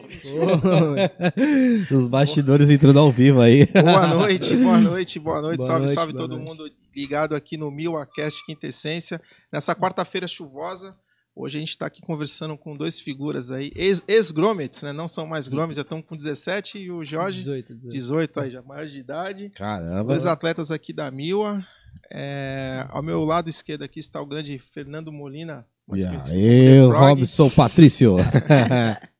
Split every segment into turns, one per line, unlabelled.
Os bastidores entrando ao vivo aí.
Boa noite, boa noite, boa noite.
Boa
salve,
noite,
salve
boa
todo
noite.
mundo ligado aqui no Milacast Quinta Essência. Nessa quarta-feira chuvosa, hoje a gente está aqui conversando com dois figuras aí, ex- ex-gromets, né? Não são mais gromets, já estão com 17 e o Jorge,
18, 18.
18 aí, já maior de idade.
Caramba.
Dois atletas aqui da Mila. É, ao meu lado esquerdo aqui está o grande Fernando Molina. mais
E
conhecido
aí,
como The Frog.
Robson Patrício.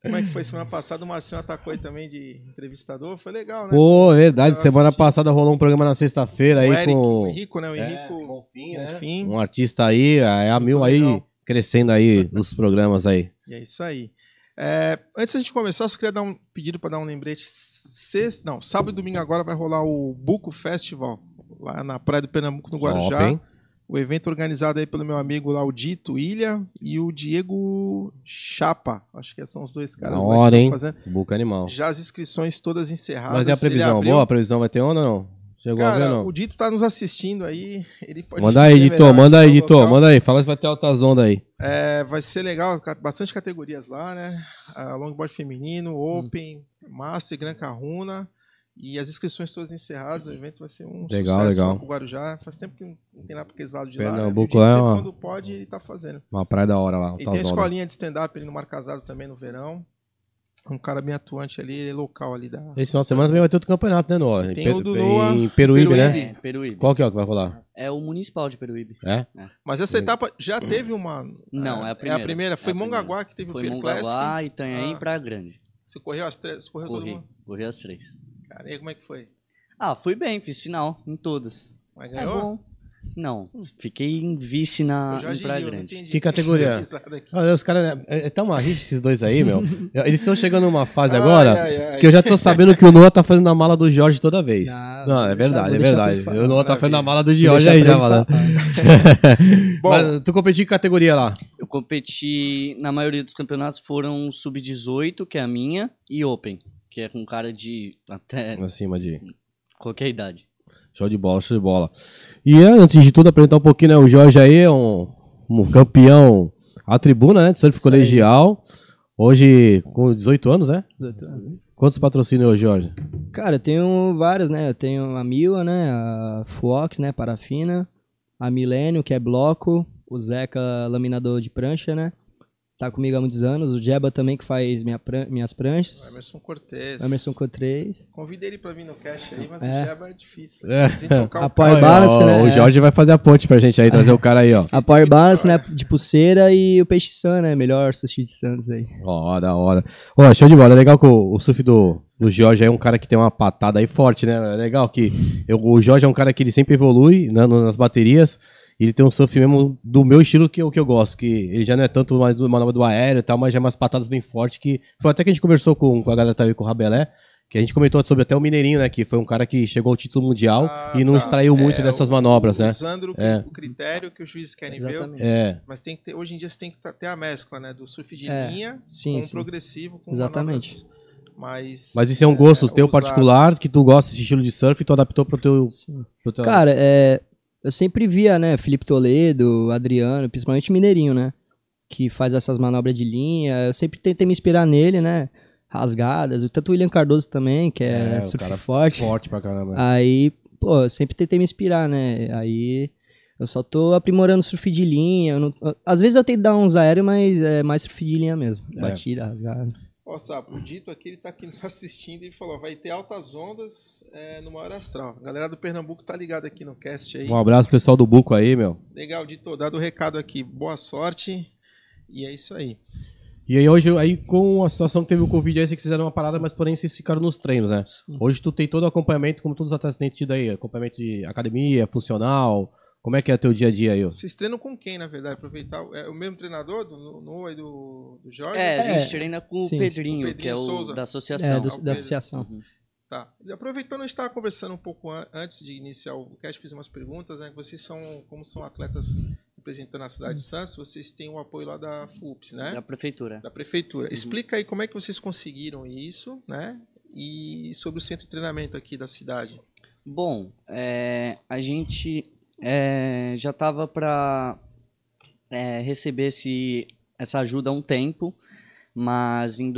Como é que foi semana passada? O Marcinho atacou aí também de entrevistador. Foi legal, né?
Pô, verdade.
Eu
Semana
assisti.
passada rolou um programa na sexta-feira
o
aí
Eric, o
com
Henrico, né? O Henrico.
Bonfim,
Bonfim.
um artista aí, é a
Muito
Mil aí,
legal.
crescendo aí nos programas aí.
E é isso aí. É, antes da gente começar, eu só queria dar um pedido para dar um lembrete. Sexta, não, sábado e domingo agora vai rolar o Buco Festival, lá na Praia do Pernambuco, no Guarujá.
Top, hein?
O evento organizado aí pelo meu amigo lá, o Dito Ilha, e o Diego Chapa. Acho que são os dois caras
Da
lá que
hora,
tão
hein?
fazendo.
Buca animal.
Já as inscrições todas encerradas.
Mas e a
Ele
previsão?
abriu-
Boa? A previsão vai ter onda ou não? Chegou a ver ou
Cara,
não?
o Dito está nos assistindo aí. Ele pode
Manda aí,
dizer
editor,
melhor
manda aí,
o
editor,
local.
manda aí. Fala se vai ter altas ondas aí.
É, vai ser legal, ca- bastante categorias lá, né? Ah, longboard feminino,
Hum.
Open, Master, Gran Carruna. E as inscrições todas encerradas, o evento vai ser um
Legal,
sucesso
legal.
lá pro Guarujá. Faz tempo que não tem nada pra aqueles lados de lá. né?
Pernambuco
Podia
lá é
ser
uma-
Quando pode, ele tá fazendo.
Uma praia da hora lá,
E tem a
altas ondas.
escolinha de stand-up ali no Mar Casado também no verão. Um cara bem atuante ali, ele é local ali da.
Esse final de semana também vai ter outro campeonato, né, Noah? Em
Tem
Pe-
o do Noah,
Em Peruíbe, né?
Peruíbe.
É, Peruíbe.
Qual que é o que vai rolar?
É o municipal de Peruíbe.
É?
Mas essa etapa já teve uma.
Não, é a primeira.
Foi
É a
Mongaguá
primeira.
que teve o
Foi
Peer Tipo Classic.
Mongaguá, Itanhaém
Ah.
e Praia Grande.
Você correu as três. Você correu todo
Corri.
mundo?
Corri as três.
Cara, e aí, como é que foi?
Ah, fui bem, fiz final em todas.
Mas
É
ganhou?
bom. Não, fiquei em vice na, Ah, em Praia Grande.
Que categoria? Olha, Os caras, né, é, é tão marrente esses dois aí, meu. Eles estão chegando numa fase agora que eu já tô sabendo que o Noah tá fazendo a mala do Jorge toda vez.
Não,
Não, é
vou deixar-
verdade,
vou
é
deixar pra
verdade.
ele falar.
O Noah tá fazendo a
Maravilha.
mala do Jorge aí já, falando.
Bom,
Mas tu competiu em que categoria lá?
Eu competi, na maioria dos campeonatos foram sub-18, que é a minha, e open, que é com cara de até
Acima de...
qualquer idade.
Show de bola, show de bola. E é, antes de tudo, apresentar um pouquinho, né? O Jorge aí é um, um campeão à tribuna, né? De surf colegial. Hoje, com 18 anos, né? Quantos patrocínios, Jorge?
Cara, eu tenho vários, né? Eu tenho a Mila, né? A Fox, né? Parafina. A Milênio, que é bloco. O Zeca, laminador de prancha, né? Tá comigo há muitos anos. O Jeba também, que faz minha pran- minhas pranchas.
Emerson Cortez.
O Emerson Cotrez.
Convidei ele pra vir no cast aí, mas
É.
o Jeba é difícil.
É.
Desentocar o
Apoio
cara.
Power Balance,
ó,
né?
O Jorge vai fazer a ponte pra gente aí, trazer o cara aí, ó.
A
Fiz
Power
muita
Balance, né?
história.
De pulseira. E o Peixe San, né? Melhor sushi de Santos aí.
Ó, da hora. Ó, show de bola. É legal que o, o surf do, do Jorge aí é um cara que tem uma patada aí forte, né? É legal que eu- o Jorge é um cara que ele sempre evolui né, no- nas baterias. E ele tem um surf mesmo do meu estilo que, eu- que eu gosto, que ele já não é tanto mais do- uma manobra do aéreo e tal, mas já é umas patadas bem fortes que... Foi até que a gente conversou com, com a galera que tava aí, com o Rabelé, que a gente comentou sobre até o Mineirinho, né? Que foi um cara que chegou ao título mundial
Ah,
e não
tá.
extraiu muito
É,
dessas
o-
manobras, né?
Usando o-
É.
o critério que os juízes querem ver.
É,
Mas tem que ter, hoje em dia você tem que ta- ter a mescla, né? Do surf de
É.
linha
Sim,
com um
sim.
progressivo, com
Exatamente.
manobras mais...
mas isso é um gosto teu
ousadas.
particular, que tu gosta desse estilo de surf e tu adaptou pro teu...
Sim.
Pro teu...
Cara, é, eu sempre via, né, Felipe Toledo, Adriano, principalmente Mineirinho, né? Que faz essas manobras de linha. Eu sempre tentei me inspirar nele, né? Rasgadas. Tanto o William Cardoso também, que é,
É, o
surf
cara né.
forte.
Forte pra caramba.
Ah,
Aí, pô, eu sempre tentei me inspirar, né? Aí eu só tô aprimorando surf de linha. eu não- eu- às vezes eu tento dar uns aéreos, mas é mais surf de linha mesmo.
É.
Batida, rasgada.
Ó, Sapo, o Dito aqui, ele tá aqui nos assistindo e falou, vai ter altas ondas é, no maior astral. A galera do Pernambuco tá ligada aqui no cast aí.
Um abraço pro pessoal do Buco aí, meu.
Legal, Dito, dado o recado aqui. Boa sorte. E é isso aí.
E aí hoje, aí com a situação que teve o Covid aí, vocês fizeram uma parada, mas porém vocês ficaram nos treinos, né? Hoje tu tem todo o acompanhamento, como todos os atletas têm tido aí, acompanhamento de academia, funcional, como é que é teu dia a dia aí? ó?
Vocês treinam com quem, na verdade? Aproveitar. o- É o mesmo treinador do Noah e do, do Jorge?
É, a
É.
gente treina com
Sim.
o
O
Pedrinho,
Pedrinho
que é o
Souza.
É,
da associação.
do-
Pedro.
da associação.
Tá. E Aproveitando, a gente estava conversando um pouco an- antes de iniciar o cast, fiz umas perguntas, né? Vocês são, como são atletas representando a cidade de Santos, vocês têm o apoio lá da FUPS, né?
Da prefeitura.
da prefeitura. Explica aí como é que vocês conseguiram isso, né? E sobre o centro de treinamento aqui da cidade.
Bom, é, a gente é, já é, estava para receber esse, essa ajuda há um tempo, Mas em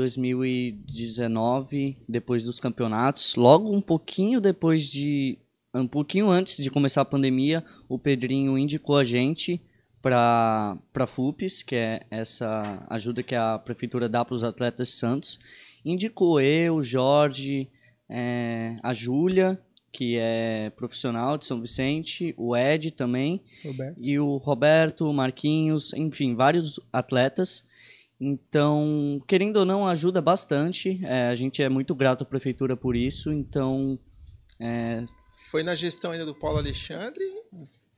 2019, depois dos campeonatos, logo um pouquinho depois de. Um pouquinho antes de começar a pandemia, o Pedrinho indicou a gente para a FUPES, que é essa ajuda que a prefeitura dá para os atletas de Santos. Indicou eu, Jorge, eh, a Júlia, que é profissional de São Vicente, o Ed também,
Roberto.
e o Roberto, o Marquinhos, enfim, vários atletas. Então, querendo ou não, ajuda bastante. É, a gente é muito grato à prefeitura por isso. Então,
Foi na gestão ainda do Paulo Alexandre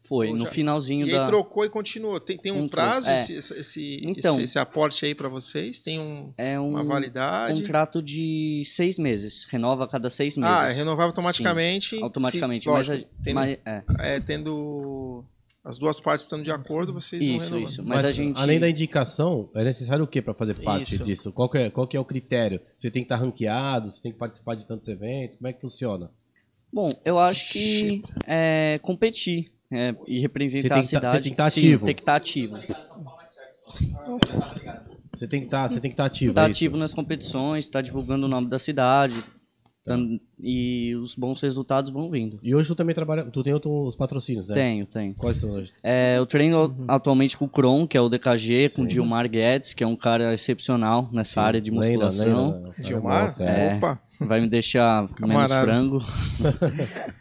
foi
Bom,
no
já-
finalzinho
e
da.
aí trocou e continuou. Tem, tem um
Entrou,
prazo
é.
esse, esse, esse-
Então.
esse- esse aporte aí para vocês? Tem um-
é um
uma validade?
contrato de seis meses. Renova a cada seis meses.
Ah, é renovável automaticamente.
Automaticamente.
se-
mas,
lógico,
a-
tendo,
mas- é,
é, tendo as duas partes estando de acordo, vocês vão
isso,
renovar.
isso. Mas, a gente.
Além da indicação, é necessário o que para fazer parte
Isso.
disso? Qual que, é, qual que é o critério? Você tem que estar ranqueado, você tem que participar de tantos eventos, como é que funciona?
Bom, eu acho que é, competir é, e
Você
representar
tem
a
que tá-
cidade.
você tem que tá
Sim,
ativo.
Tem que estar ativo.
Você tem que estar, você tem que estar ativo.
Tá
é isso?
ativo nas competições, tá divulgando o nome da cidade. tá- E os bons resultados vão vindo.
E hoje tu também trabalha, tu tem outros patrocínios, né?
Tenho, tenho.
Quais são hoje?
É, eu treino atualmente com o Kron, que é o DKG, com o Gilmar Guedes, que é um cara excepcional nessa área de
Leila,
musculação.
Leila, né?
Gilmar?
Nossa, é.
Opa,
Vai me deixar menos
Camarada.
frango.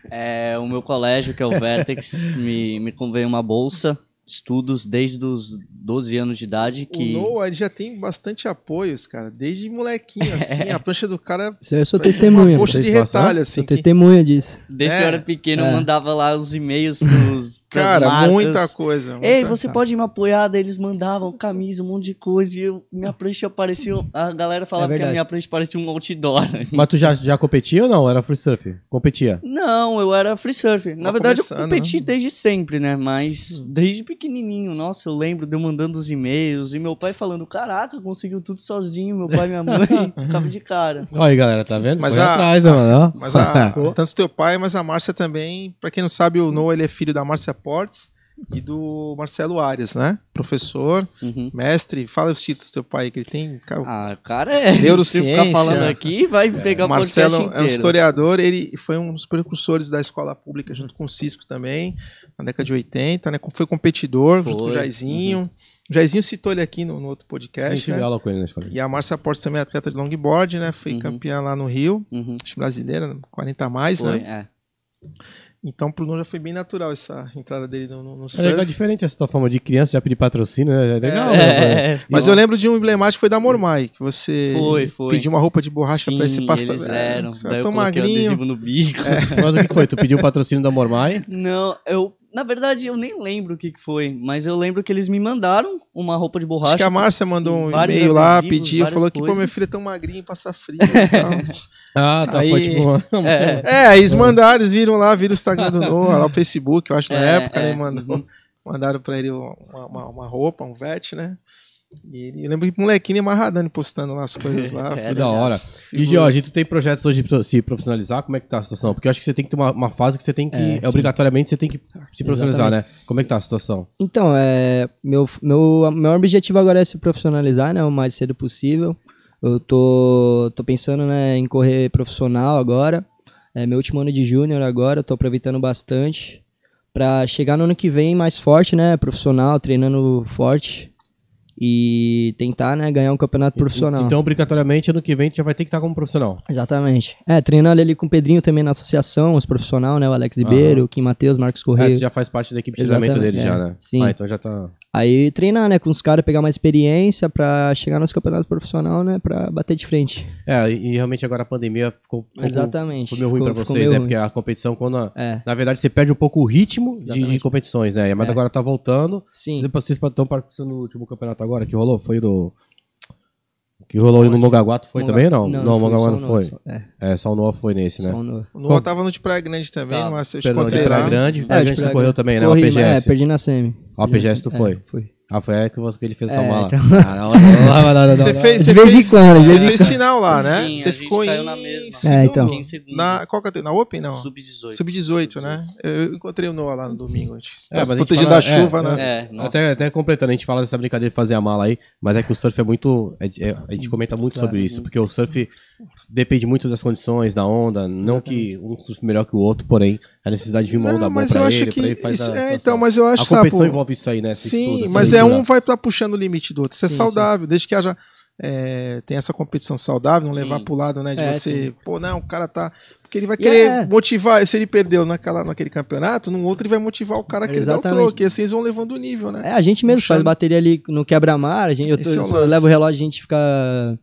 é, o meu colégio, que é o Vertex, me, me convém uma bolsa, estudos desde os 12 anos de idade. Que...
o Noah ele já tem bastante apoios, cara. Desde molequinho, assim. A prancha do cara
Isso aí eu sou
parece
testemunha.
uma coxa de
Satisfação?
retalho, assim.
Sou testemunha disso.
Desde que eu
É.
era pequeno, eu
É.
mandava lá os e-mails pros. pras
Cara,
marcas.
muita coisa. muita-
Ei, você pode me apoiar? Daí eles mandavam camisa, um monte de coisa. E eu- minha prancha parecia. A galera falava que a
verdade.
minha prancha parecia um outdoor.
Mas tu já, já competia ou não? Era free surf? Competia.
Não, eu era free surf. Na
Tá
verdade, eu
começando,
competi
né? Hum.
desde sempre, né? Mas desde pequenininho. Nossa, eu lembro de eu mandando os e-mails. E meu pai falando: Caraca, conseguiu tudo sozinho. Meu pai e minha mãe ficavam de cara.
Olha aí, galera, tá vendo?
Mas
Foi
a-
atrás, né, mano? Ó.
Mas a, tanto teu pai, mas a Márcia também. Pra quem não sabe, o Noah ele é filho da Márcia Portes e do Marcelo Arias, né? Professor,
Uhum.
mestre. Fala os títulos do teu pai que ele tem. Cara, o
Ah, cara, é. Se eu
Neurociência.
ficar falando aqui, vai pegar o
Marcelo
podcast
é um
inteiro.
historiador, ele foi um dos precursores da escola pública, junto com o Cisco também, na década de 80, né? Foi competidor, junto com o
Foi,
Jaizinho. O Jaizinho citou ele aqui no, no outro
Sim,
podcast,
tive
né?
aula com ele na escola.
E a Márcia Portes também é atleta de longboard, né? Foi
Uhum.
campeã lá no Rio,
Uhum.
acho brasileira, 40 a mais,
Foi,
né?
é.
Então pro Nuno já foi bem natural essa entrada dele no, no, no
É legal,
surf.
diferente essa tua forma de criança, já pedir patrocínio, né? É legal, né?
É,
Mas eu lembro de um emblemático foi da Mormai, que você
Foi, foi.
pediu uma roupa de borracha
Sim,
pra esse pastor.
Eles
É,
eram.
você
Daí
é
eu
tão
coloquei o
magrinho.
adesivo no bico.
Mas o que que foi? Tu pediu o patrocínio da Mormai?
Não, eu. Na verdade, eu nem lembro o que, que foi, mas eu lembro que eles me mandaram uma roupa de borracha.
Acho que a Márcia mandou um
vários
e-mail lá,
adesivos,
pediu,
várias
falou que, pô,
coisas.
meu filho é tão magrinho, passa frio e tal.
Ah, tá,
Aí-
foi tipo... uma-
É,
É, aí eles mandaram, eles viram lá, viram o Instagram do Noah, lá o Facebook, eu acho, na
É,
época,
é,
né, mandou, mandaram pra ele uma, uma, uma roupa, um vete, né? E ele, eu lembro que molequinho amarradando, postando lá as coisas lá.
É.
Que da hora. E,
Figura.
Jorge, tu tem projetos hoje pra se profissionalizar? Como é que tá a situação? Porque eu acho que você tem que ter uma, uma fase que você tem que...
É,
É,
sim.
obrigatoriamente você tem que se profissionalizar, né? Como é que tá a situação?
Então, é, meu, meu, meu objetivo agora é se profissionalizar, né? O mais cedo possível. Eu tô, tô pensando né, em correr profissional agora. É meu último ano de júnior agora, eu tô aproveitando bastante. Pra chegar no ano que vem mais forte, né? Profissional, treinando forte. E tentar, né, ganhar um campeonato profissional.
Então, obrigatoriamente, ano que vem tu já vai ter que estar como profissional.
Exatamente. É, treinando ali com o Pedrinho também na associação, os profissionais, né? O Alex Ribeiro, o Kim Matheus, Marcos
É,
Correia.
tu já faz parte da equipe de treinamento
Exatamente,
dele
é.
já, né?
Sim.
Ah, então já tá...
Aí treinar, né, com os caras, pegar uma experiência pra chegar nos campeonatos profissional, né, pra bater de frente.
É, e e realmente agora a pandemia ficou... ficou-
Exatamente.
Ficou meio ruim pra
ficou
vocês,
meio
né?
ruim.
Porque a competição, quando... a-
É,
Na verdade, você perde um pouco o ritmo de, de
Exatamente.
competições, né? Mas
É.
agora tá voltando.
Sim.
Vocês- Vocês estão participando do último campeonato agora que rolou? Foi do. Que rolou aí no Mogaguato foi também não? Não, o Mogaguá não foi.
É,
É, só o Noah foi nesse, né?
só o Noah.
O Noah tava no de Praia Grande também,
Tava.
mas eu te
Perdão, de
encontrei
Praia
lá.
Grande.
É,
Praia
de
Grande tu
Praia
correu
Grande.
também, né? o
Corri, mas,
PGS.
É, perdi na semi.
Ó, o PGS tu
É,
foi.
fui.
Ah, foi aí que você- que ele fez com a
É,
mala.
então.
Ah, não, não, não, não, não,
Você
não.
fez, você
De vez em
fez,
quando, de
você
vez em
fez
quando.
final lá, né?
Sim, a
você
gente
ficou
caiu
em
na mesma.
segundo.
É, então.
Fiquei em segundo.
Na, qual categoria? Na Open, não?
Sub-18.
Sub-18, né? Eu encontrei o Noah lá no domingo. A gente
É,
tá
mas a
se
gente
protegendo
fala-
da chuva,
é,
né?
É, nossa.
Até, até completando, a gente fala dessa brincadeira de fazer a mala aí, mas é que o surf é muito. é- é- a gente comenta muito
Claro.
sobre isso, porque o surf depende muito das condições, da onda. Não que um surf melhor que o outro, porém, a necessidade de vir uma
Não,
onda boa
mas eu
pra
acho
ele,
que.
pra ele faz
isso-
a,
é,
a-
então, mas eu acho
a competição
sabe, pô,
envolve isso aí, né? Esse
Sim,
estudo, essa
mas é
leitura.
um vai estar puxando o limite do outro. Isso é
Sim,
saudável, desde que haja. é, tem essa competição saudável, não levar
Sim.
pro lado, né? De
É,
você, pô, não, o cara tá. Porque ele vai
E
querer
é.
motivar. Se ele perdeu naquela, naquele campeonato, no outro ele vai motivar o cara que ele dá o
Exatamente.
troco. E assim eles vão levando o nível, né?
É, a gente mesmo
Puxando.
faz bateria ali no quebra-mar, a gente, eu, tô-
Esse é o
eu só
lance.
levo o relógio, a gente fica...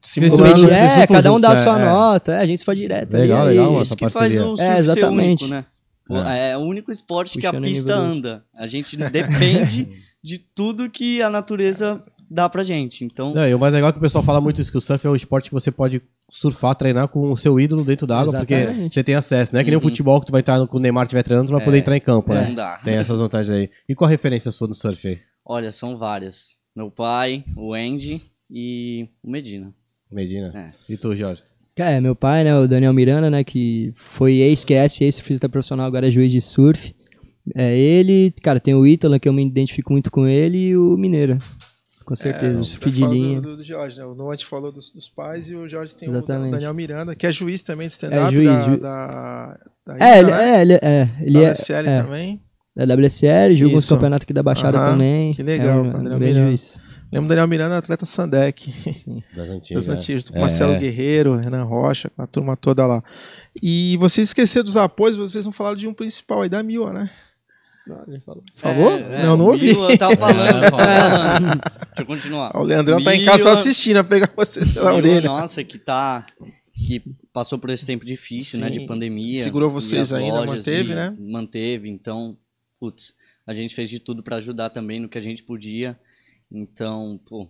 Vocês
Simulando,
surfam- vocês
é,
surfam
cada um
juntos,
dá a
né?
sua
É.
nota, é, a gente faz direto. ali,
Legal,
aí,
legal, mano.
Isso
essa
que faz
parceria.
o surf
É, exatamente.
ser único, né?
um-
O- É. o único esporte que a
Puxando o nível
pista
do-
anda. A gente depende de tudo que a natureza dá pra gente. Então,
Não, e o mais legal é que o pessoal fala muito isso, que o surf é um esporte que você pode surfar, treinar com o seu ídolo dentro da água, porque
Exatamente.
você tem acesso. Não é que nem o
Uhum.
futebol que tu vai entrar no- quando o Neymar estiver treinando, tu vai
É.
poder entrar em campo,
não
né?
dá.
Tem essas vantagens aí. E qual a referência sua no surf aí?
Olha, são várias. Meu pai, o Andy e o Medina.
Medina. E tu, Jorge?
É, meu pai, né, o Daniel Miranda, né, que foi ex que é ex-surfista profissional, agora é juiz de surf. É ele, cara, tem o Ítalo, que eu me identifico muito com ele, e o Mineira, com certeza,
É,
o
o
surf de
Daniel falou
linha.
Do, do, do Jorge, né? O Noah te falou dos, dos pais e o Jorge tem o
Exatamente.
Daniel Miranda, que é juiz também de stand-up
É, juiz,
da,
ju-
da, da
É, ele
né?
é, ele é, ele
da
é
LSL também.
da WSL, joga uns
Isso.
campeonatos aqui da Baixada
Aham,
também.
que legal,
é um,
Daniel
um grande assim.
Miranda.
juiz.
Lembro do Daniel Miranda, atleta Sandec.
Das antigas.
das antigas, com
É.
Marcelo Guerreiro, Renan Rocha, com a turma toda lá. E vocês esqueceram dos apoios, vocês não falaram de um principal aí, da Mila, né? Falou?
É, é,
não, não
o
ouvi.
Milo, Eu tava falando, eu tava falando. Deixa eu
Ah,
continuar.
O Leandrão tá em casa só
Mila-
assistindo, a pegar vocês pela
Milo,
orelha.
Nossa, que tá. Que passou por esse tempo difícil, né? De
Sim.
pandemia.
Segurou
e
vocês
as
ainda,
lojas,
manteve,
e
né?
Manteve, então, putz, a gente fez de tudo pra ajudar também no que a gente podia. Então, pô.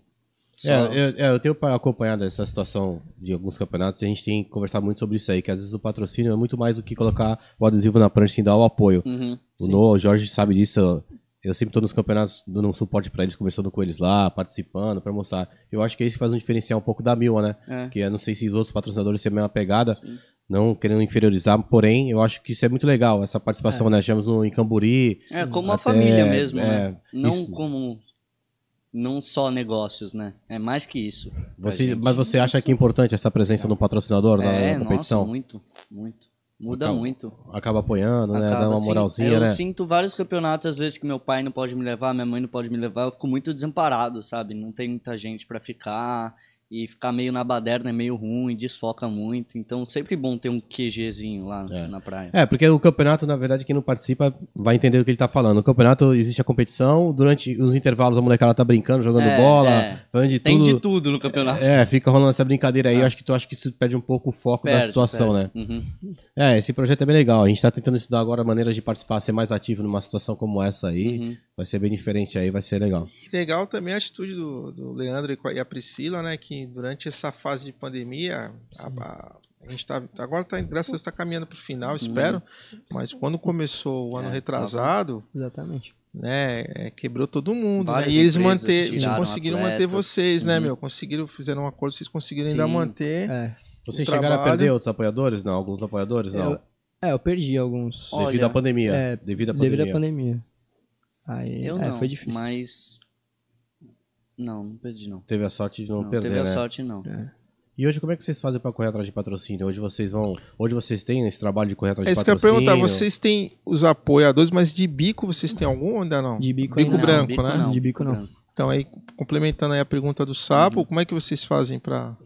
só-
É, eu, é, eu tenho pa- acompanhado essa situação de alguns campeonatos e a gente tem conversado muito sobre isso aí, que às vezes o patrocínio é muito mais do que colocar o adesivo na prancha e dar o apoio.
Uhum,
O
sim.
Noah, o Jorge sabe disso. eu- Eu sempre tô nos campeonatos dando um suporte pra eles, conversando com eles lá, participando, pra mostrar. Eu acho que é isso que faz um diferencial um pouco da Mila, né?
É.
que eu não sei se os outros patrocinadores têm a mesma pegada,
Sim.
não querendo inferiorizar, porém, eu acho que isso é muito legal, essa participação, né? Tivemos no em Camburi.
É, como uma
até-
família mesmo, né?
é,
Não
isso.
como. Não só negócios, né? É mais que isso. pra
Você,
gente.
mas você acha que é importante essa presença do patrocinador na-
é,
na,
nossa,
competição? Então,
muito, muito. Muda
Acaba-
muito.
Acaba apoiando, né?
Acaba,
Dá uma
assim,
moralzinha,
eu
né?
sinto vários campeonatos, às vezes, que meu pai não pode me levar, minha mãe não pode me levar, eu fico muito desamparado, sabe? Não tem muita gente pra ficar, e ficar meio na baderna é meio ruim, desfoca muito, então sempre bom ter um QGzinho lá
É.
na praia.
É, porque o campeonato, na verdade, quem não participa vai entender do que ele tá falando. No campeonato existe a competição, durante os intervalos a molecada tá brincando, jogando
É,
bola,
é.
falando de
Tem
tudo.
de tudo no campeonato.
É, fica rolando essa brincadeira aí. Eu acho que tu acha que isso perde um pouco o foco da
Perde,
situação,
perde.
né?
Uhum.
É, esse projeto é bem legal. A gente tá tentando estudar agora maneiras de participar, ser mais ativo numa situação como essa aí.
uhum.
Vai ser bem diferente aí, vai ser legal.
E legal também a atitude do, do Leandro e com a- e a Priscila, né? Que durante essa fase de pandemia, a, a- a gente tá, agora, tá, graças a Deus, está caminhando para o final, espero. Mas quando começou o ano
Uhum. É,
retrasado,
Exatamente.
né, é, quebrou todo mundo, né?
Várias
E eles
empresas
manter, eles
tiraram
conseguiram manter
atletas.
vocês, né,
Uhum.
meu? Conseguiram, fizeram um acordo, vocês conseguiram ainda
Sim.
manter.
É,
Vocês
O
chegaram a
trabalho-
perder outros apoiadores? Não, alguns apoiadores não.
Eu- é, eu perdi alguns,
Olha,
devido à pandemia.
é,
devido à pandemia.
devido à pandemia. Aí,
Eu
é,
não,
foi difícil.
mas... Não, não perdi não.
Teve a sorte de não,
Não,
perder,
teve a
né?
sorte não.
E hoje como é que vocês fazem pra correr atrás de patrocínio? Hoje vocês vão, hoje vocês têm esse trabalho de correr atrás
É
de
isso que eu ia
patrocínio?
perguntar, vocês têm os apoiadores, mas de bico vocês têm algum ou ainda não?
De bico,
Bico
ainda não.
branco, né?
De bico não.
branco.
Então aí, complementando aí a pergunta do
Uhum.
Sapo, como é que vocês fazem para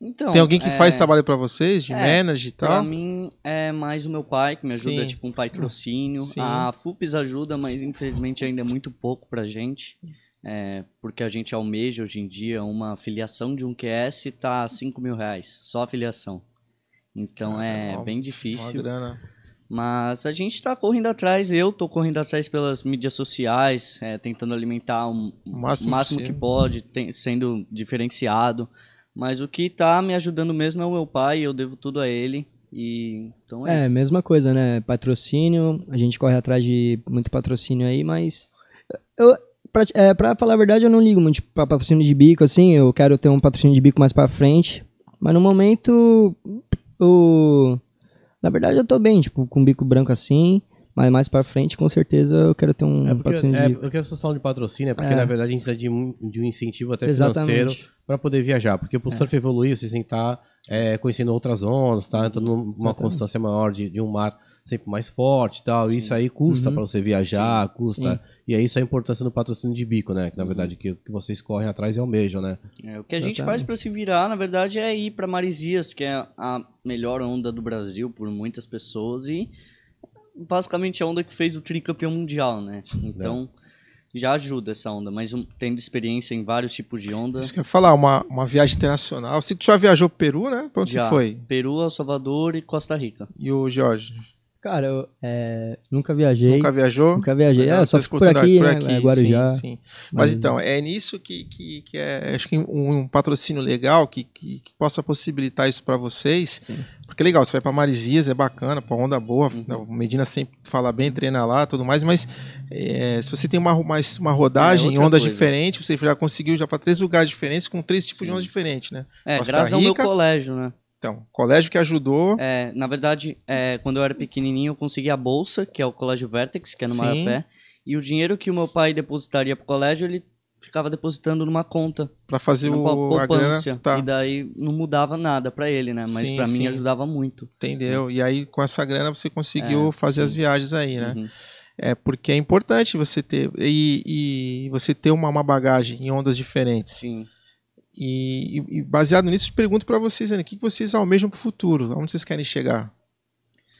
Então,
Tem alguém que
é,
faz trabalho para vocês, de
é,
manager e
Pra
tal?
mim é mais o meu pai que me ajuda,
Sim.
tipo um patrocínio.
Sim.
A FUPES ajuda, mas infelizmente ainda é muito pouco pra gente. é, porque a gente almeja hoje em dia uma filiação de um QS tá 5 mil reais, só a filiação. Então é,
Caramba, uma-
bem
Uma
difícil.
grana.
Mas a gente tá correndo atrás, eu tô correndo atrás pelas mídias sociais, é, tentando alimentar um,
O
o
máximo,
máximo que
possível.
pode, tem- sendo diferenciado. Mas o que tá me ajudando mesmo é o meu pai, eu devo tudo a ele. E então é,
É,
isso.
mesma coisa, né? Patrocínio, a gente corre atrás de muito patrocínio aí, mas eu, pra, é, pra falar a verdade, eu não ligo muito pra patrocínio de bico, assim. Eu quero ter um patrocínio de bico mais pra frente. Mas no momento, o... na verdade, eu tô bem, tipo, com bico branco assim. Mas mais pra frente, com certeza, eu quero ter um
É porque,
patrocínio de
é,
bico.
porque a solução de patrocínio é porque,
É.
na verdade, a gente precisa de um, de um incentivo até financeiro
Exatamente.
para poder viajar. Porque
É.
pro surf evoluir, você tem que estar é, conhecendo outras zonas, tá entrando numa
Exatamente.
constância maior de, de um mar sempre mais forte e tal.
Sim.
Isso aí custa
Uhum.
para você viajar, custa. E é isso a importância do patrocínio de bico, né? Que, na verdade, que, que vocês correm atrás e almejam, né?
É, o que a gente
Exatamente.
faz para se virar, na verdade, é ir para Marizias, que é a melhor onda do Brasil por muitas pessoas e basicamente é a onda que fez o tricampeão mundial, né?
É.
Então já ajuda essa onda, mas um- tendo experiência em vários tipos de onda.
Isso que eu ia falar, uma, uma viagem internacional. Você já viajou pro Peru, né? Pra onde
já
você foi?
Peru, El Salvador e Costa Rica.
E o Jorge?
Cara, eu é, nunca viajei.
Nunca
Nunca,
viajou?
viajei.
Legal,
É, só
essas
fico por
oportunidades
aqui, né? é, Guarujá.
Sim, sim.
Uhum.
Mas então, é nisso que, que, que é, acho que um, um patrocínio legal que, que, que possa possibilitar isso para vocês.
Sim. Uhum.
Porque é legal, você vai para Marizias, é bacana, para onda boa, né, o Medina sempre fala bem, treina lá, tudo mais, mas é, se você tem uma, ro- mais uma rodagem
É,
em
outra
ondas
coisa.
diferentes, você já conseguiu já para três lugares diferentes com três tipos de
Sim.
ondas diferentes, né?
É,
Costa
graças ao meu
Rica.
colégio, né?
Então, colégio que ajudou,
É, na verdade, é, quando eu era pequenininho, eu consegui a bolsa, que é o Colégio Vertex, que é no
Sim.
Marapé. E o dinheiro que o meu pai depositaria pro colégio, ele ficava depositando numa conta,
para fazer
numa
o, a grana,
é poupança.
tá,
E daí não mudava nada pra ele, né? Mas
Sim,
pra
sim.
mim ajudava muito.
entendeu? E aí com essa grana você conseguiu fazer as
É, sim.
viagens aí, né?
Uhum.
É porque é importante você ter e, e você ter uma, uma bagagem em ondas diferentes.
Sim.
E, e- e baseado nisso, eu te pergunto para vocês, Ana, o que que vocês almejam para o futuro? Aonde vocês querem chegar?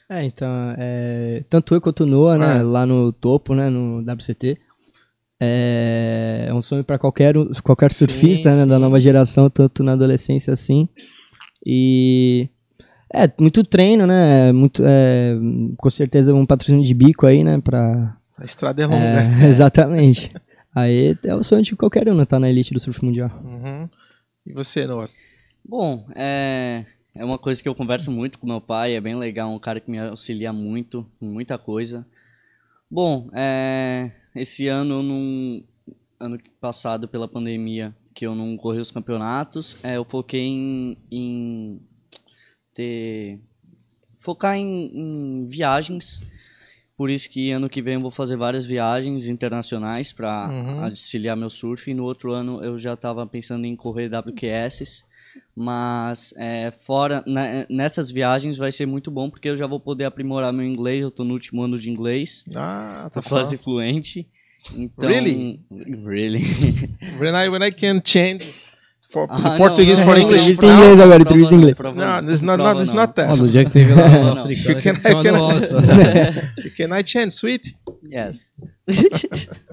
É, então, é, tanto eu quanto o Noah, né,
É.
lá no topo, né, no WCT, é, é um sonho para qualquer, um- qualquer
Sim,
surfista, né,
sim.
da nova geração, tanto na adolescência assim, e é, muito treino, né, muito, é, com certeza um patrocínio de bico aí, né, pra...
A estrada é
é,
longa.
exatamente. Aí é o sonho de qualquer um, né, tá na elite do surf mundial.
Uhum. E você, Noah?
Bom, é, é uma coisa que eu converso muito com meu pai, é bem legal, um cara que me auxilia muito, em muita coisa. Bom, é, esse ano, eu não- ano passado, pela pandemia, que eu não corri os campeonatos, é, eu foquei em, em ter, focar em, em viagens. Por isso que ano que vem eu vou fazer várias viagens internacionais para
Uhum.
auxiliar meu surf. E no outro ano eu já estava pensando em correr WQS. Mas é, fora na- nessas viagens vai ser muito bom porque eu já vou poder aprimorar meu inglês. Eu tô no último ano de inglês,
Ah,
tô
tá
quase fluente. Então,
Really?
Really?
falando. When I, when I can change for,
assim. Ah, não,
Portuguese
não,
for
não,
English.
Entrevista em inglês agora,
prova
entrevista em
não,
inglês.
prova
No,
não,
this is not,
prova
not, this is
não.
not
Ó, do
test.
É. dia que teve lá
Não,
na
não.
africana,
Eu quero-
que só
eu quero-
no osso.
Can I change, sweet?
Yes.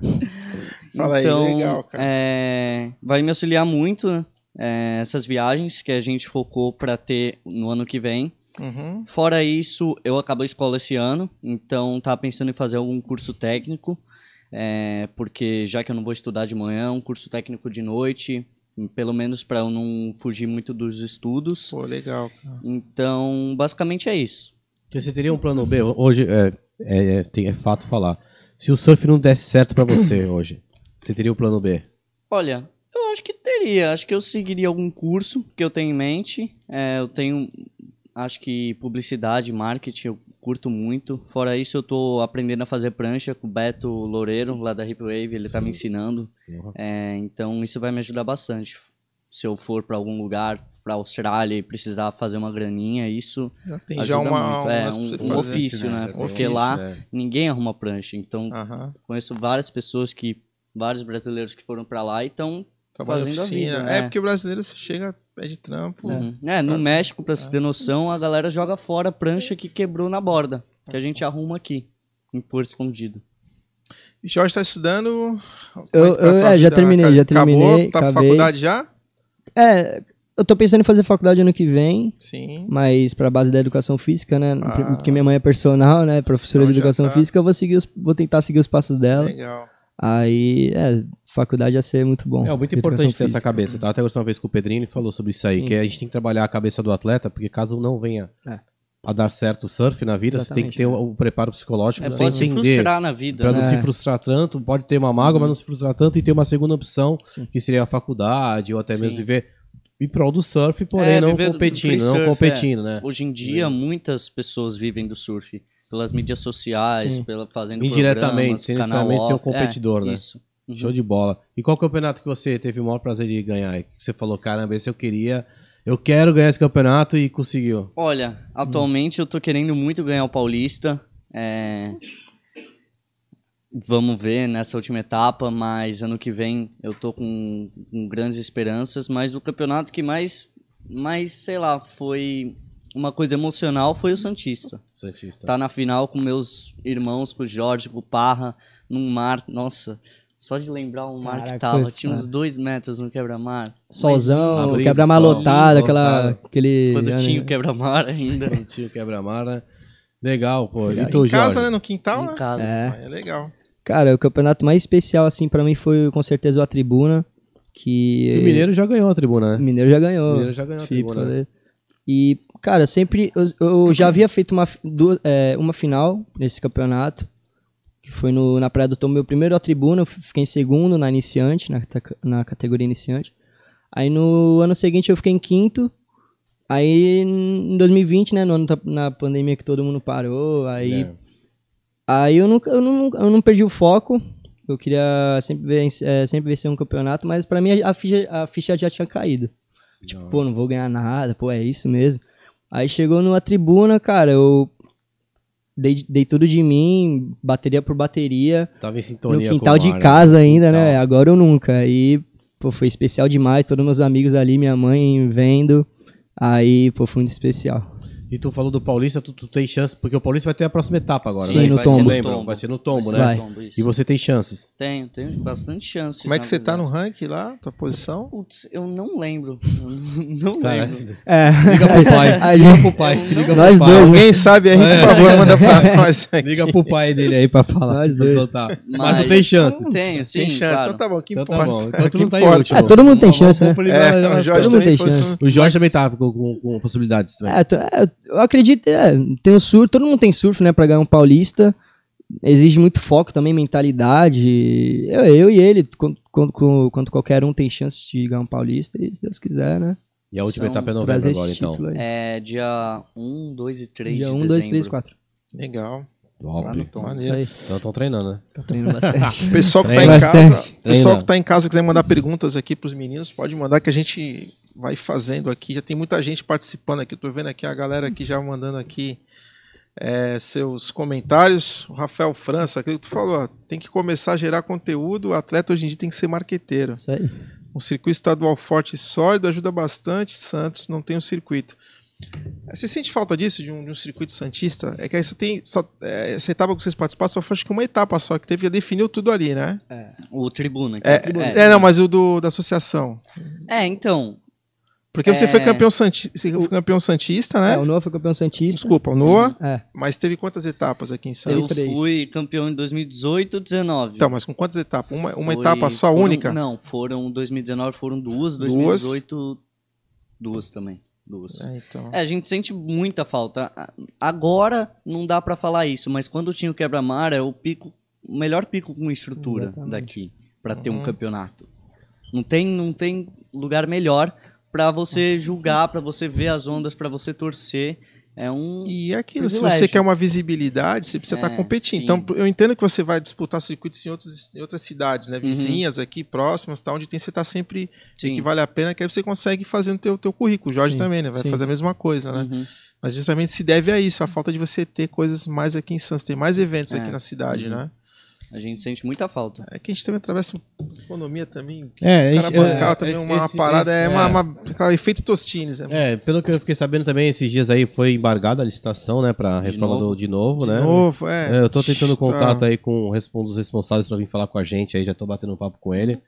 Então,
Fala aí, legal, cara.
é, vai me auxiliar muito né, é, essas viagens que a gente focou para ter no ano que vem.
Uhum.
Fora isso, eu acabo a escola esse ano, então tava pensando em fazer algum curso técnico, é, porque já que eu não vou estudar de manhã, um curso técnico de noite, pelo menos para eu não fugir muito dos estudos.
Pô, legal. cara.
Então, basicamente é isso.
Porque Você teria um plano B hoje? É, é, é, tem- é fato falar. Se o surf não desse certo pra você hoje, você teria um plano B?
Olha, eu acho que teria. Acho que eu seguiria algum curso que eu tenho em mente. É, eu tenho, acho que publicidade, marketing, eu curto muito. Fora isso, eu tô aprendendo a fazer prancha com o Beto Loureiro, lá da Hip Wave. Ele tá me ensinando.
Porra.
É, então, isso vai me ajudar bastante. Se eu for para algum lugar, para Austrália e precisar fazer uma graninha, isso
Já tem já
ajuda
uma,
muito. É,
umas pra você
um
fazer.
ofício, né?
Já tem um
Porque
ofício,
lá
né?
ninguém arruma prancha. Então,
Aham.
conheço várias pessoas que, vários brasileiros que foram para lá e estão
Trabalho de
Fazendo a
oficina.
vida,
é.
né?
porque o brasileiro você chega, pede trampo.
Uhum. É, no
Sabe?
México, pra se ter noção, a galera joga fora a prancha que quebrou na borda, que
Tá.
a gente arruma aqui, em Porto Escondido.
E Jorge está estudando. Como
Eu-
que tá a
eu-
tua
é, já
vida?
terminei,
Ca-
já
Acabou?
terminei,
Tá pra
acabei.
faculdade já?
É, eu tô pensando em fazer faculdade ano que vem,
Sim.
mas para base da educação física, né?
Ah.
Porque minha mãe é personal, né? Professora
Então
de
já
educação
tá.
física, eu vou seguir, os- vou tentar seguir os passos dela.
Legal.
Aí, é, faculdade ia ser muito bom.
É muito
Educação
importante ter essa
física.
cabeça. Eu tava até conversando uma vez com o Pedrinho, ele falou sobre isso aí,
Sim.
que a gente tem que trabalhar a cabeça do atleta, porque caso não venha
É.
a dar certo o surf na vida, você tem que ter
Exatamente,
o, o preparo psicológico
É,
pra
pode
você
se
Tipo, entender.
frustrar na
Pra
vida.
não
né? Uhum.
se frustrar tanto, pode ter uma mágoa, mas não se frustrar tanto e ter uma segunda opção,
Sim.
que seria a faculdade, ou até
Sim.
mesmo viver em prol do surf, porém
É,
não
viver do- do free
competindo,
surf, é.
não competindo, né?
Hoje em dia, muitas pessoas vivem do surf. Pelas mídias sociais,
Sim.
pela, fazendo
Indiretamente,
programas,
sem
canal
necessariamente ser um
off,
competidor,
é,
né?
Isso. Uhum.
Show de bola. E qual campeonato que você teve o maior prazer de ganhar? E Que você falou, caramba, esse eu queria, eu quero ganhar esse campeonato e conseguiu.
Olha, atualmente eu tô querendo muito ganhar o Paulista. é, Vamos ver nessa última etapa, mas ano que vem eu tô com, com grandes esperanças. Mas o campeonato que mais, mais, sei lá, foi uma coisa emocional foi o Santista.
Santista.
Tá na final com meus irmãos, com o Jorge, com o Parra, num mar. Nossa, só de lembrar o mar
Caraca,
que tava.
foi
Tinha uns dois metros no quebra-mar.
Solzão,
Abrindo,
quebra-mar
sol,
lotado, aquela,
lotado.
aquele...
Quando
né,
tinha o quebra-mar ainda.
Sentiu quebra-mar, né? Legal, pô. E
Em
tu,
casa,
Jorge?
né? No quintal, né?
Em casa.
É.
Ah, É legal.
Cara, o campeonato mais especial, assim, pra mim foi com certeza o A Tribuna, que...
E o Mineiro já ganhou a tribuna, né?
Mineiro já ganhou.
O Mineiro já ganhou a
Felipe
tribuna. né?
Faleiro. E, cara, eu sempre. Eu, eu já havia feito uma, fi- du- é, uma final nesse campeonato, que foi no, na Praia do Tom, meu primeiro à tribuna, eu fi- fiquei em segundo na iniciante, na, ta- na categoria iniciante. Aí no ano seguinte eu fiquei em quinto. Aí em 2020, né, no ano da- na pandemia que todo mundo parou, aí
É.
Aí eu nunca, eu não, eu não perdi o foco. Eu queria sempre ver, eh, sempre vencer um campeonato, mas pra mim a ficha, a ficha já tinha caído. Tipo,
Não.
pô, não vou ganhar nada, pô, é isso mesmo. Aí chegou numa tribuna, cara, eu dei, dei tudo de mim, bateria por bateria,
Tava em sintonia
no quintal
com o
de
mar, né?
casa ainda, né?
Quintal.
Agora ou nunca. Aí, pô, foi especial demais, todos meus amigos ali, minha mãe vendo. Aí, pô, foi muito especial.
E tu falou do Paulista, tu, tu tem chance, porque o Paulista vai ter a próxima etapa agora,
Sim,
né?
no
Vai ser,
tombo.
lembra? Vai ser no tombo,
Vai ser
né?
Vai.
é. tombo, isso.
E você tem chances.
Tenho, tenho bastante chance.
Como é que você tá no ranking lá? Tua posição?
Putz, eu não lembro. Eu não
Cara,
lembro.
É.
Liga pro pai.
A
Liga
gente-
pro pai. Liga
Nós
pro pai.
dois, né?
Alguém sabe aí, por favor, manda pra nós. aqui.
Liga pro pai dele aí pra falar.
Nós
pra
dois.
soltar. Mas tu tem chances.
Tenho, sim.
Tem chance.
claro.
Então tá bom, que
Então tá
importa.
bom. Então tu
Que
não tá em
importa.
último.
Ah, todo mundo tem
Vamos-
chance, né?
vamos pro
É,
livro da
o
geração.
Jorge
Todo mundo
também
tem
foi
chance.
O Jorge também tá com, com- com possibilidades também.
É, to- é, eu acredito, é, tem o surf, todo mundo tem surf, né, pra ganhar um paulista. Exige muito foco também, mentalidade. Eu, eu e ele, quanto, quanto, quanto qualquer um tem chance de ganhar um paulista, e se Deus quiser, né?
E a última
São
etapa é novembro
trazer
agora,
esse
então.
título aí.
É dia 1, 2 e 3
Dia
de
1, 2, 3, 4.
Legal.
Lá no
Top.
tom.
Maneiro.
Isso aí,
Então estão treinando, né?
tô treinando bastante.
O pessoal que tá
Treina
em
bastante.
casa, o pessoal
Treina.
que tá em casa quiser mandar perguntas aqui pros meninos, pode mandar que a gente vai fazendo aqui. Já tem muita gente participando aqui. Eu tô vendo aqui a galera aqui já mandando aqui é, seus comentários. O Rafael França, aquilo que tu falou, ó, tem que começar a gerar conteúdo. O atleta hoje em dia tem que ser marqueteiro.
Isso aí.
Um circuito estadual forte e sólido ajuda bastante. Santos não tem um circuito. Eh, Você sente falta disso, de um, de um circuito santista? É que aí você tem. Só, eh, essa etapa que vocês participaram só foi acho que uma etapa só, que teve, já definiu tudo ali, né?
O Tribuna. que
É,
o Tribuna.
é, não, mas o do, da associação.
É, então.
Porque você
É.
foi campeão, santi, você foi campeão santista,
É,
né?
o Noah foi campeão Santista.
Desculpa, o Noah,
É,
mas teve quantas etapas aqui em
Uhum. Eu
Santos?
três.
fui campeão em 2018 19.
Tá Então, mas com quantas etapas? Uma, uma
Foi-
etapa só
foram-
única?
Não, foram 2019, foram duas,
Duas.
2018, duas, também. Duas.
É, então.
É, a gente sente muita falta. A- Agora não dá pra falar isso, mas quando tinha o quebra-mar é o pico, o melhor pico com estrutura
Exatamente.
daqui pra ter um
Uhum.
campeonato. Não tem, não tem lugar melhor pra você
Uhum.
julgar, pra você ver as ondas, pra você torcer. É um
E é aquilo, se
Privilégio.
você quer uma visibilidade, você precisa
É,
estar competindo.
sim.
Então, eu entendo que você vai disputar circuitos em, outros, em outras cidades, né? Vizinhas aqui, próximas, tá? onde tem, você está sempre
Uhum. sim.
que vale a pena, que aí você consegue fazer no teu, teu currículo. O Jorge
Sim,
também, né? Vai
sim.
fazer a mesma coisa, né?
Uhum.
Mas justamente se deve a isso, a falta de você ter coisas mais aqui em Santos. Tem mais eventos
É,
aqui na cidade,
uhum.
né?
A gente sente muita falta.
É que a gente também atravessa uma economia também.
É,
Cara, bancar também
esse-
uma
esse-
parada,
esse-
é, uma, uma- aquela efeito tostines, né?
É, pelo que eu fiquei sabendo também, esses dias aí foi embargada a licitação, né, pra
De
reforma
novo.
do, de novo, né?
De novo, é.
É, eu tô tentando
Tá.
contato aí com o respon- dos responsáveis pra vir falar com a gente aí, já tô batendo um papo com ele,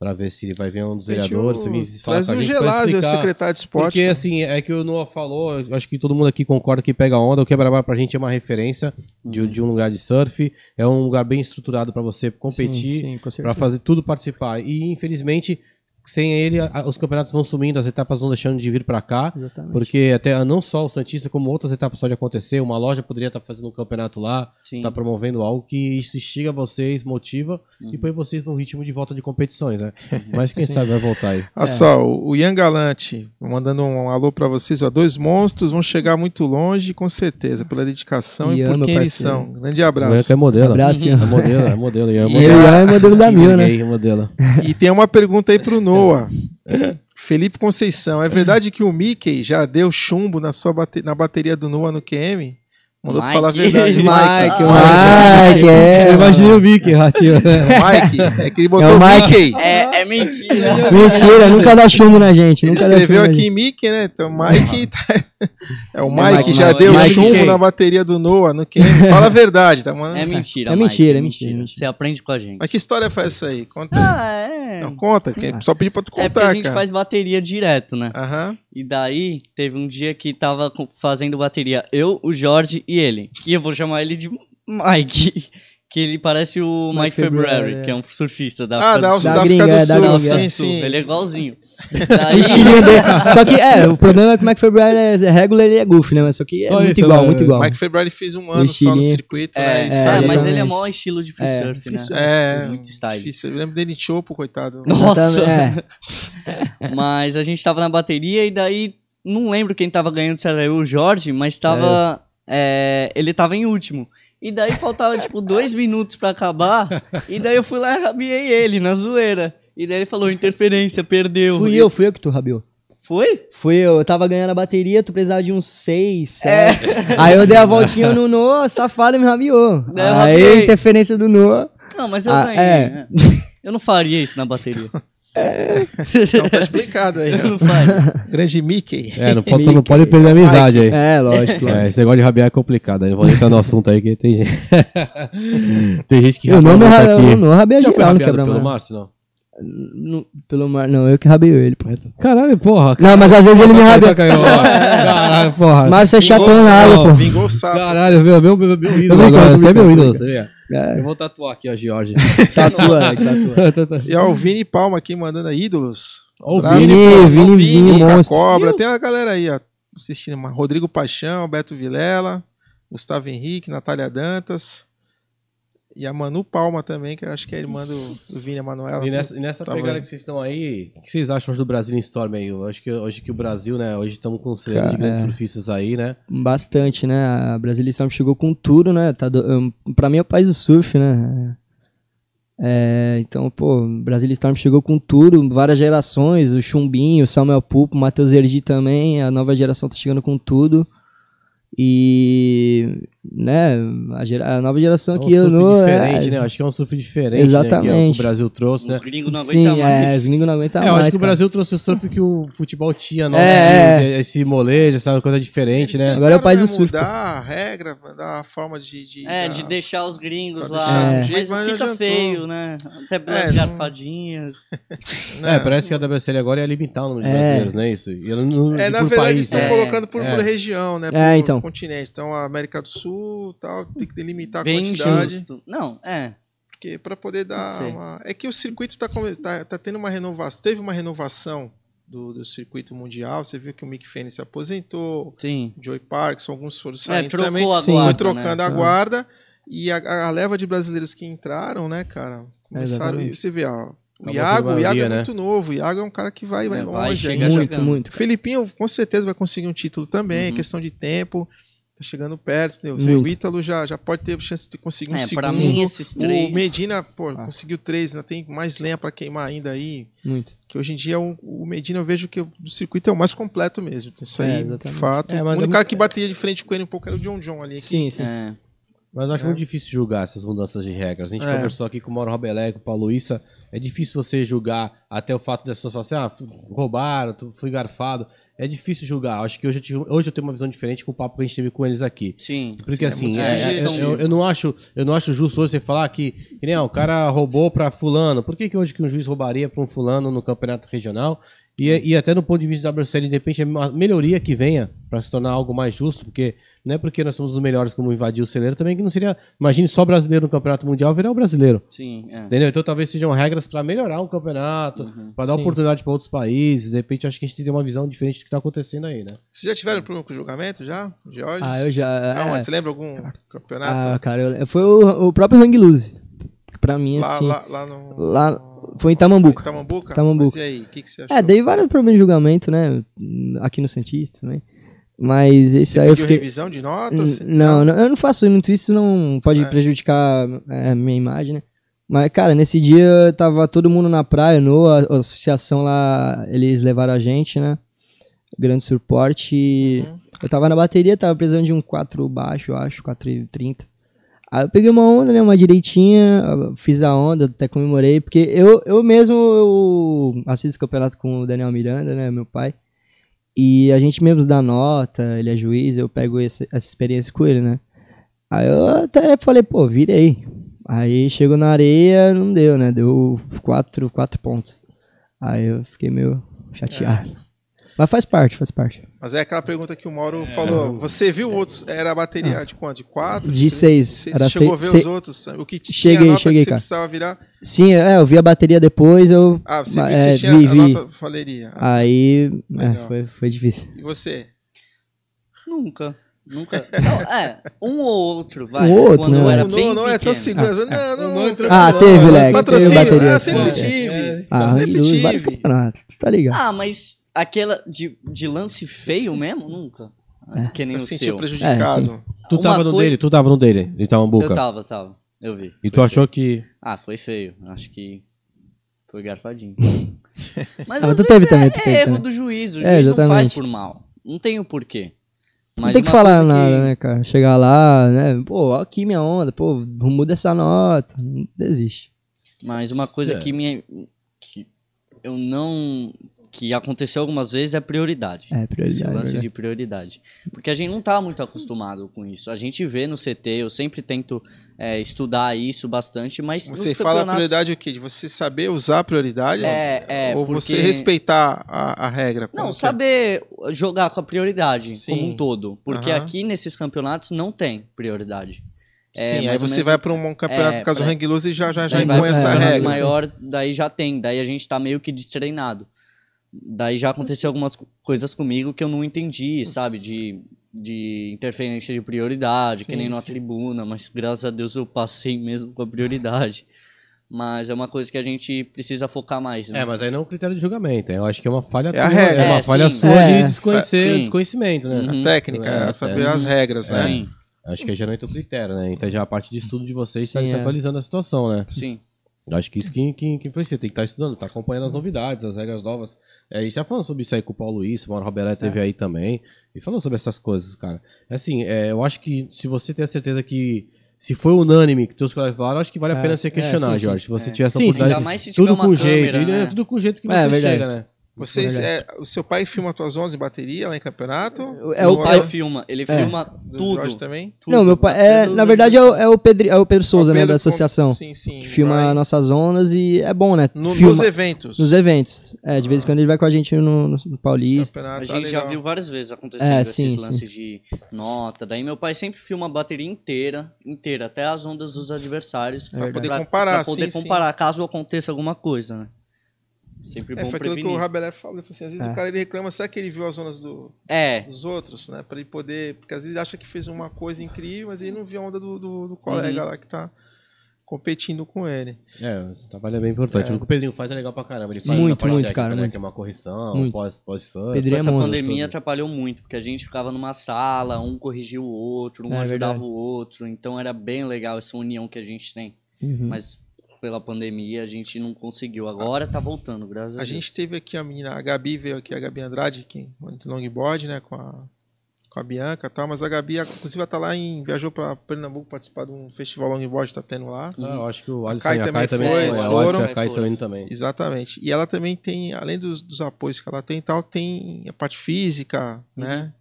pra ver se ele vai vir um dos
A gente,
vereadores,
o-
se vir falar
Traz
com a
o
gente pra
Gelásio, é o
explicar.
secretário de esporte. né?
Porque assim, é que o Noah falou, eu acho que todo mundo aqui concorda que pega onda, o quebra-bar pra gente é uma referência de, de um lugar de surf, é um lugar bem estruturado pra você competir,
sim, sim, com
pra
certeza.
fazer tudo participar. E infelizmente sem ele, a- os campeonatos vão sumindo, as etapas vão deixando de vir pra cá.
Exatamente.
Porque até não só o Santista, como outras etapas pode acontecer. Uma loja poderia estar fazendo um campeonato lá,
Sim.
tá promovendo algo que isso instiga vocês, motiva
Uhum.
e põe vocês num ritmo de volta de competições, né? Mas quem sabe vai voltar aí.
Olha só, o o Ian Galante, mandando um alô pra vocês. Ó, dois monstros vão chegar muito longe, com certeza, pela dedicação e,
Ian,
por
meu
quem eles
parceiro.
são. Grande
O Ian que é
abraço.
modelo.
Abraço,
É modelo, é modelo. Ian É
E
E o
modelo.
Ian é modelo da Mil, né?
Ninguém modela.
E tem uma pergunta aí pro Noah. Felipe Conceição, é verdade que o Mickey já deu chumbo na, sua bate- na bateria do Noah no QM? Mandou tu
Mike.
falar a verdade.
Mike,
Mike, o
Mike.
Mike, é.
Eu imaginei o Mickey, Ratinho.
Mike, é que ele botou
É o Mike.
Mickey.
É, é mentira.
Mentira, nunca dá chumbo na gente.
Ele
nunca dá
escreveu
chumbo na
aqui Mickey, né? Então Mike tá- É o
É
Mike,
Mike,
já
não, é
deu
Mike
chumbo
quem?
na bateria do Noah no QM. Fala a verdade, tá, mano?
É mentira,
É
Mike,
mentira, é mentira, mentira.
Você aprende com a gente.
Mas que história foi essa aí? Conta aí.
Ah, é.
Não, conta, que só pedi pra tu
É porque a
contar,
gente
cara.
faz bateria direto, né?
Aham.
E daí, teve um dia que tava co- fazendo bateria eu, o Jorge e ele. Que eu vou chamar ele de Mike. Que ele parece o
Mike
Mike, February,
February, é.
que é um surfista da
Ah,
África
da,
do
Af-
Sul.
da
Da
África
gringa,
do
da
Sul,
gringa.
sim,
do Sul.
sim.
Ele é igualzinho.
gente. O estilinho dele- Só que, é, o problema é que o Mike February é é regular e é goofy, né? Mas só que é
Só
muito
isso,
igual,
né?
muito igual.
Mike February fez um ano só no
Mexerinha.
circuito, né?
É,
E
é,
saiu.
mas ele é
exatamente.
maior estilo de free
É,
surf, né?
É,
muito style.
difícil. Eu lembro dele em Chopo, coitado.
Então,
Nossa!
Exatamente,
Mas a gente tava na bateria e daí não lembro quem tava ganhando, se era eu ou o Jorge, mas tava. é, ele tava em último. E daí faltava tipo dois minutos pra acabar. E daí eu fui lá e rabiei ele na zoeira. E daí ele falou: interferência,
é.
perdeu.
Fui eu, fui eu que tu rabiou.
Foi?
Fui eu, eu tava ganhando a bateria, tu precisava de uns 6,
É.
7. Aí eu dei a voltinha no Noah, safado e me rabiou.
Daí eu
Aí
rabiei.
interferência do Noah.
Não, mas eu
Ah,
ganhei.
é.
né? Eu não faria isso na bateria.
Então tá explicado aí.
Eu
ó.
não faria.
Grande Mickey.
É, não pode, só não pode perder a amizade aí.
É, lógico.
É, esse negócio de rabiar é complicado. aí Não vou entrar no assunto aí que tem gente. tem gente que
Eu não, me
rabia
é ra- eu
muito
não rabiei
Já foi
geral no
rabiado pelo
quebra-mar.
Márcio, não?
Não, Pelo mar, não, eu que rabiei ele,
É,
pô.
Caralho, porra.
Não, mas às vezes ele
Tá,
me rabia.
Caralho, porra.
Márcio é
Vingou
chatão na
sapo,
água, pô.
Vingou o sapo.
Caralho, meu, meu, meu, meu ídolo
Eu não
agora.
gosto,
Você é
não
meu
gosto.
ídolo, você vê?
É,
Eu vou tatuar aqui, ó, George.
tatua, né, tatua.
E ó, o Vini Palma aqui mandando aí, ídolos.
tá, Ó, o
Braço,
Vini.
pô,
Vini,
ó,
Vini,
Luca
monstro.
Cobra. Tem uma galera aí, ó, assistindo. Mas Rodrigo Paixão, Beto Vilela, Gustavo Henrique, Natália Dantas. E a Manu Palma também, que eu acho que é a irmã do, do Vini, a Manuela.
é
E nessa, e nessa
Tá
pegada
bom.
que vocês estão aí, o que vocês acham hoje do Brasil em Storm aí? Eu acho que hoje que o Brasil, né? Hoje estamos com um celeiro de
Cara,
grandes
é.
surfistas aí, né?
Bastante, né? A Brasília Storm chegou com tudo, né? Tá do... hum, Pra mim é o país do surf, né? É, então, pô, Brasília Storm chegou com tudo, várias gerações, o Chumbinho, o Samuel Pupo, o Matheus Ergi também, a nova geração tá chegando com tudo. E, né, a, gera- a nova geração
É um
aqui, eu
surf
não...
diferente,
é,
né? Eu acho que é um surf diferente, né? Que, é o
Exatamente.
que o Brasil trouxe, né?
Os gringos não aguentam
Sim,
mais.
é, os gringos não aguentam
É, eu
mais,
acho que o
cara.
Brasil trouxe o surf que o futebol tinha, não?
É,
Que- Esse molejo, essa coisa diferente,
Eles
né?
Agora é o
tentaram,
país
né,
do surf,
mudar a regra, dar a forma de. de
É,
da-
de deixar os gringos
Pra
lá.
deixar
de um
jeito,
Mas,
mas
fica
adiantou.
feio, né? Até pelas
É, não-
garfadinhas.
né?
É, parece que a WSL agora ia limitar o número de
É.
brasileiros, não é isso? E ela não-
É,
e
na
por
verdade, eles
país,
estão
né?
É,
colocando por,
é.
por região, né? Por
É, então.
continente. Então, a América do Sul tal, tem que delimitar a
Bem
quantidade.
justo. Não, é.
Porque para poder dar
Pode ser.
uma. É que o circuito está tá, tá tendo uma renovação. Teve uma renovação do, do circuito mundial. Você viu que o Mick Fênix se aposentou,
Sim.
o Joey Parks, alguns foram saindo
É, trocou
também.
a
Sim. Foi
guarda, né?
trocando a
Tá.
guarda. E a, a leva de brasileiros que entraram, né, cara? Começaram. E
exatamente.
você vê, ó. O
sendo
Iago, o Iago
maioria,
é
né?
muito novo. O Iago é um cara que vai, vai
É, vai
longe.
chegar
tá
ainda.
muito,
jogando.
muito.
O Felipinho com certeza vai conseguir um título também, é
Uhum.
questão de tempo. Tá chegando perto, entendeu? Você vê, O
Muito.
Ítalo já, já pode ter chance de conseguir um
é,
segundo.
pra mim, esses três.
O Medina, pô,
Ah.
conseguiu três, ainda tem mais lenha pra queimar ainda aí.
Muito.
Que hoje em dia o, o Medina eu vejo que o do circuito é o mais completo mesmo. Então, Isso
É,
aí, de
exatamente.
fato.
É,
o
mas
único
é mu-
cara que batia de frente com ele um pouco era o John John ali. que-
Sim, sim.
É.
Mas eu acho
É.
muito difícil julgar essas mudanças de regras. A gente
É.
conversou aqui com o Mauro Robelé, com o Paulo Issa. É difícil você julgar até o fato de pessoas falar assim, ah, fui- roubaram, tu- fui garfado. É difícil julgar. Acho que hoje eu, tive- hoje eu tenho uma visão diferente com o papo que a gente teve com eles aqui.
Sim.
Porque
Sim, é
assim,
muito
é, é,
subjetivo.
eu, eu não acho, eu não acho justo hoje você falar que, que nem, ah, o cara roubou pra fulano. Por que, que hoje que um juiz roubaria pra um fulano no campeonato regional? E, e até no ponto de vista da WCL, de repente, é uma melhoria que venha para se tornar algo mais justo, porque não é porque nós somos os melhores como invadir o celeiro também que não seria. Imagine só brasileiro no campeonato mundial virar o brasileiro.
Sim, é.
Entendeu? Então talvez sejam regras para melhorar o campeonato,
Uhum.
para dar
Sim.
oportunidade para outros países. De repente, acho que a gente tem uma visão diferente do que tá acontecendo aí, né?
Vocês já tiveram problema com o julgamento já? Jorge?
Ah, eu já.
Ah,
um
é.
mas você lembra algum campeonato?
Ah, cara, eu- foi o, o próprio Hang Loose. Pra mim,
lá,
assim.
lá, lá no.
Lá- foi em Tamambuca.
Tamambuca?
Tamambuca.
Mas e aí, o que, que você achou?
É, dei vários problemas de julgamento, né? Aqui no Santista também. Mas esse
Você
aí eu
pediu
fiquei.
revisão de notas?
N- Não, não, eu não faço muito isso, não pode
assim. É.
prejudicar é, minha imagem, né? Mas, cara, nesse dia tava todo mundo na praia, no, a, a associação lá, eles levaram a gente, né? Grande suporte. e
Uhum.
Eu tava na bateria, tava precisando de um 4 baixo, eu acho, 4,30. Aí eu peguei uma onda, né? Uma direitinha, eu fiz a onda, até comemorei, porque eu, eu mesmo eu assisto o campeonato com o Daniel Miranda, né? Meu pai. E a gente mesmo dá nota, ele é juiz, eu pego esse- essa experiência com ele, né? Aí eu até falei, pô, vira aí. Aí chegou na areia, não deu, né? Deu quatro, quatro pontos. Aí eu fiquei meio
É.
chateado. Mas faz parte, faz parte.
Mas é aquela pergunta que o Mauro falou. Você viu outros? Era a bateria de quanto? De quatro?
Ah. De
três?
seis,
Você
era
chegou
seis-
a ver
seis-
os outros? O que tinha
Cheguei,
a nota
cheguei,
que você
cara.
precisava virar?
Sim, é, eu vi a bateria depois, eu.
Ah, você
ma-
viu que você
é,
tinha
vi,
a
vi.
nota faleria.
Aí. é,
Legal.
foi, foi difícil.
E você?
Nunca. Nunca. Não, é, um ou outro, vai.
Um ou outro,
Quando
né?
eu era
não,
bem
não é tão
pequeno.
seguro. Não, não, não,
Ah, teve, Leg.
Patrocínio,
Teve bateria.
ah, sempre
é.
tive.
Ah,
sempre
e os
tive.
vários campeonatos, tu tá ligado?
Ah, mas aquela de, de lance feio mesmo? Nunca.
É.
Ah, Que
Eu
nem o
senti
seu.
assim, tipo, prejudicado.
Tu
Uma
tava no
coisa-
dele, tu tava no dele, em Tamambuca.
Eu tava, tava. Eu vi.
E tu
Foi
achou que.
feio. Ah, foi feio. Acho que foi garfadinho.
Ah,
às
mas tu
vezes
teve
é,
também, tu
é
teve
erro
também.
do juiz. O
É,
juiz não faz
exatamente.
por mal. Não tem o porquê.
Não
Mas
tem que
uma
falar
coisa
nada, né, cara? Chegar lá, né? Pô, ó aqui minha onda, pô, muda essa nota. Não desiste.
Mas uma coisa
É.
que me que eu não que aconteceu algumas vezes é prioridade.
É,
Esse
prioridade.
lance
né?
de prioridade. Porque a gente não tá muito acostumado com isso. A gente vê no CT, eu sempre tento é, estudar isso bastante, mas
Você
nos
fala a
campeonatos-
prioridade o quê? De você saber usar a prioridade?
É, é,
ou
porque...
você respeitar a, a regra?
Não,
Como que-
saber jogar com a prioridade
Sim.
como um todo. Porque
Aham.
aqui nesses campeonatos não tem prioridade. É,
Sim, aí
mais ou
você
menos-
vai para um campeonato
é,
por causa do
pra-
hang loose e já, já, já
Daí vai
impõe
pro
essa
campeonato
regra.
maior, daí já tem, daí a gente tá meio que destreinado. Daí já aconteceu algumas co- coisas comigo que eu não entendi, sabe? De, de interferência de prioridade, que
Sim,
nem na
sim.
tribuna, mas graças a Deus eu passei mesmo com a prioridade. Mas é uma coisa que a gente precisa focar mais. Né?
É, mas aí não é um critério de julgamento. Eu acho que é uma falha
É
tua,
a regra.
É uma
É,
falha
sim.
sua
É.
de desconhecer,
Sim.
desconhecimento, né?
Uhum.
A técnica,
É,
é, saber
é.
as regras, né?
Sim,
Acho que aí já não é teu critério, né? Então já a parte de estudo de vocês está
Sim,
se
é.
atualizando a situação, né?
sim.
Eu Acho que isso que, que, que influencia. Tem que estar estudando, tá acompanhando as novidades, as regras novas. É, a gente tá falando sobre isso aí com o Paulo Luiz, o Mauro Roberto teve aí também. E falou sobre essas coisas, cara. Assim, é, eu acho que se você tem a certeza que. Se foi unânime que teus colegas falaram, acho que vale a
É,
pena você
é,
questionar,
sim, sim.
Jorge. Se você
É.
tiver essa
Sim, sim,
oportunidade.
Ainda mais se tiver
tudo
uma
com
câmera,
jeito, e, né,
né?
tudo com jeito que
É,
você
verdade.
chega, né?
Vocês, é, o seu pai filma tuas 11 em bateria lá em campeonato?
É,
Meu
o
pai
pai-
filma, ele
É.
filma
Do
tudo,
Jorge também?
tudo.
Não, meu pai. É,
Até
na
dos
verdade é o,
outros.
é, o Pedri, é o Pedro Souza,
O
né?
Pedro
Da
com-
associação.
Sim, sim.
que filma
vai.
nossas ondas e é bom, né?
No-
filma
nos eventos.
nos eventos. É, de vez em quando ele vai com a gente no, no Paulista.
campeonato,
A
tá
gente já
legal.
viu várias vezes acontecendo
É, sim,
esses
sim.
lances de nota. Daí meu pai sempre filma a bateria inteira, inteira, até as ondas dos adversários.
Pra
poder
pra-
comparar,
pra poder
sim, sim.
comparar, caso aconteça alguma coisa, né? Sempre
É,
bom
foi aquilo que o
prevenir.
Rabelé falou. ele falou assim, às vezes
É.
o cara ele reclama, será que ele viu as zonas do-
É,
dos outros, né? Pra ele poder. Porque às vezes ele acha que fez uma coisa incrível, mas ele não viu a onda do, do- do colega lá que tá competindo com ele.
É, esse trabalho é bem importante.
É.
O que o Pedrinho faz é legal pra caramba. Ele faz
Muito,
a parte
muito,
técnica,
cara,
né?
muito.
Que é uma correção,
Muito.
pós, pós
Pedrinho é
essa
monstro,
pandemia
tá
atrapalhou muito, porque a gente ficava numa sala, um corrigia o outro, um
É,
ajudava
verdade.
o outro. Então era bem legal essa união que a gente tem.
Uhum.
Mas pela pandemia a gente não conseguiu. Agora tá voltando, graças a,
A
Deus.
gente teve aqui a menina, a Gabi veio aqui, a Gabi Andrade, que de longboard, né, com a, com a Bianca e tal, mas a Gabi, inclusive, ela tá lá em, viajou para Pernambuco participar de um festival longboard que tá tendo lá.
Ah,
Hum.
eu acho que o Alisson
Kai
e a
também
Kai também
foi,
é,
eles
o Alisson
foram.
e a Kai também também.
Exatamente. E ela também tem, além dos, dos apoios que ela tem e tal, tem a parte física, né,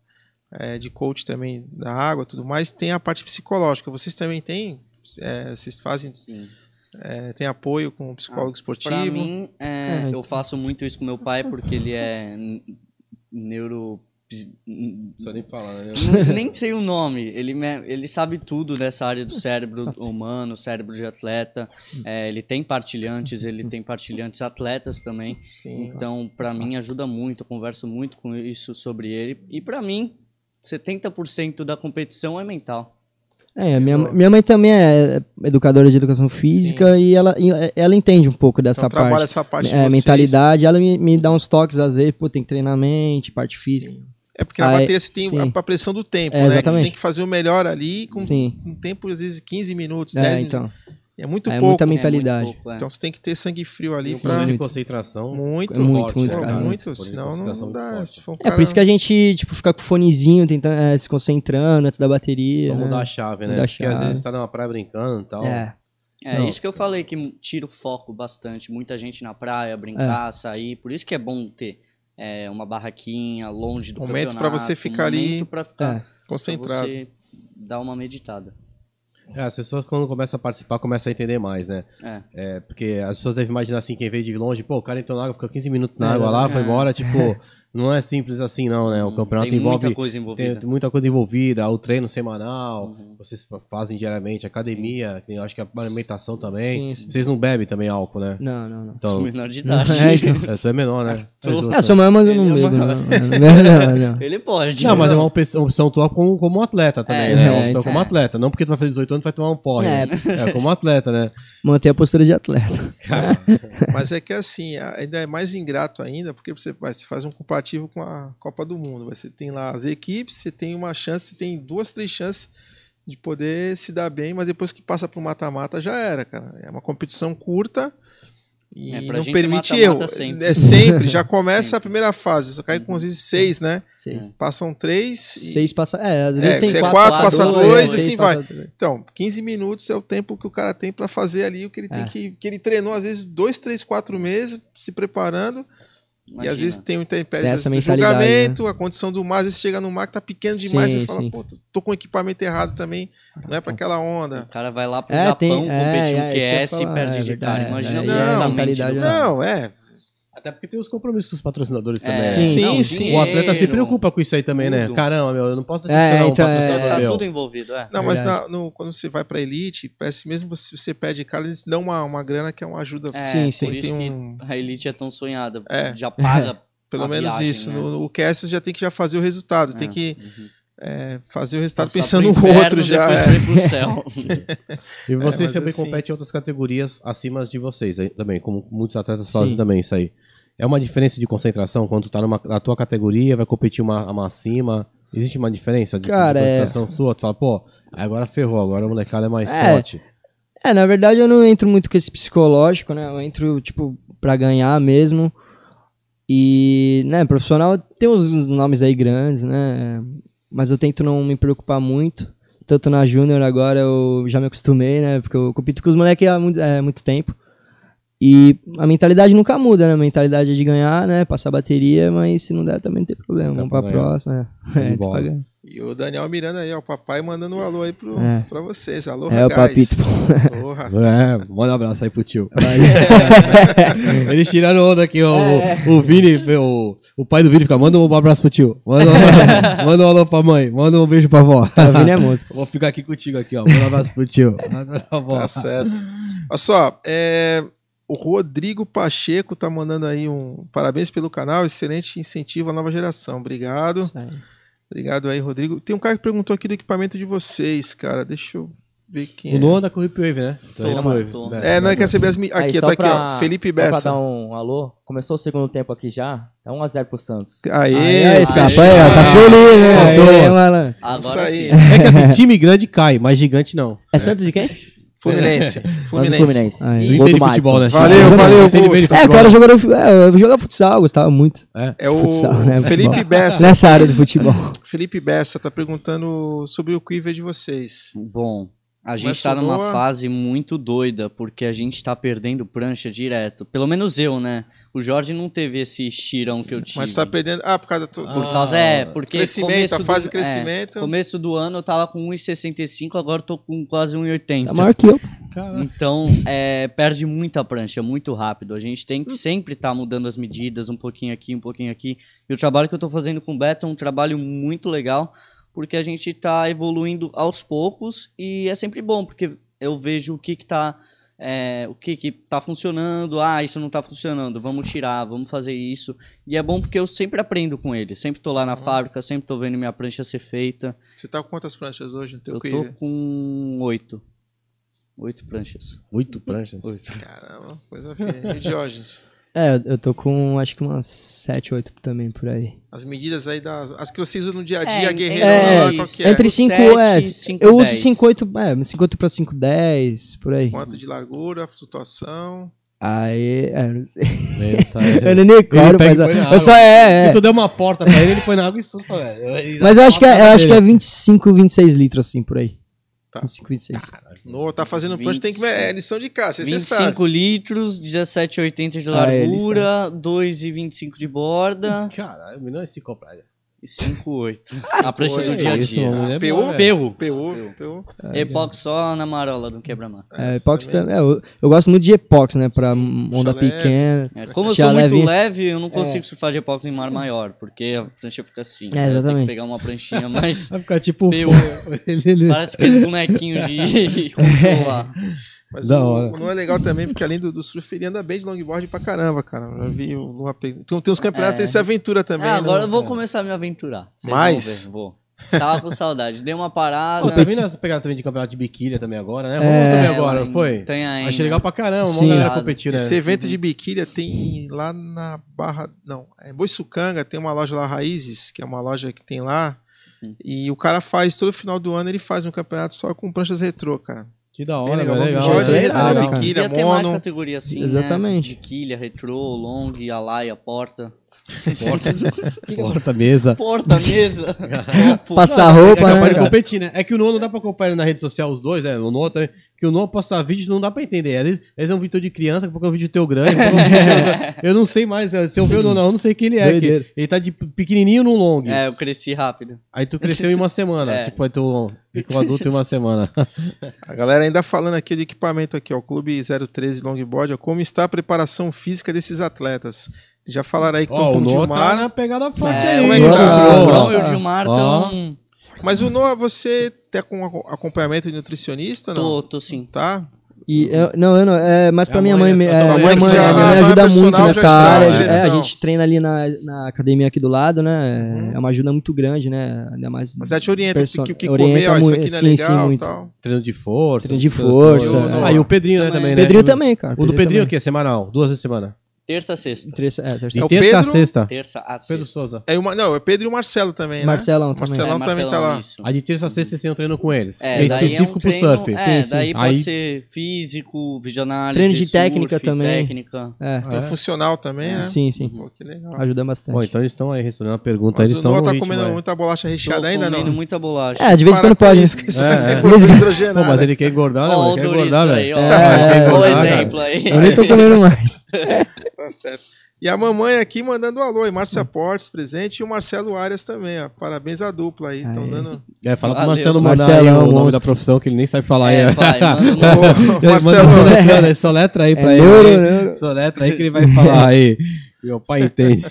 é, de coach também da água tudo mais, tem a parte psicológica. Vocês também têm, é, vocês fazem,
Sim.
é, tem apoio com o psicólogo esportivo?
Pra mim, é,
É,
eu faço muito isso com meu pai porque ele é n- neuro
Só nem falar, né?
nem sei o nome. Ele, me- ele sabe tudo dessa área do cérebro humano, cérebro de atleta. É, ele tem partilhantes, ele tem partilhantes atletas também.
Sim.
Então, pra mim, ajuda muito. Eu converso muito com isso sobre ele. E pra mim, 70% da competição é mental.
É, a minha, minha mãe também é educadora de educação física e ela, e ela entende um pouco dessa
então, trabalha
parte.
essa parte de
é,
vocês.
mentalidade, ela me, me dá uns toques às vezes, pô, tem que treinar a mente, parte física.
Sim. É porque na
Aí,
bateria você tem
sim.
a, a pressão do tempo,
É,
né? Que você
exatamente.
tem que fazer o melhor ali com
Sim.
um tempo, às vezes, 15 minutos,
É,
10
então.
É muito
É
pouco.
muita
É muito
mentalidade.
pouco, é.
Então você tem que ter sangue frio ali
Tem um
pra.
poder de
Muito.
concentração.
Muito,
É muito,
forte,
muito,
né,
cara,
cara?
muito,
Poder de
senão
concentração
não
muito
dá.
forte.
Se for um
É por isso que a gente, tipo, fica com fonezinho, tentando, é, se concentrando antes da bateria.
Vamos
né?
mudar a chave, né?
Mudar a
Porque às
chave.
vezes você tá numa praia brincando e tal.
É.
É
Não.
isso que eu falei que tira o foco bastante. Muita gente na praia, brincar, sair. Por isso que é bom ter é, uma barraquinha longe do
Momento pra
campeonato.
você ficar
um
ali,
Momento pra ficar
É.
pra
concentrado.
você dar uma meditada.
É, as pessoas quando começam a participar, começam a entender mais, né?
É.
É, porque as pessoas devem imaginar assim, quem veio de longe, pô, o cara entrou na água, ficou 15 minutos na
É, Hum,
água lá, foi
é.
embora, tipo, não é simples assim não, né? O campeonato
Tem
envolve
muita coisa envolvida.
tem muita coisa envolvida, o treino semanal,
Uhum.
vocês fa- fazem diariamente, academia, tem, eu acho que a alimentação também.
Sim, Tá sim.
Vocês não bebem também álcool, né?
Não, não, não.
Sou
Então,
menor de idade.
É, então.
é, você é menor, né?
Tô.
Mas,
Ah, sou mãe, mas eu não
Ele é
bebo. Não,
uma-
não, não, não, não.
Ele pode. né?
Não, mas é uma opção, opção tua como, como atleta também,
É,
né? É
é,
uma opção
então.
como atleta. Não porque tu vai fazer 18 anos, tu vai tomar um porre.
É.
né? É, como atleta, né?
Manter a postura de atleta.
Mas é que assim, a- ainda é mais ingrato ainda, porque você, vai, você faz um comparativo com a Copa do Mundo. vai, Você tem lá as equipes, você tem uma chance, você tem duas, três chances de poder se dar bem, mas depois que passa pro mata-mata já era, cara. É uma competição curta e
É, pra
não
gente
permite
mata-mata
erro.
sempre.
É sempre, já começa
Sempre. Uhum. É.
a primeira fase, só cai com às vezes seis, né?
Seis.
Passam três e
Seis passa. É, às vezes
É,
tem
se é
quatro,
quatro,
passa
dois,
dois,
seis
e assim vai.
passa dois.
Então, 15 minutos é o tempo que o cara tem para fazer ali o que ele tem
É.
que. Que ele treinou, às vezes, dois, três, quatro meses se preparando. E
Imagina.
às vezes tem o intempéries
Dessa
do
mentalidade, né?
julgamento, a condição do mar, às vezes chega no mar que tá pequeno demais,
Sim,
você fala,
sim.
pô, tô com o equipamento errado também, não é para aquela
O
onda.
cara vai lá pro
É,
Japão
tem-
competir
é,
no
é, isso que eu ia
QS e
falar,
perde
é
de
verdade,
cara.
é,
Imagina
é,
o
é,
cara
a
da mente né?
mentalidade
do
é-
cara.
Não, é.
Até porque tem os compromissos com os patrocinadores
É,
também. né?
Sim,
não,
sim.
O atleta se
dinheiro,
preocupa com isso aí também, né?
tudo.
Caramba, meu, eu não posso decepcionar
É,
um
então, é,
patrocinador
Tá
meu.
tudo envolvido, é.
Não, mas
Verdade.
na- no- quando você vai pra elite, parece que mesmo se você perde cara, eles dão uma, uma grana que é uma ajuda.
Sim,
É,
Tem-
sim.
Por isso
tem
que
um-
a elite é tão sonhada.
É.
Já paga.
Pelo
a
menos
viagem,
isso.
né?
No, no QS você já tem que já fazer o resultado, tem
É.
que
Uhum.
é, fazer o resultado
Passar
pensando
pro
no
inferno,
outro já.
Depois
é.
pra ir pro céu.
E vocês
mas
também
assim-
competem em outras categorias acima de vocês aí também, como muitos atletas fazem
Sim.
também isso aí. É uma diferença de concentração quando tu tá numa, na tua categoria, vai competir uma, uma acima. Existe uma diferença de,
Cara,
de
é.
concentração sua? Tu fala, pô, agora ferrou, agora o molecada é mais
É.
forte.
É, na verdade eu não entro muito com esse psicológico, né? Eu entro, tipo, pra ganhar mesmo. E, né, profissional tem uns uns nomes aí grandes, né? Mas eu tento não me preocupar muito. Tanto na Júnior agora eu já me acostumei, né? Porque eu compito com os moleques há muito, é, muito tempo. E a mentalidade nunca muda, né? A mentalidade é de ganhar, né? Passar bateria, mas se não der também não tem problema.
Tá
Vamos
pra
pra,
ganhar.
próxima.
Show
É,
de
é,
bola.
tá pra ganhar.
E o Daniel Miranda aí, ó, o papai mandando um alô aí pro,
É.
pra vocês. Alô,
é o papito.
Porra.
É, manda um abraço aí pro tio. Eles tiraram onda aqui, ó, o, o Vini, meu, o, pai do Vini fica, manda um abraço pro tio, manda um, abraço, manda um alô pra mãe, manda um beijo pra vó.
A Vini é monstro.
Vou ficar aqui contigo aqui, ó, manda um abraço pro tio. Manda um pra vó.
Tá certo. Olha só, é, o Rodrigo Pacheco tá mandando aí um parabéns pelo canal, excelente incentivo à nova geração. Obrigado. Obrigado aí, Rodrigo. Tem um cara que perguntou aqui do equipamento de vocês, cara. Deixa eu ver quem
O
é.
Nono da Corrip Wave, né?
Toma,
Ele é Wave,
toma.
né?
É, não é que receber as mi-
Aí,
Aqui,
só
tá aqui,
pra-
ó. Felipe
só pra dar
Bessa.
um alô, começou o segundo tempo aqui já, tá 1x0 pro Santos.
Aê,
É, esse
Bessa.
rapaz, ó, tá feliz, né?
Soltou.
Aí, aí, malandro.
Isso
Agora
aí.
sim.
É que assim, time grande cai, mas gigante não.
É Santos de quem?
Fluminense.
Santos
Fluminense.
do Fluminense.
Aí.
É. Tu
Gol do
entende
Madison.
futebol, né?
Valeu,
Tu
valeu,
entende bem de
Augusto.
É,
futebol.
cara, jogador, fu- é, eu jogava futsal, gostava muito.
É.
É o
Futsal, né,
Felipe
futebol.
Bessa.
Nessa área do futebol.
Felipe Bessa tá perguntando sobre o quiver de vocês.
Bom, A
Mas
gente está numa
Sunoa-
fase muito doida, porque a gente está perdendo prancha direto. Pelo menos eu, né? O Jorge não teve esse estirão que eu tive.
Mas tá perdendo. Ah, por causa do
Por causa, é, porque
crescimento,
começo
a fase de
do, é,
crescimento.
começo do ano eu tava com 1,65, agora eu tô com quase 1,80.
Tá maior que eu.
Caraca.
Então, é, perde muita prancha, muito rápido. A gente tem que sempre estar mudando as medidas, um pouquinho aqui, um pouquinho aqui. E o trabalho que eu estou fazendo com o Beto é um trabalho muito legal, porque a gente está evoluindo aos poucos e é sempre bom, porque eu vejo o que que tá, é, o que que tá funcionando, ah, isso não está funcionando, vamos tirar, vamos fazer isso. E é bom porque eu sempre aprendo com ele, sempre estou lá na
Uhum.
fábrica, sempre estou vendo minha prancha ser feita.
Você tá com quantas pranchas hoje no teu
Eu tô
quiver?
com oito. Oito pranchas.
Oito pranchas.
Caramba, coisa feia. E Diógenes?
É, eu tô com acho que umas 7, 8 também por aí.
As medidas aí das. As que vocês usam no dia a
É,
dia,
é,
guerreiro,
é,
lá, qual que é?
Entre
Tipo
5
sete,
é.
cinco,
eu uso
dez.
5, 8, é, 5, 8 pra 5, 10, por aí.
Quanto de largura, flutuação.
Aí, é, eu não sei.
Ele sai-
Eu nem claro,
pega
mas
e põe na
eu,
água.
eu só é, é.
Se tu der uma porta pra ele, ele põe na água e solta, velho.
Mas eu acho que é, eu acho que é 25, 26 litros assim por aí.
Tá.
25, 26.
No, tá fazendo prancha, tem que. É lição de casa, você sabe.
25 litros, 17,80 de
Ah, ele
largura, 2,25 de borda
Caralho, menino é se comprar.
e 5,8. A prancha do
oito.
dia tá. a
Isso,
dia.
mano,
Ah,
é
PU,
bom, velho.
Perro.
PU, PU.
Epox só na marola do quebra-mar.
É,
isso
epox também. é, eu, eu gosto muito de epox, né? Pra
Sim,
onda
chalé.
pequena.
É, como eu
Já
sou muito
leve- É.
leve, eu não consigo surfar de epox em mar maior, porque a prancha fica assim. né? Eu tenho
É, exatamente.
que pegar uma pranchinha mais...
Vai ficar tipo.
Meu.
ele, ele...
Parece aqueles bonequinhos de controlar.
Mas
Da
o,
hora.
o Luan é legal também, porque além do, do surf, ele anda bem de longboard pra caramba, cara. Eu Já vi o Luan. pe- Tem, tem uns campeonatos,
É.
ele se aventura também.
Ah,
né?
agora eu vou começar a me aventurar. Vocês
Mais?
Vão ver, vou. Tava com saudade. Dei uma parada.
Pô, tá vindo essa pegada também de campeonato de biquília também agora, né? Rolou
É,
também
É,
agora, não
lá
foi?
em- Tem ainda.
Achei legal pra caramba, uma
Sim.
galera competindo. Né?
Esse evento de biquília tem lá na Barra. Não, é Boiçucanga, tem uma loja lá, Raízes, que é uma loja que tem lá.
Hum.
E o cara faz, todo final do ano ele faz um campeonato só com pranchas retrô, cara.
Que da
Bem
hora,
legal.
velho.
Vamos
Legal,
de olho
né?
aí,
Legal,
né,
cara.
biquília,
Devia ter mais
mono.
categoria assim,
Exatamente.
Né? De quilha, retrô, long, alaia, porta.
Porta, mesa.
Porta, mesa. topo.
Passar
É
roupa,
capaz
né?
de
cara?
competir, né? É que o Nono não dá pra acompanhar na rede social os dois, né? O Nono também. Que o Nono postar vídeo não dá pra entender. Eles, eles é um vídeo de criança, daqui a pouco é um vídeo teu grande. daqui a pouco é um vídeo teu- eu não sei mais. né? Se eu ver o Nono, eu não sei quem ele é.
Doideira.
que ele tá de pequenininho no long.
É, eu cresci rápido.
Aí tu cresceu em uma semana.
É.
Tipo, aí tu ficou adulto em uma semana.
A galera ainda falando aqui de equipamento aqui, ó, o Clube 013 Longboard, ó, como está a preparação física desses atletas? Já falaram aí que estão
Ó,
com
o
o
Nono tá
Dilmar,
na pegada forte
É,
aí. né?
como é que
hein?
tá?
Comprou.
O Brão
Ó.
e o Gilmar
Ó.
estão...
mas o Noah, você tá com ac- acompanhamento de nutricionista, não?
Tô, tô sim.
Tá?
E eu- não, eu não, é mais
É
pra
a
minha
mãe,
mãe.
né? Tá
me- é,
tua
minha
mãe que
mãe
já-
minha
ah,
mãe
vai
ajuda
personal,
muito
já te
nessa
dá
área.
uma
É, a
direção.
gente treina ali na, na academia aqui do lado, né?
Uhum.
É uma ajuda muito grande, né? Ainda mais.
Mas é ela te orienta o que,
perso-
o que
orienta
comer, ó, isso
muito-
aqui não é
sim, sim,
legal e
muito.
tal.
Treino de força.
Treino de
essas
força,
coisas.
é.
Ah, e o Pedrinho, né, também, né?
Pedrinho
O-
também, cara.
O do Pedrinho é o quê?
também.
Semanal? Duas vezes semana.
Terça, sexta.
Terça- é, terça-
E
É o
terça a
Pedro-
sexta.
Terça a sexta. É,
Pedro Souza.
É uma, não, é Pedro e o Marcelo também, né?
Marcelão também.
Marcelão. Pelão também tá lá.
isso.
A de terça a sexta vocês têm um treino com eles.
É,
que é
daí
específico
é um treino,
pro surf.
É, daí pode
Aí-
ser físico, videoanálise,
Treino de
surf,
técnica também.
técnica.
É,
Tem o funcional também, né? Uhum.
sim, sim.
Pô, que legal.
Ajuda bastante.
Bom, então eles estão aí respondendo a pergunta. Então
Mas
eles
o
estão
Noah
no
tá
ritmo,
comendo
é.
muita bolacha
Tô
recheada ainda,
comendo
não?
muita bolacha.
É, de vez em
Para
quando
com
pode.
isso, que
É,
isso é
é.
gordura
Pô,
hidrogenada.
mas ele quer engordar, né?
Ó,
mano?
o
Quer
Doritos
engordar,
aí,
velho.
ó.
É, quer
É,
Bom
engordar, cara.
exemplo aí.
Eu nem tô comendo mais.
Tá certo. E a mamãe aqui mandando um alô, e Márcia Portes presente e o Marcelo Arias também, ó. Parabéns à dupla aí. Estão
Aí.
dando.
É, fala pro
Valeu.
Marcelo mandar aí
Marcelão,
o nome
monstro.
da profissão que ele nem sabe falar
É,
aí.
vai, manda um-
Marcelo,
Ô, Marcelo,
só letra aí
É
pra
neuro,
ele.
neuro.
Só letra aí que ele vai falar aí. Meu pai entende.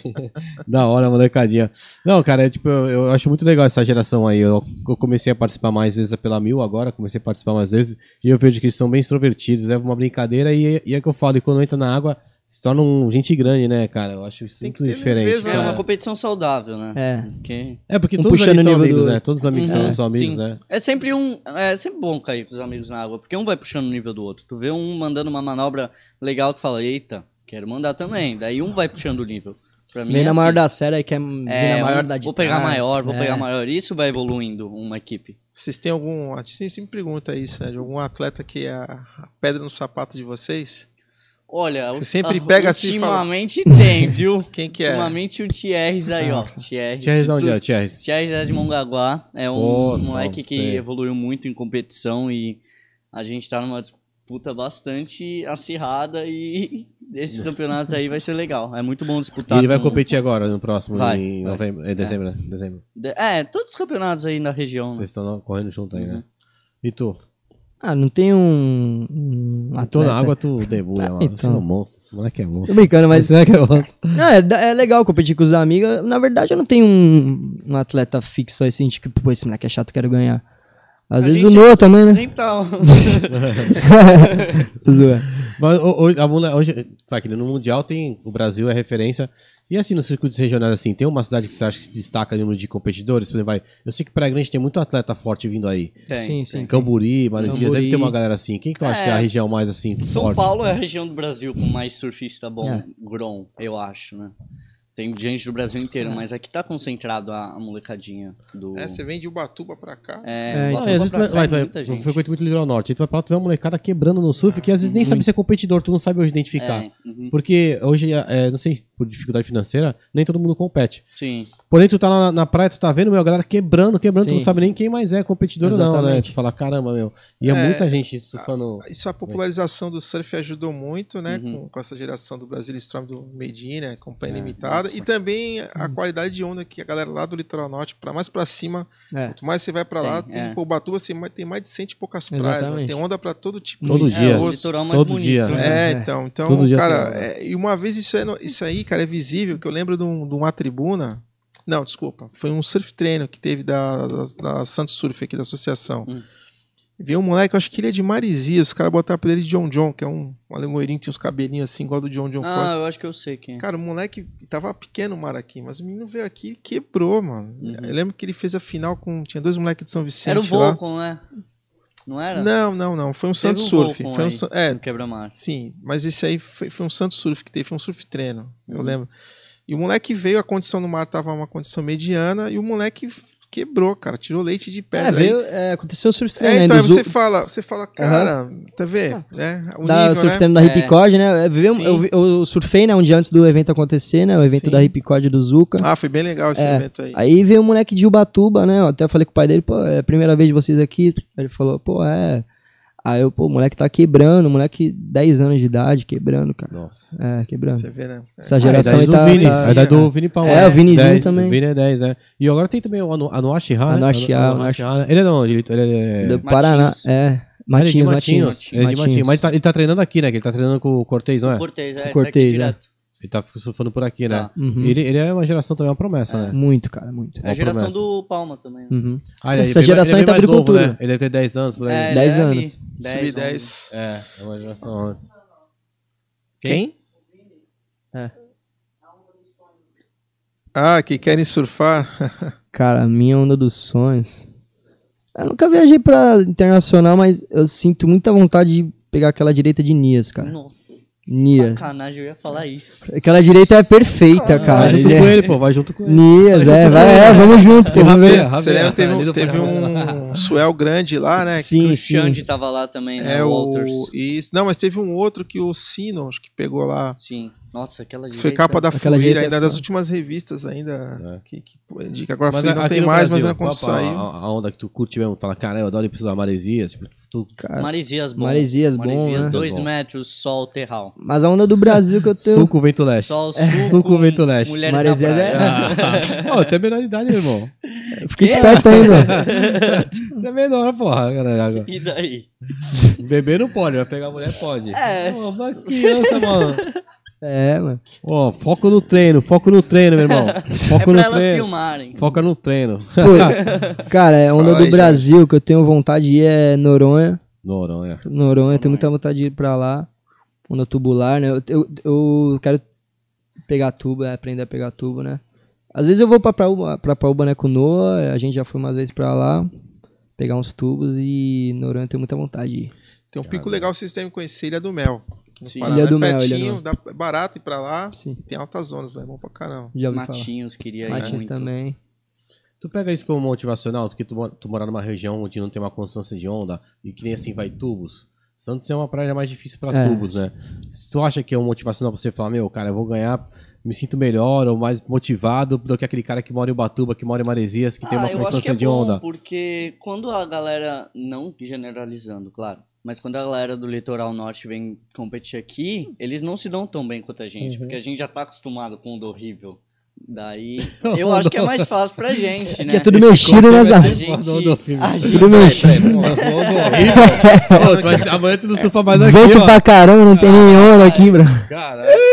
da hora, molecadinha. Não, cara, é, tipo, eu, eu acho muito legal essa geração aí. Eu, eu comecei a participar mais vezes pela Mil, agora comecei a participar mais vezes. E eu vejo que eles são bem extrovertidos, levam uma brincadeira e, e é que eu falo, e quando entra na água, se tornam gente grande, né, cara? Eu acho isso
Tem que
muito
ter
diferente.
leveza,
É
cara.
uma competição saudável, né?
É.
Porque
É, porque
Um
todos
puxando
ali são
o nível
amigos,
do-
né? Todos os amigos
Uhum.
são, são amigos,
Sim.
né?
É sempre um. É sempre bom cair com os amigos na água, porque um vai puxando o nível do outro. Tu vê um mandando uma manobra legal, tu fala, eita, quero mandar também. Daí um vai puxando o nível. Pra mim
Vem
é
na
assim.
maior da série, aí quer vir
É,
na maior
um-
da de
vou pegar
trás.
maior, vou
É.
pegar maior. Isso vai evoluindo uma equipe.
Vocês têm algum. A gente sempre pergunta isso, né? De algum atleta que é a pedra no sapato de vocês?
Olha,
Você
o-
sempre
a-
pega assim e fala-
ultimamente tem, viu?
Quem que é?
ultimamente o Thierry aí, ó. Thierry.
Thierry,
se
onde
tu-
é? Thierry.
Thierry é de Mongaguá, é um
Pô,
moleque
Tom,
que
sei.
evoluiu muito em competição e a gente tá numa disputa bastante acirrada e esses campeonatos aí vai ser legal. É muito bom
E
disputar.
ele vai
com-
competir agora, no próximo,
Vai,
em
vai.
novembro. É dezembro, né? Dezembro.
de- É, todos os campeonatos aí na região. né?
Vocês estão correndo junto aí, né?
Uhum.
E tu?
Ah, não tem um. um
Tô
atleta-
na água, tu debulha lá.
Então.
Você é um monstro. Esse moleque é
Tô
monstro.
brincando, mas.
Esse moleque é monstro.
Não, é, da- é legal competir com os amigos. Na verdade, eu não tenho um, um atleta fixo aí, assim, tipo, pô, esse moleque é chato, quero ganhar. Às
A
vezes o
gente-
Noah também, né?
Nem tá.
Zoa.
Mas ho- hoje, a mulher- hoje, tá, que no Mundial tem. O Brasil é referência. E assim, nos circuitos regionais, assim, tem uma cidade que você acha que se destaca em número de competidores? Por exemplo, vai. Eu sei que Praia Grande tem muito atleta forte vindo aí.
Tem,
Sim, sim.
tem.
Camburi, Maresias, deve
Camburi.
ter uma galera assim. Quem que tu acha
É.
que é a região mais assim?
São
forte?
Paulo é a região do Brasil com mais surfista bom,
É.
Grom, eu acho, né? Tem gente do Brasil
É.
inteiro, mas aqui tá concentrado a, a molecadinha do.
É, você vem de Ubatuba pra cá.
É,
É,
Não, e
Ubatuba
então, às vezes tu
pra
vai,
cá
vai,
é
tu vai-
muita gente.
eu frequento muito o litoral norte. Aí tu vai pra lá, tu vê uma molecada quebrando no surf que às vezes nem sabe se é competidor, tu não sabe hoje identificar.
Uhum. É, uhum,
Porque hoje, é, não sei, por dificuldade financeira, nem todo mundo compete.
sim.
Porém, tu tá lá na, na praia, tu tá vendo, meu, a galera quebrando, quebrando, tu
Sim.
não sabe nem quem mais é competidor ou não, né?
Exatamente.
Tu fala, caramba, meu. E é,
É,
muita gente surfando.
Ah,
Isso a popularização do surf ajudou muito, né?
Uhum.
Com, com essa geração do Brasil Storm do Medina, né, Companhia
É,
Limitada.
nossa. Uhum.
E também a qualidade de onda que a galera lá do litoral norte, para mais para cima,
É.
quanto mais você vai para lá,
Tem,
tem
é.
pô, Ubatuba, você ma- tem mais de cento e poucas praias, mano.
Exatamente.
tem onda para todo tipo.
Todo
de
dia.
É, o
gosto.
litoral mais
Todo
bonito.
dia.
né?
É,
É.
então,
Todo
então
dia
cara,
tem
é, e uma vez isso, é no- isso aí, cara, é visível, que eu lembro de, um- de uma tribuna, não, desculpa, foi um surf treino que teve da, da, da Santos Surf aqui da associação.
Hum.
Veio um moleque, eu acho que ele é de Marizia, os caras botaram pra ele de John John, que é um, um alemoirinho que tem uns cabelinhos assim, igual do John John
Ah,
Fosse.
eu acho que eu sei quem é.
Cara, o moleque tava pequeno o mar aqui, mas o menino veio aqui e quebrou, mano.
Uhum.
Eu lembro que ele fez a final com. Tinha dois moleques de São Vicente.
Era um o
lá.
Volcom, né? Não era?
Não, não, não. Foi um Santos
um
Surf.
Volcom
Foi um,
aí.
San- é,
Do Quebra-mar.
Sim, mas esse aí foi, foi um santo surf que teve, foi um surf treino,
Uhum.
eu lembro. E o moleque veio, a condição no mar tava uma condição mediana, e o moleque f- quebrou, cara, tirou leite de
É,
pedra. Aí-
veio, é, aconteceu o surf
É,
treino.
então
né,
aí
do
você
Zu-
fala, você fala, cara, tá vendo? Né? O
da
nível,
surf
né?
treino da
É.
Ripcord, né? É, veio-
Sim.
eu, vi- eu surfei, né? Um dia antes do evento acontecer, né? O evento
Sim.
da Ripcord do Zuka.
Ah, foi bem legal esse
É.
evento aí.
Aí veio um moleque de Ubatuba, né? Eu até falei com o pai dele, pô, é a primeira vez de vocês aqui. Ele falou, pô, é. Aí eu, pô, o moleque tá quebrando, o moleque 10 anos de idade, quebrando, cara.
Nossa.
É, quebrando.
Você vê, né? É.
Essa geração
Ah,
aí
e daí
tá.
do Vini,
tá-
é daí do Vini Palma.
É, o Vinizinho
10,
também.
O Vini é 10, né? E agora tem também o Anu- Anuashi Han, né?
Anuashi Han,
Anu-
Anuashi
Han. Ele é de onde? Ele, ele é...
do Paraná.
Matinhos.
É.
ele é de
Matinhos,
Matinhos.
Matinhos.
Ele é de Matinhos. Mas ele tá, ele tá treinando aqui, né? Que ele tá treinando com o Cortez, não é?
Cortez, é.
Cortez,
tá aqui
é.
direto.
Ele tá surfando por aqui, né?
Tá.
Uhum.
Ele, ele é uma geração também, uma promessa, né?
Muito, cara, muito.
É a geração
promessa.
do Palma também. né?
Uhum.
Ah, ele- ele
Essa
é bem- ele
geração
é
aí tá
bem mais novo,
agricultura.
né? Ele deve ter 10 anos por aí.
É,
É,
ele
Dez
é
anos.
ali, dez,
Sub
onze.
10.
é, uma geração antes.
Quem?
É.
Ah, que querem surfar.
Cara, a minha onda dos sonhos. Eu nunca viajei pra internacional, mas eu sinto muita vontade de pegar aquela direita de Nias, cara.
Nossa.
Nia.
Sacanagem, eu ia
É
falar isso.
Aquela direita é perfeita, cara.
vai
é- Não
junto
tem-
com ele, é pô. Vai junto com ele.
Nias, é, vai, é, vamos junto. pô, vamos ver.
Você lembra, teve, um- teve um swell grande lá, né? que
Sim,
o
sim.
Xande tava lá também, né?
É
o
o.
Walters.
Isso. Não, mas teve um outro que o Sino, acho que pegou lá.
Sim. Nossa, aquela
Isso
direita.
foi capa da
Aquela
Folha,
direita-
ainda das últimas revistas ainda. Que, que, que agora a Folha não
aqui
tem
no
mais, mas
Brasil,
ainda quando
qual a-
saiu.
A, a onda que tu curte mesmo, fala, cara, eu adoro ir pra Maresias. Tipo,
Então-
tu,
Cara,
Maresias bom.
Maresias bom, né?
Maresias, dois
Bom.
metros, sol, terral.
Mas a onda do Brasil que eu tenho.
sul com vento leste. É,
Sol, sul,
sul com vento leste.
mulheres
Maresias
na
é-
praia.
Pô, tu é menor de idade, meu irmão.
Fica
É.
esperto aí, mano.
Tu é menor, porra. Cara.
E daí?
Bebê não pode, vai pegar mulher pode.
É.
Pô, uma criança, mano.
É, mano.
Ó, foco no treino, foco no treino, meu irmão.
é
Foco
pra
no
elas
treino.
filmarem.
Foca no treino.
Pô, cara, é a onda
Fala aí,
do Brasil que eu tenho vontade de ir é Noronha.
Noronha.
Noronha, tenho muita vontade de ir pra lá. Onda tubular, né? Eu, eu, eu quero pegar tubo, é, aprender a pegar tubo, né? Às vezes eu vou pra Paúba, pra Paúba né, com o Noah, a gente já foi umas vezes pra lá, pegar uns tubos e Noronha eu tenho muita vontade de ir.
Tem um pico legal, vocês devem conhecer, Ilha do Mel. aqui no
Sim.
Paraná, é
Ilha do Mel,
pertinho,
Ilha do
dá barato ir pra lá.
Sim,
Tem altas zonas, né? Bom pra caramba.
já ouvi falar.
Matinhos queria ir
Matinhos
muito.
também.
Tu pega isso como motivacional, porque tu, mora- tu morar numa região onde não tem uma constância de onda e que nem assim vai tubos. Santos é uma praia mais difícil pra
É.
tubos, né? Se tu acha que é um motivacional pra você falar, meu, cara, eu vou ganhar, me sinto melhor ou mais motivado do que aquele cara que mora em Ubatuba, que mora em Maresias, que tem
Ah,
uma
eu acho que
constância
é
de
bom,
onda.
Porque quando a galera, não generalizando, claro, Mas quando a galera do litoral norte vem competir aqui, eles não se dão tão bem quanto a gente,
Uhum.
porque a gente já tá acostumado com o do horrível. Daí, eu acho que é mais fácil pra gente, né?
Que é tudo mexido, né, Zá?
A gente, a gente
Tudo mexido.
Ô, tu vai ser- amanhã tu não surfa mais aqui,
Vento
ó. É,
pra caramba, não
Ah,
tem nem ouro aqui, bro.
Caralho.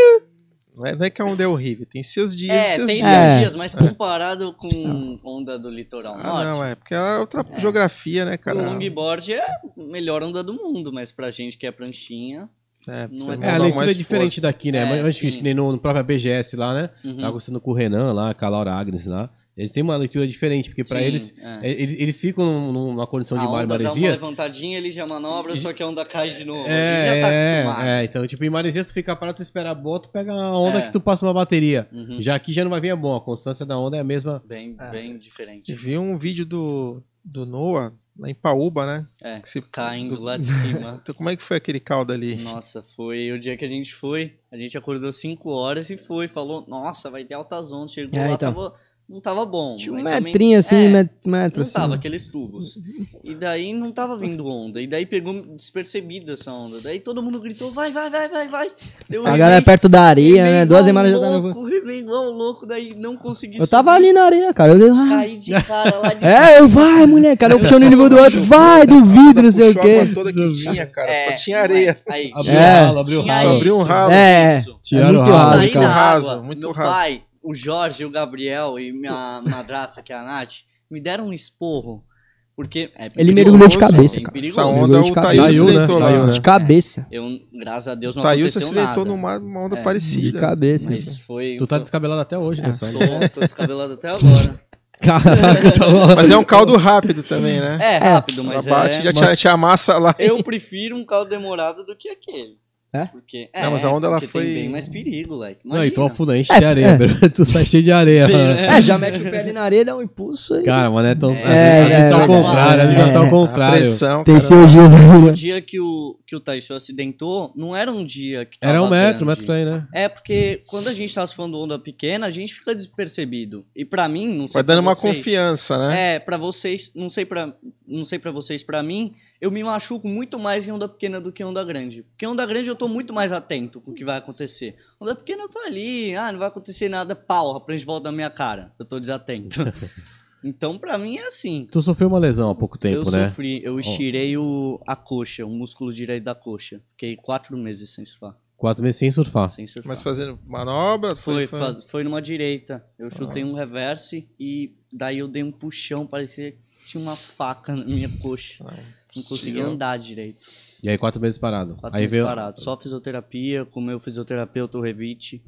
Não é, não é que a onda é horrível, tem seus dias. e
É,
seus
tem
dias.
seus
É.
dias, mas comparado com onda do litoral
Ah,
norte,
não, é porque é outra geografia, né, cara?
o longboard é a melhor onda do mundo, mas pra gente que é pranchinha...
É,
não
você
é-
É, a
dá
leitura é
mais
diferente
força.
daqui, né?
É,
mas é mais
sim.
difícil, que nem no, no próprio BGS lá, né?
uhum.
Tava conversando com o Renan lá, com a Laura Agnes lá. Eles têm uma leitura diferente, porque pra
Sim,
eles,
é.
é, eles, eles ficam num- numa condição de
a
mar
onda dá uma
maresias.
levantadinha, ele já manobra,
E-
só que a onda cai de novo. a gente já tá
É,
acostumado.
é, é, então, tipo, em maresias tu fica parado, tu espera a boa, tu pega a onda
É.
que tu passa uma bateria.
Uhum.
Já aqui já não vai vir a bom, a constância da onda é a mesma.
Bem, bem diferente.
Eu vi um vídeo do, do Noah, lá em Paúba, né?
É,
Que se-
caindo
do-
lá de cima.
Então, como é que foi aquele caldo ali?
Nossa, foi o dia que a gente foi. A gente acordou 5 horas e foi. Falou, nossa, vai ter altas ondas. Chegou
É,
lá,
então.
tava- não tava bom.
Tinha um
mas também-
metrinho assim,
É,
met- metro
Não
assim.
tava, aqueles tubos. E daí não tava vindo onda. E daí pegou despercebida essa onda. Daí todo mundo gritou, vai, vai, vai, vai, vai. Eu
A galera perto da areia, né? Duas semanas já tava no...
é um louco, remei igual louco, daí não consegui
Eu tava
subir.
ali na areia, cara. Eu dei... ah,
Caí de cara lá de
É, eu vai, moleque. Cara, eu puxando o nível do outro. Vai, duvido, não sei o
Puxou a
quê.
água toda que tinha, cara.
É,
só tinha areia.
Aí,
Abriu
É.
o ralo, abriu o
tinha
ralo.
Só abriu um
isso,
ralo.
É.
isso.
Tiraram
É
o
muito
ralo.
Saí
muito
da
raso,
água,
muito
um meu
raso.
pai, o Jorge, o Gabriel e minha madraça, que é a Nath, me deram um esporro. Porque é
Ele
perigoso,
mergulhou de
é
cabeça,
bem
cara.
perigoso.
Essa
Perigoso.
tá, onda,
De
o Thaís se
caiu, né?
deitou
Caiu,
lá.
né?
De cabeça.
Eu, graças a Deus, não
Thaís
aconteceu
Tá se
nada.
deitou numa, numa onda
É, de
De
parecida.
cabeça.
Mas foi...
Tu tá descabelado até hoje,
É.
né? Sandro?
Tô, tô descabelado até agora.
Caraca, tá bom.
Mas é um caldo rápido também, né?
É rápido,
Ela
mas
bate já
é...
te, te amassa lá.
Eu prefiro um caldo demorado do que aquele.
É?
Porque,
Não, mas a onda, ela
porque tem
foi-
bem mais perigo, like.
Não, e tu
Imagina.
afunda, enche de areia, bro. tu sai cheio de areia.
Bem,
mano.
né?
É, já mete o pé ali na areia, dá um impulso aí.
Cara, mano, é tão. às vezes-
É,
às vezes
é,
tá ao
é,
contrário, às vezes
é,
tá ao
é.
A
contrário.
pressão,
Tem né?
cara.
seus dias
O
aí.
dia que o, que o Taisho acidentou, não era um dia que tava
Era um metro, um
grande.
metro aí, né?
É, porque quando a gente tá surfando onda pequena, a gente fica despercebido. E pra mim, não sei
Vai
pra
dando uma
vocês,
confiança, né?
É, pra vocês, não sei pra, não sei pra vocês, pra mim, eu me machuco muito mais em onda pequena do que em onda grande. Porque em onda grande eu tô muito mais atento com o que vai acontecer. Onda pequena eu tô ali, ah, não vai acontecer nada, pau, a prancha volta na minha cara. Eu tô desatento. então, pra mim, é assim.
Tu sofreu uma lesão há pouco tempo,
eu
né?
sofri, eu estirei o, a coxa, o músculo direito da coxa. Fiquei quatro meses sem surfar.
Quatro meses sem surfar.
Sem surfar.
Mas fazendo manobra,
Foi,
foi, foi,
faz- foi numa direita. Eu chutei um reverse e daí eu dei um puxão, parecia que tinha uma faca na minha coxa. Não conseguia
tirou.
andar direito.
E aí, quatro meses parado.
Quatro
aí
meses
veio.
parado. Só fisioterapia, com o meu fisioterapeuta, o Revite.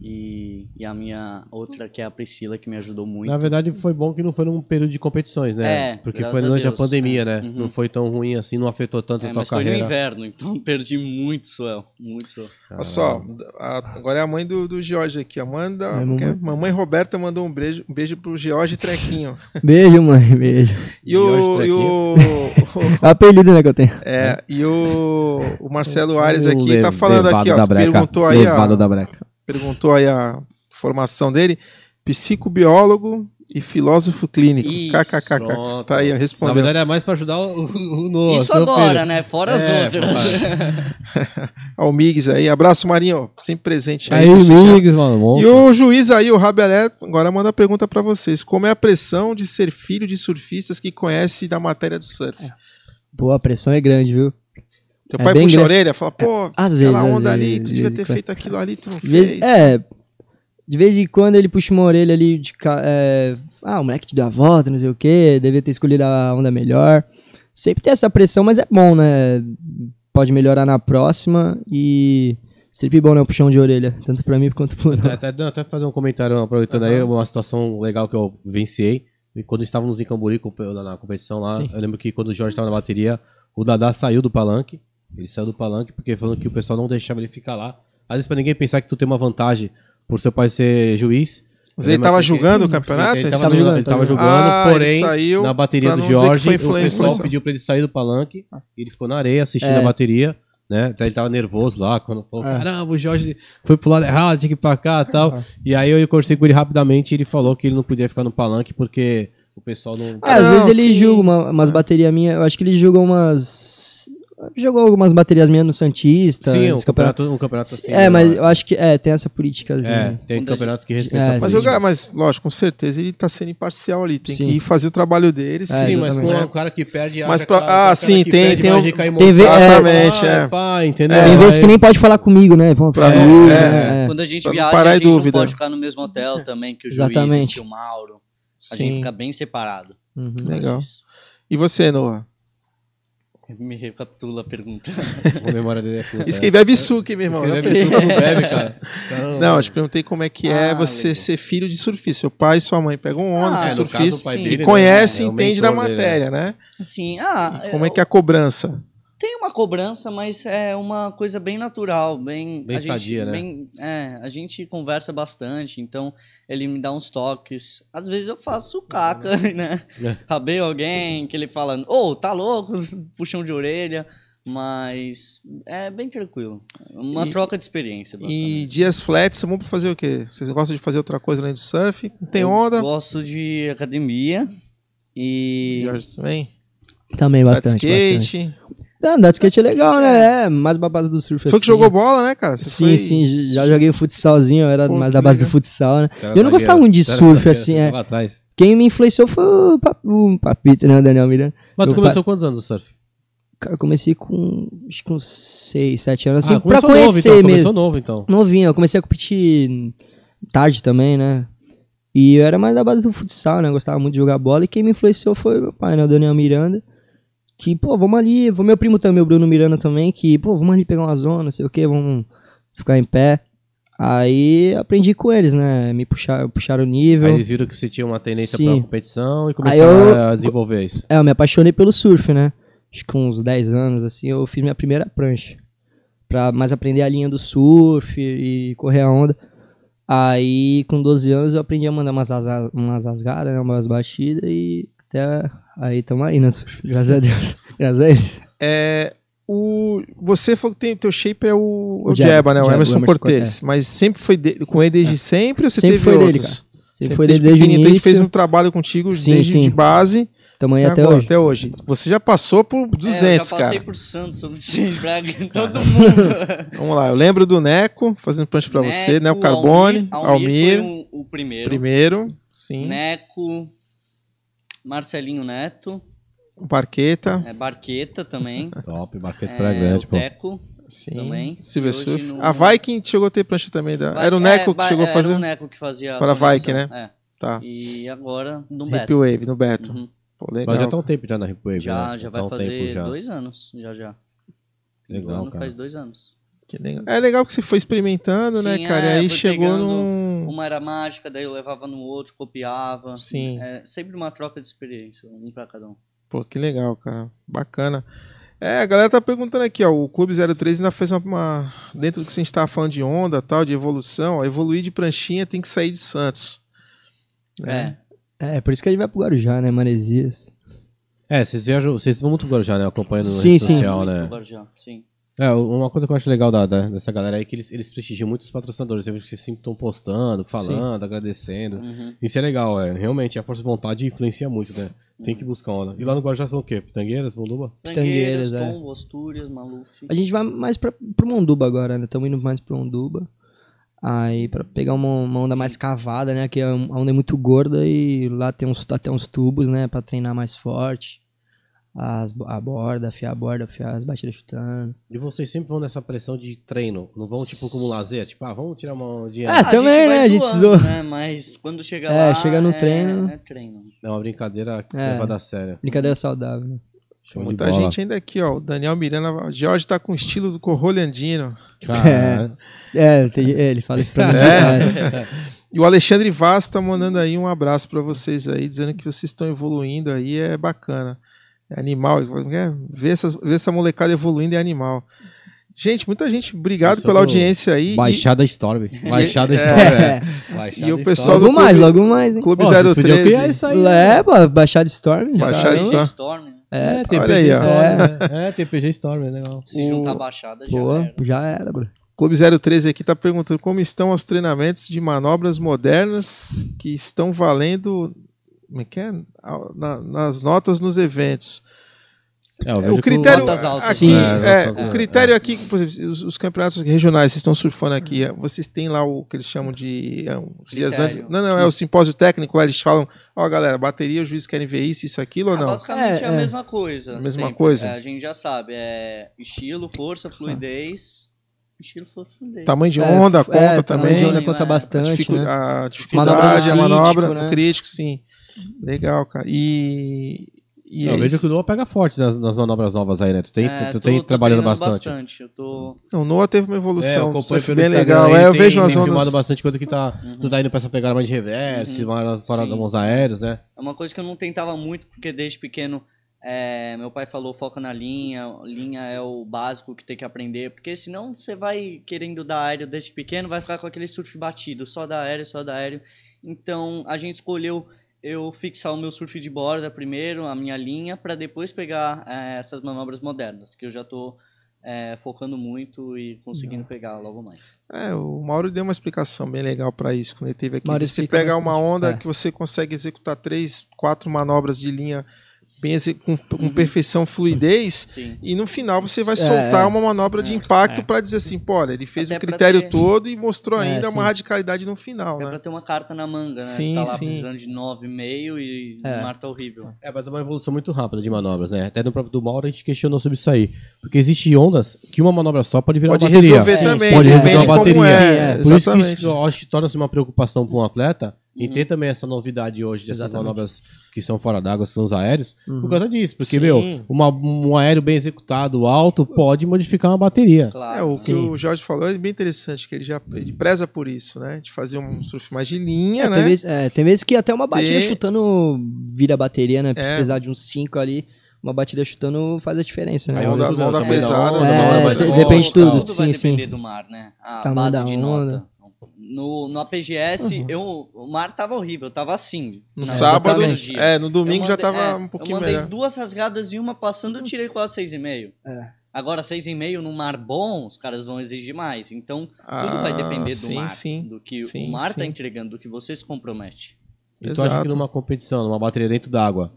E, e a minha outra, que é a Priscila, que me ajudou muito.
Na verdade, foi bom que não foi num período de competições, né?
É,
Porque
graças
foi
a
durante a
Deus.
pandemia,
É.
né?
Uhum.
Não foi tão ruim assim, não afetou tanto
É,
a tua
mas foi no
carreira.
inverno, então perdi muito suel. Muito suel.
Olha só, a- agora é a mãe do, do Jorge aqui. Amanda,
É, mamãe.
que é- mamãe Roberta mandou um beijo, um beijo pro Jorge Trequinho.
Beijo, mãe, beijo.
E o.
Jorge
E o, o-
É o apelido, né, que eu tenho.
é, e o, o Marcelo Ares
O
aqui tá
levado
falando aqui, ó.
da
tu
breca,
Perguntou aí,
levado
a,
da breca.
perguntou aí a formação dele: psicobiólogo e filósofo clínico.
Isso,
KKKK. Tá aí, ó,
Na
respondendo.
verdade, é mais pra ajudar o, o, o nosso.
Isso agora, né? Fora as
É,
outras.
Ao Migs aí. Abraço, Marinho. Sempre presente aí.
Aí,
prestigiando.
Miggs, mano.
E
monstro.
o juiz aí, o Rabelé, agora manda a pergunta pra vocês. Como é a pressão de ser filho de surfistas que conhece da matéria do surf?
Pô, a pressão é grande, viu?
Teu
É
pai
bem
puxa a
grande.
orelha, fala, pô,
Às vezes.
aquela
às
onda
vezes,
ali, tu
de
devia
vez
ter
em quando.
feito aquilo ali, tu não
De vez-
fez.
é, de vez em quando ele puxa uma orelha ali de. ca- é, ah, o moleque te deu a volta, não sei o quê, devia ter escolhido a onda melhor. Sempre tem essa pressão, mas é bom, né? Pode melhorar na próxima e. Sempre bom, né? O puxão de orelha, tanto pra mim quanto pro.
Até, até, não, até fazer um comentário aproveitando aí,
Aham.
uma situação legal que eu vivenciei. E Quando estávamos em Camboriú com- na, na competição lá,
Sim.
eu lembro que quando o Jorge estava na bateria, o Dadá saiu do palanque. Ele saiu do palanque porque falando que o pessoal não deixava ele ficar lá. Às vezes, pra ninguém pensar que tu tem uma vantagem por seu pai ser juiz.
Mas
Eu
ele
lembro
tava
que-
julgando o campeonato?
Ele
Ele
estava
tava
jogando,
jogando,
ele tava
tava
jogando,
Ah, ele
porém,
saiu
na bateria
pra
do
não dizer que
Jorge,
foi Ah.
o pessoal
influência.
pediu pra ele sair do palanque e ele ficou na areia assistindo
É.
a bateria, né? Até ele tava nervoso lá, quando falou,
É.
caramba, o Jorge foi pro lado errado, tinha que ir pra cá e
É.
tal. E aí eu conversei com ele rapidamente e ele falou que ele não podia ficar no palanque porque o pessoal não...
É, às
Ah, não,
vezes ele
sim.
julga uma- umas baterias minhas. Eu acho que ele julga umas. jogou algumas baterias minhas no
Ah, então,
Santista.
Sim,
esse
o campeonato, o campeonato assim.
é,
né,
mas
lá.
eu acho que é, tem essa política.
É,
Assim.
tem
Quando a
campeonatos que respeitam.
É,
a
Mas,
política.
o cara- mas, lógico, com certeza ele tá sendo imparcial ali. Tem
Sim.
que ir fazer o trabalho dele.
É,
Sim, mas
exatamente.
pô, o cara que perde.
né? Mas
acha
pra-
que o cara
ah,
que
sim, tem-
perde
tem
vai
o-
ficar
tem ve-
emocionado,
é.
Exatamente,
ah,
é.
pá, entendeu?
Tem vezes
Aí-
que nem pode falar comigo, né? Vamos
Pra
falar
não-
comigo,
é,
né?
Quando a gente
Pra não
viaja,
parar
a
em
gente
dúvida.
não pode ficar no mesmo hotel também que o juiz,
Exatamente.
que o Mauro. A
Sim.
gente fica bem separado.
Uhum.
é. Legal. E você, Noah?
Me recapitula a pergunta.
A memória dele é curta,
Isso
é.
quem bebe suco, hein, meu irmão?
Quem
Já
bebe
pensou?
suco, bebe, cara. Então, O cara
Não, eu te perguntei como é que é
Ah,
você
legal.
ser filho de surfista. Seu pai e sua mãe pegam um ônibus, são
Ah, é,
no caso, o
surfistas,
pai
sim.
dele, né,
e conhece
é
e
o
entende da
mentor dele, né?
matéria, né?
Assim, ah,
E como é que é a cobrança?
Tem uma cobrança, mas é uma coisa bem natural, bem...
Bem
a gente-
sadia, né?
bem- é, a gente conversa bastante, então ele me dá uns toques. Às vezes eu faço caca,
Uhum.
né?
É.
Rabeio alguém que ele fala, ô, tá louco, puxão de orelha, mas é bem tranquilo. Uma
E-
troca de experiência, basicamente.
E dias flats, vão pra fazer o quê? Vocês gostam de fazer outra coisa além do surf? Não Tem
Eu
onda?
gosto de academia e...
Jorge também?
Também
Tá de
bastante. bastante.
skate.
Não, andar de skate é legal, né? É, mais uma base do surf.
Foi que
assim.
jogou bola, né, cara? Você
Sim,
foi-
sim, já joguei futsalzinho, eu era
Pô,
mais
que
da base
legal.
do futsal, né?
Cara
Eu não
zagueiro,
gostava muito de
cara
surf,
zagueiro,
assim, é.
jogava atrás.
Quem me influenciou foi o, pap- o Papito, né, o Daniel Miranda.
Mas tu
Meu
começou quantos anos no surf?
Cara, eu comecei com, acho que uns 6, 7 anos, assim,
Ah,
pra
começou novo,
conhecer
então,
mesmo.
Começou novo, então.
Novinho, eu comecei a competir tarde também, né? E eu era mais da base do futsal, né? Eu gostava muito de jogar bola. E quem me influenciou foi meu pai, né? O Daniel Miranda. Que, pô, vamos ali. Vou meu primo também, o Bruno Miranda também. Que, pô, vamos ali pegar uma zona, não sei o quê. Vamos ficar em pé. Aí aprendi com eles, né? Me puxaram, puxaram o nível.
Aí eles viram que você tinha uma tendência
Sim.
pra competição e começaram
eu-
a desenvolver isso.
É, eu me apaixonei pelo surf, né? Acho que com uns 10 anos, assim, eu fiz minha primeira prancha. Pra mais aprender a linha do surf e correr a onda. Aí, com 12 anos, eu aprendi a mandar umas, asa- umas asgadas, né? umas batidas e até aí tamo aí no surf. Graças a Deus. Graças a eles.
É, o, você falou que tem, teu shape é o, é o
O
Jeba,
Jeba,
né? O
Jeba,
Emerson
o Emerson
Cortez. Mas sempre foi de- com ele desde sempre ou você
é. Sempre
teve
foi dele,
outros?
cara. Sempre foi desde, desde o
pequenininho, então ele
início,
fez um trabalho contigo
Sim,
desde
sim.
de base
tamo aí
até,
até
agora,
hoje.
até hoje. Você já passou por
É,
200,
eu já passei
cara. Tá.
por Santos, São Vicente, Braga, então todo mundo. né,
Vamos lá, eu lembro do Neco fazendo prancha pra você, Neco Carbone, Almir,
Almir, foi um- o primeiro.
primeiro, sim,
Neco, Marcelinho Neto,
o Barqueta,
é, Barqueta também.
Top, marquete pra
É, o
grande, pô.
Teco.
sim,
Também.
Silver
E hoje
Surf.
no-
A Viking chegou a ter prancha também, da... era o
É,
Neco que
ba-
chegou a
Era
fazer,
o Neco que fazia. a
Para a
conexão,
Vike, tá,
É. E agora no
Hip
Beto.
Wave né, no Beto,
Uhum.
Pô,
Mas
legal.
já tá um tempo já na Rip Wave,
Já,
né?
já vai
tá um
fazer
tempo já.
dois anos. Já, já.
Legal,
Do ano
cara.
Faz dois anos.
Que legal. É legal que você foi experimentando, né,
Sim,
cara,
é,
e aí
foi
chegou
pegando
num...
Uma era mágica, daí eu levava no outro, copiava.
Sim.
É sempre uma troca de experiência, um pra cada um.
Pô, que legal, cara. Bacana. É, a galera tá perguntando aqui, ó. O Clube 03 ainda fez uma. uma- dentro do que a gente tava falando de onda tal, de evolução, ó, evoluir de pranchinha tem que sair de Santos. Né?
É.
É, por isso que a gente vai pro Guarujá, né? Maresias.
É, vocês viajam, vocês vão muito agora já, né? Acompanhando no
Sim,
rede
sim.
social,
Muito
né?
Guarujá, sim.
É, uma coisa que eu acho legal da, da- dessa galera aí é que eles, eles prestigiam muito os patrocinadores. Eu vejo que vocês sempre estão postando, falando, agradecendo.
Uhum.
Isso é legal, é. Realmente, a força de vontade influencia muito, né? Tem
uhum.
que buscar onda. E lá no Guarujá são o quê? Pitangueiras, Munduba?
Tangueiras,
Tangueiras, é.
com Posturas, Maluf.
A gente vai mais pra, pro Monduba agora, né? Estamos indo mais pro Monduba. Aí, pra pegar uma, uma onda mais cavada, né? Que a onda é muito gorda e lá tem uns, até uns tubos, né? Pra treinar mais forte. As, bo- a borda, afiar a borda, afiar as batidas chutando.
E vocês sempre vão nessa pressão de treino. Não vão, tipo, como lazer? Tipo, ah, vamos tirar uma dinheiro.
Ah, também, né?
vai
A gente
zoando,
zoa.
né? Mas quando chega
É,
lá.
chega no treino.
É treino.
É uma brincadeira
É.
levada a sério.
Brincadeira saudável. né?
Show de
Muita
bola.
gente ainda aqui, ó. O Daniel Miranda. O Jorge tá com o estilo do Corrolandino.
Cara,
É, tem- é, ele fala isso pra mim.
É. E o Alexandre Vaz tá mandando aí um abraço pra vocês aí, dizendo que vocês estão evoluindo aí, é bacana. É animal, é, ver, essas, ver essa molecada evoluindo é animal. Gente, muita gente, obrigado
Isso
pela
do
audiência aí. E-
Baixada Storm. Baixada Storm.
É.
Baixada
E o
Storm.
pessoal
Logo
do
mais,
clube-
logo mais, hein?
Clube
Ó, vocês podiam criar
013.
isso aí, né?
É, pô, Baixada Storm. tá
Baixada
cara.
Storm.
Baixada Storm. né?
É,
tá.
TPG
olha aí, ó.
Storm. né? É, TPG Storm, é legal.
Se
O-
juntar baixada já.
Boa,
era.
já era, bro.
Clube 013 aqui tá perguntando como estão os treinamentos de manobras modernas que estão valendo como é que é? Ao- na- nas notas nos eventos.
É, eu vejo
um
O
que
critério,
Notas altas.
aqui,
Sim,
é,
um
notas
o
altas,
critério aqui, por exemplo, os, os campeonatos regionais, vocês estão surfando aqui, é, vocês têm lá o que eles chamam de. é, uns dias antes,
Critério.
não, não, é o simpósio técnico, lá eles falam, ó galera, bateria, os juízes querem ver isso, isso, aquilo ou
Ah,
não?
Basicamente é,
É,
a
é.
mesma coisa.
A mesma
sempre.
coisa?
É, a gente já sabe. É estilo, força, fluidez. Estilo, força, fluidez.
Tamanho de
É,
onda,
é,
conta
tamanho de
também.
onda conta
É,
bastante,
Dificu-
né?
A dificuldade, a manobra,
crítico,
o
né?
crítico, sim. Legal, cara. E. e
Eu
é
vejo
isso.
que o Noah pega forte nas, nas manobras novas aí, né? Tu tem,
É,
tu
tô-
tem
tô
trabalhando
treinando
bastante.
Eu tô...
Não, o Noah teve uma
É, eu
evolução.
acompanho
surf
pelo
bem
Instagram,
legal.
ele
É, eu
tem
vejo as
me filmado
ondas.
bastante coisa que tá.
Uhum.
Tu tá indo pra essa pegada mais de reverse,
Uhum.
mais para
Sim.
mãos aéreos, né?
É uma coisa que eu não tentava muito, porque desde pequeno é, meu pai falou foca na linha, linha é o básico que tem que aprender, porque senão você vai querendo dar aéreo desde pequeno, vai ficar com aquele surf batido, só da aéreo, só da aéreo. Então a gente escolheu eu fixar o meu surf de borda primeiro, a minha linha, para depois pegar é, essas manobras modernas, que eu já tô é, focando muito e conseguindo pegar logo mais.
É, o Mauro deu uma explicação bem legal pra isso quando ele teve aqui.
Mauro
Se você
explica
pegar uma
bastante,
onda
é.
que você consegue executar três, quatro manobras de linha bem exe- com, com perfeição, fluidez,
Sim.
e no final você vai
É,
soltar
é.
uma manobra de
É,
impacto
é.
pra dizer assim, pô, olha, ele fez
Até
o
pra
critério
ter-
todo e mostrou
É,
ainda uma
sim.
radicalidade no final,
Até
né?
pra ter uma carta na manga, né?
Sim,
você tá lá
sim.
precisando de 9,5 e
É.
marta horrível.
É, mas é uma evolução muito rápida de manobras, né? Até no próprio do Mauro a gente questionou sobre isso aí. Porque existem ondas que uma manobra só pode virar
Pode
uma bateria.
resolver
Sim,
também,
sim.
pode resolver
depende
uma
como
bateria.
é.
Por isso que
Exatamente.
isso, eu acho que torna-se uma preocupação para um atleta. E
Uhum.
tem também essa novidade hoje dessas
Exatamente.
manobras que são fora d'água, que são os aéreos, por
Uhum.
causa disso. Porque,
Sim.
meu, uma- um aéreo bem executado, alto, pode modificar uma bateria.
Claro.
É, o que
Sim.
o Jorge falou é bem interessante, que ele já ele preza por isso, né? De fazer um surf mais de linha,
É,
né?
tem, vezes, é, tem vezes que até uma batida
Tem-
chutando vira bateria, né?
É.
Precisar de uns 5 ali, uma batida chutando faz a diferença, né?
Aí onda-
tudo, né?
tá
onda
Tamanho da
pesada,
onda,
é,
onda
é,
mais
cê-
forte,
depende de
tal.
tudo.
Tudo vai
sim,
depender do mar, né? A
Tá
Tamanho da
base de
onda.
nota. No, no APGS, eu, o mar tava horrível, tava assim.
Uhum. No
na-
sábado,
primeiro
exatamente.
dia.
é, no domingo
Eu
já
mandei-
tava
é,
um pouquinho
Eu mandei
melhor.
duas rasgadas e uma passando, eu tirei quase 6,5.
É.
Agora, 6,5 no mar bom, os caras vão exigir mais. Então, tudo vai
Ah,
depender do
sim,
mar.
Sim,
do que
sim,
o mar tá
sim.
entregando, do que você se compromete.
E tu acha
Exato.
que numa competição, numa bateria dentro d'água,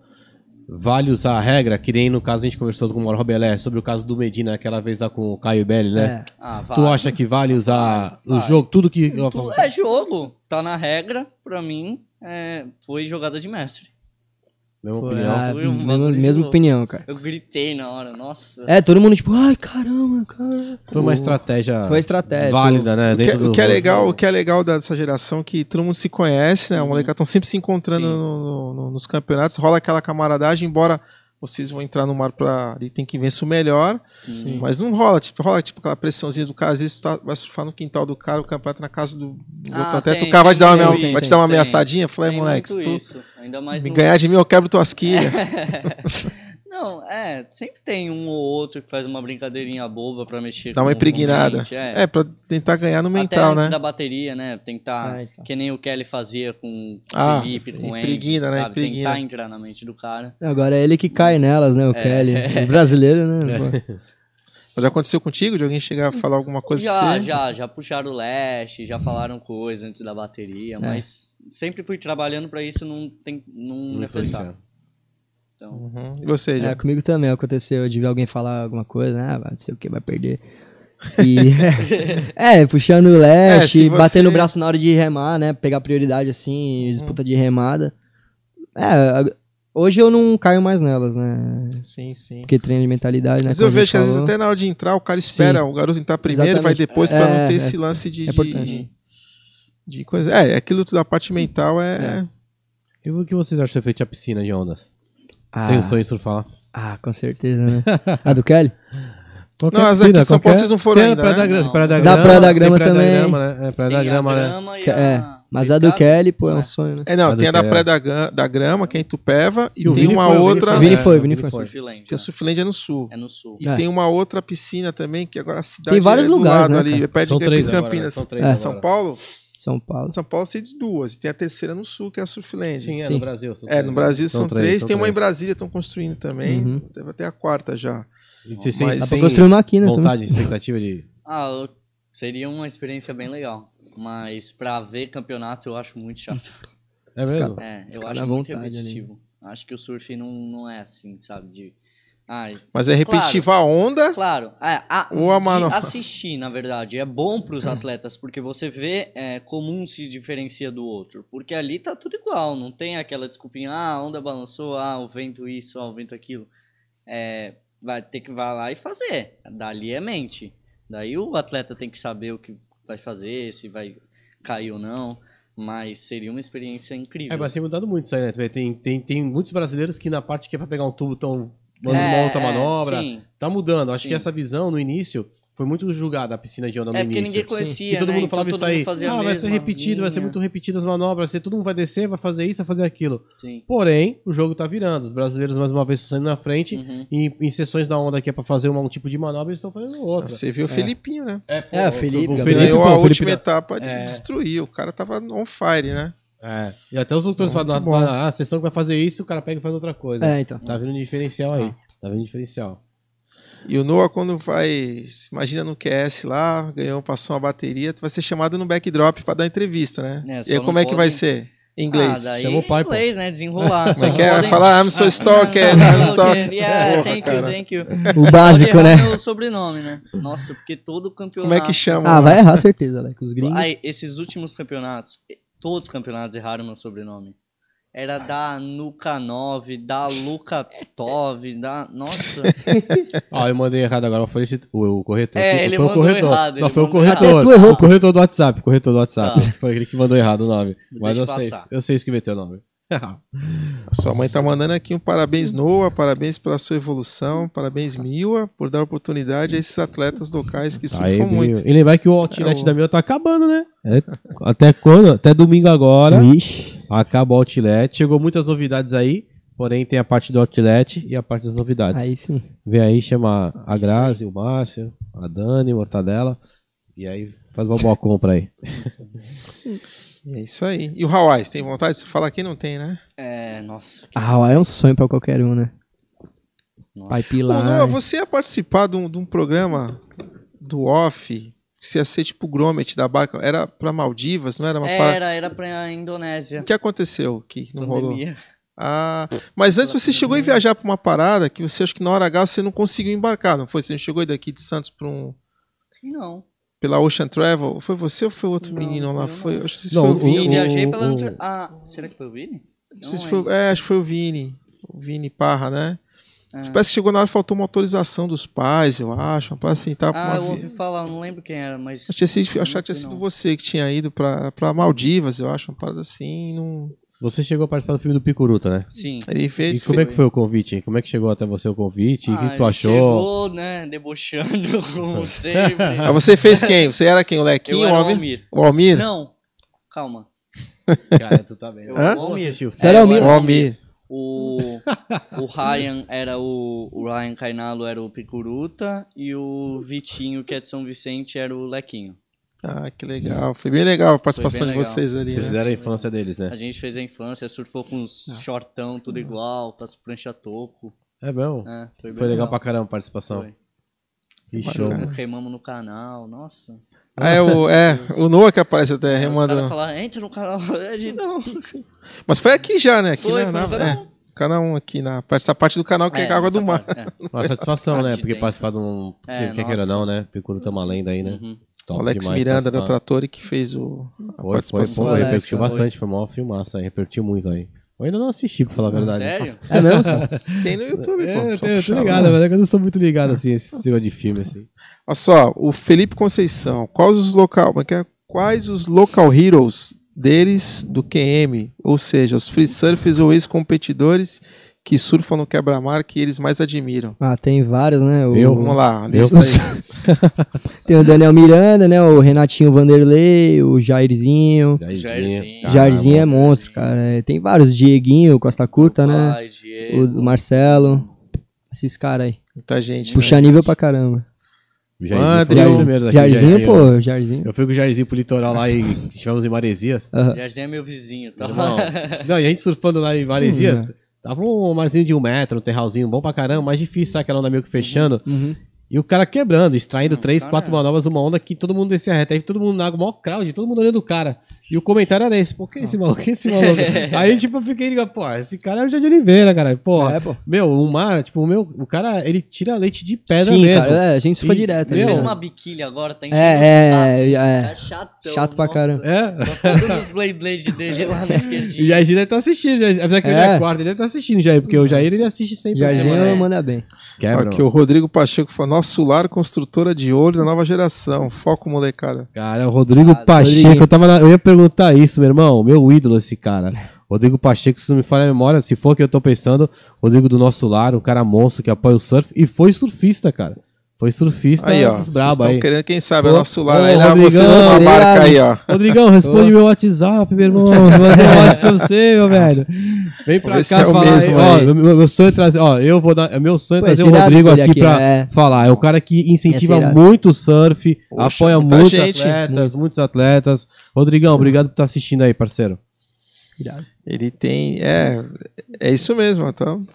vale usar a regra, que nem no caso a gente conversou com o Mauro Robelé sobre o caso do Medina, aquela vez lá com o Caio Belli, né?
É.
Ah,
Tu
vale.
acha que vale usar o
Vale.
jogo, tudo que.
Tu- é jogo, tá na regra. Pra mim, é, foi jogada de mestre.
Mesma
Pô,
opinião.
ah,
Foi um
mesma-
bagulho de
assim,
mesma
louco.
opinião, cara.
Eu gritei na hora, nossa.
É, todo mundo tipo, ai caramba, cara.
Foi uma estratégia
Foi estratégia.
válida, né?
O que,
dentro do-
o que é legal, o que é legal dessa geração é que todo mundo se conhece, né? O molecada estão sempre se encontrando
Uhum. Sim.
no- no- no- nos campeonatos, rola aquela camaradagem, embora vocês vão entrar no mar pra. Ele tem que vencer o melhor.
Hum.
Sim.
Mas não rola, tipo, rola tipo aquela pressãozinha do cara, às vezes tu tá, vai surfar no quintal do cara, o campeonato é na casa do do
Ah,
outro atleta,
tem,
o cara vai te dar uma,
tem,
amea-
tem,
vai te
tem,
dar uma
tem.
ameaçadinha, falei,
Tem
moleque, se
muito
tu
isso. É. Ainda mais
me
no-
ganhar de mim, eu quebro tuas quilhas.
Não, é, sempre tem um ou outro que faz uma brincadeirinha boba pra mexer
Dá uma
com o
impregnada.
ambiente, é.
É, pra tentar ganhar no mental,
Até antes
né?
da bateria, né? Tentar,
Ah, então.
que nem o Kelly fazia com o
Ah,
Felipe, com o Andy,
impregna, né?
sabe?
Impregna.
Tentar entrar na mente do cara.
Agora é ele que cai nelas, né? O
É.
Kelly. Brasileiro, né? pô?
Já aconteceu contigo de alguém chegar a falar alguma coisa pra
Já,
você?
já, já puxaram o leste, já falaram coisa antes da
É.
bateria, mas sempre fui trabalhando pra isso não tem não, me afetar.
Influenciar.
Então,
Uhum. E você,
É,
já?
comigo também aconteceu de ver alguém falar alguma coisa, né? Ah, vai, não sei o que, vai perder. E, é, puxando o
É, se
leste,
você- Uhum.
batendo o braço na hora de remar, né? Pegar prioridade assim, disputa de remada. É, a- hoje eu não caio mais nelas, né?
Sim, sim.
Porque treino de mentalidade, né?
Mas eu
como a gente
vejo que às vezes
falou.
até na hora de entrar, o cara espera o garoto entrar primeiro, vai
Exatamente.
depois, pra não
É,
ter
é.
esse lance de,
É
de,
importante.
de, de coisa. É, aquilo da parte mental é.
E o que vocês acham do efeito a piscina de ondas?
ah,
Tem um sonho de surfar?
Ah, com certeza, né? A do Kelly?
Qualquer
Não, as aqui de São Paulo vocês não foram
Tem
ainda,
Praia
né?
da Grama,
Não.
Praia da
Da
Grama.
Praia da
tem
Grama
Praia
também.
né? É, Praia da
tem a
Grama, né?
grama e
Que-
a-
é, Mas a do
Ricardo-
Kelly, pô, é
É.
um sonho, né?
É,
A
não,
do
tem a da
que é.
Praia da, Gan- da Grama, que é em Tupeva, e
o
tem
Vini
uma
foi, o Vini
outra.
foi.
Vini
É,
foi,
o
Vini
Vini
foi.
foi.
Surfilândia,
Tem o Surfilândia no sul.
é no sul.
E
É.
tem uma outra piscina também, que agora a cidade
Tem vários
é do
lugares,
lado
né,
ali,
cara?
perto
São
de
três agora,
Campinas.
são três
É.
agora.
São Paulo?
São Paulo.
São Paulo tem duas, e tem a terceira no sul, que é a Surfilândia.
Sim, é,
Sim.
no Brasil. são
É,
três.
no Brasil são, três,
são
tem uma em
três.
Brasília, estão construindo também.
Uhum.
Teve até a quarta já.
E Vocês têm-
Mas
Dá
Sim.
pra
têm
construir uma aqui, né? também.
vontade, expectativa de...
Ah, eu- seria uma experiência bem legal. Mas pra ver campeonato eu acho muito chato.
É mesmo?
É, eu
Fica
acho
na
muito
vontade ali.
repetitivo. Acho que o surf não, não é assim, sabe? De Ai,
Mas é repetitiva a onda.
Claro. É, a-
Ô,
de
mano.
assistir, na verdade, é bom para os atletas, porque você vê é, como um se diferencia do outro. Porque ali tá tudo igual, não tem aquela desculpinha, ah, a onda balançou, ah, o vento isso, ah, o vento aquilo. É, vai ter que vai lá e fazer. Dali é mente. Daí o atleta tem que saber o que vai fazer, se vai cair ou não. Mas seria uma experiência incrível.
É, mas tem mudado muito isso aí, né? velho? Tem, tem, tem muitos brasileiros que na parte que é pra pegar um tubo tão. Mano,
É,
monta a
é,
manobra.
sim.
Tá mudando. Acho
Sim.
que essa visão no início foi muito julgada a piscina de onda no
É porque
início.
ninguém conhecia,
E todo
né?
mundo
Então
falava
todo
isso aí.
mundo fazia a
ah, vai ser
mesma
repetido, vai ser
linha."
muito repetido as manobras, vai ser, todo mundo vai descer, vai fazer isso, vai fazer aquilo.
Sim.
Porém, o jogo tá virando. Os brasileiros, mais uma vez, estão saindo na frente.
Uhum.
E em sessões da onda que é pra fazer uma- um tipo de manobra, eles estão fazendo outra.
Você viu o Felipinho, né?
É, pô,
É, o Felipe,
o
Gabriel.
Felipe,
Ganhou
pô,
a
o Felipe
última
da-
etapa,
É.
destruiu. O cara tava on fire, né?
É. E até os doutores
Muito
falam,
bom.
ah, a sessão que vai fazer isso, o cara pega e faz outra coisa.
É, então.
Tá vendo diferencial aí. Tá vendo diferencial.
E o Noah, quando vai, se imagina no QS lá, ganhou, passou uma bateria, tu vai ser chamado no backdrop pra dar entrevista, né? e
É,
aí
só
como
não
é que vai
pode-
ser? Em inglês.
Ah, daí
Chama o pai, pô.
inglês, né? Desenrolar.
como é
Só
que é?
não
Vai
podem-
falar, I'm so stalker,
Ah,
I'm stalker.
Yeah,
Porra,
thank
cara.
you, thank you.
O básico,
Pode errar
né?
meu sobrenome, né? Nossa, porque todo campeonato.
Como é que chama?
Ah, vai errar, certeza, Alex. Os gringos.
Ai, esses últimos campeonatos, todos os campeonatos erraram meu sobrenome. Era da Nukanov, da Lukatov, da. Nossa.
Ó, eu mandei errado agora, mas foi esse- o, o corretor.
É,
que-
ele
foi o
mandou
corretor.
errado,
Não,
ele
foi o
mandou errado.
corretor.
Até tu errou.
O corretor do WhatsApp, corretor do WhatsApp.
Tá.
Foi ele que mandou errado o nome. Mas
Deixa
eu sei,
passar.
eu sei escrever teu nome.
Sua mãe tá mandando aqui um parabéns, Noah, parabéns pela sua evolução, parabéns, Mila, por dar oportunidade a esses atletas locais que surfam
Tá Aí,
muito.
meu. E lembrar que o outlet
É o-
da minha tá acabando, né? É, até quando? Até domingo agora.
Ixi.
Acaba o outlet. Chegou muitas novidades aí. Porém, tem a parte do outlet e a parte das novidades.
Aí sim.
Vem aí, chama
Ah,
a Grazi, o Márcio, a Dani, o Mortadela. E aí faz uma boa compra aí.
E É isso aí. E o Hawaii, você tem vontade de falar aqui? Não tem, né?
É, nossa.
Ah, Hawaii é um sonho pra qualquer um, né?
nossa.
Pai
Ô, Noah,
Pilar. né?
você ia participar de um, de um programa do off, que se ia ser tipo o Gromit da barca, era pra Maldivas, não era É uma parada?
Era, era pra Indonésia.
O que aconteceu que não rolou?
Pandemia.
Ah, mas antes você chegou a viajar pra uma parada que você acho que na hora H você não conseguiu embarcar, não foi? Você não chegou daqui de Santos para um
Não.
pela Ocean Travel? Foi você ou foi outro
Não,
menino lá? Foi,
foi eu não.
acho que
Não,
foi o
o-
Eu
Vini.
viajei pela.
o-
outra- Ah, será que foi o Vini?
Não sei se
Não
foi-
lembro.
é, acho que foi o Vini. O Vini Parra, né?
Ah.
Parece que chegou na hora faltou uma autorização dos pais, eu acho. Para assim, tava com
Ah,
uma
eu
vi-
ouvi falar, não lembro quem era, mas.
Acho que tinha sido-
Não
achar que tinha
fui,
sido
não.
você que tinha ido pra, pra Maldivas, eu acho, uma parada assim. Não...
Você chegou a participar do filme do Picuruta, né?
Sim.
Ele
E
fez.
como é que foi o convite? hein? Como é que chegou até você o convite? O
Ah,
que
ele
tu achou?
Chegou, né, debochando, como sempre.
Ah, você fez quem? Você era quem? O Lequinho?
eu era
o
o
Almir?
Almir.
O Almir?
Não, calma.
Cara, tu tá bem.
Eu,
Hã?
O
Vamos
Almir. É,
assistir o filme.
Tu era
eu
Almir?
O Almir.
O, o Ryan era o, o Ryan Cainalo era o Picuruta e o Vitinho, que é de São Vicente, era o Lequinho.
Ah, que legal. Foi bem legal a participação
bem
de
legal.
vocês ali.
Vocês
Né?
fizeram a infância deles, né?
A gente fez a infância, surfou com uns
Ah.
shortão tudo igual, com as prancha toco.
É bom.
né, foi, bem
Foi legal pra caramba a participação.
Foi.
Que show.
Bacana.
Remamos no canal, nossa.
Ah, é o, é, o Noah que aparece até
Os caras
remando.
falaram, entra no canal, a gente não. Foi,
Mas foi aqui já, né? Aqui
foi
na,
no
na,
canal.
é, canal 1 aqui, na, essa parte do canal que é,
É,
água do
essa
mar.
parte, é.
Uma satisfação, né?
Parte
Porque
bem.
participar de um.
É,
quer queira ou
nossa.
não, né? Picuruta é uma lenda aí, né?
Uhum.
Top
Alex
demais
Miranda né? da
participar.
Trattori que fez o, a
Foi, foi,
participação.
foi,
Alex,
repercutiu
foi.
bastante, foi mó filmaça aí, repercutiu muito aí. Eu ainda não assisti, pra falar a verdade.
Sério?
É mesmo? Santos?
Tem no YouTube, pô.
É, eu,
só
tô, eu tô
puxar lá.
ligado, mas é que eu não sou muito ligado assim, esse estilo de filme, assim.
Olha só, o Felipe Conceição, quais os local, como é que é? quais os local heroes deles do QM, ou seja, os free surfers ou ex-competidores que surfam no quebra-mar que eles mais admiram.
Ah, tem vários, né? O-
Eu-
Vamos lá, a lista
Eu-
aí.
Tem o Daniel Miranda, né? O Renatinho Vanderlei, o Jairzinho.
Jairzinho.
Caralho,
Jairzinho é
nossa.
monstro, cara. É, Tem vários. Dieguinho, Costa Curta, né?
Pai, Diego.
O do Marcelo. Esses caras aí.
Muita gente. né?
Puxa nível pra caramba.
O Jairzinho
Andrew.
foi o primeiro daqui,
Jairzinho,
né?
pô, Jairzinho.
Eu fui com o Jairzinho pro litoral lá e estivemos em Maresias.
Aham.
Jairzinho é meu vizinho, tá?
Irmão, Não, e a gente surfando lá em Maresias, tava um marzinho de um metro, um terralzinho bom pra caramba, mais difícil, sabe? Aquela onda meio que fechando.
Uhum.
E o cara quebrando, extraindo
Não,
três,
cara,
quatro
é.
manobras, uma onda que todo mundo descia reto. Aí todo mundo na água, maior crowd, todo mundo olhando o cara. E o comentário era esse, pô, que esse maluco, que esse maluco. Aí, tipo, eu fiquei ligado, pô, esse cara é o Jô de Oliveira, cara. Pô,
É, pô.
meu, o mar, tipo, o meu, o cara, ele tira leite de pedra
Sim,
mesmo.
cara, é, a gente se foi
E,
direto.
meu,
né?
Fez
Não.
uma biquília agora, tá
É, é,
o saco,
é.
tá chatão,
Chato pra
nossa.
caramba.
É.
Só fazendo os Blade Blade dele lá na
E o
esquerdinha.
Jair deve estar assistindo, Jair. apesar que ele
É.
é quarto, ele deve estar assistindo, Jair, porque o Jair ele assiste sempre. a
Jardim
semana.
né?
manda bem.
Quebra,
Aqui, o Rodrigo Pacheco falou: nosso lar, construtora de ouro da nova geração. Foco, molecada.
Cara, o Rodrigo
Ah,
Pacheco,
Rodriguinho.
eu, tava na- eu ia perguntar isso, meu irmão, meu ídolo esse cara. Rodrigo Pacheco, se não me falha a memória, se for o que eu tô pensando, Rodrigo do nosso lar, um cara monstro que apoia o surf e foi surfista, cara. Foi surfista
Aí, ó.
dos
Vocês
Tá brabo
estão
aí.
querendo, quem sabe, é
Ô,
nosso lar
ô,
aí, né? Vocês
Rodrigão,
uma barca aí, ó.
Rodrigão, responde meu WhatsApp, meu irmão. Eu Mandei um WhatsApp pra você, meu velho. Vem pra
Vamos ver
cá
se é o
falar.
mesmo
ó,
aí.
meu, meu sonho é trazer. Ó, eu vou dar. Meu sonho é
Pô,
trazer
é
o
irado
Rodrigo
ele
aqui,
aqui,
pra
é.
falar. É um cara que incentiva
irado.
muito o surf,
Poxa,
apoia
muita
muitos
gente.
atletas, muitos atletas. Rodrigão, obrigado por estar assistindo aí, parceiro.
Irado.
Ele tem. É, é isso mesmo, então.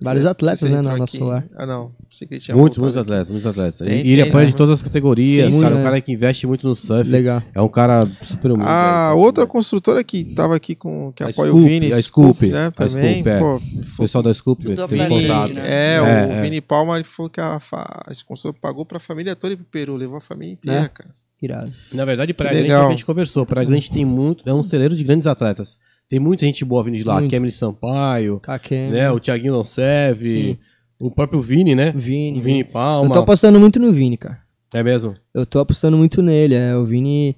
Vários atletas,
Você
né,
entrou
no
aqui.
nosso lar.
Ah, não. Pensei que ele tinha
Muitos, muitos
voltado
atletas, muitos atletas.
Tem,
e ele
tem,
apoia
né?
de todas as categorias,
Sim,
cara.
né?
Um cara que investe muito no surf.
Legal.
É um cara super humilde.
Ah,
aí. Hum.
outra construtora que tava aqui com que
A
apoia o
Scoop,
Vini,
a Scoop,
né?
a
Também.
Scoop, é.
Pô,
O pessoal da Scoop
Tudo
tem
aparente,
contato.
né?
É, o
É, é.
Vini Palma ele falou que a, fa- a construtora pagou pra família toda ir pro Peru, levou a família inteira,
É.
cara.
Irado.
Na verdade, Praia
Que
Grande,
legal.
a gente conversou. Praia Grande tem muito, é um celeiro de grandes atletas. Tem muita gente boa vindo de lá.
Muito.
Kemily Sampaio,
Kakem,
né? O Thiaguinho Lancev,
Sim.
o próprio Vini, né?
Vini.
O Vini
Eu
Palma.
tô apostando muito no Vini, cara.
É mesmo?
Eu tô apostando muito nele. É, o Vini.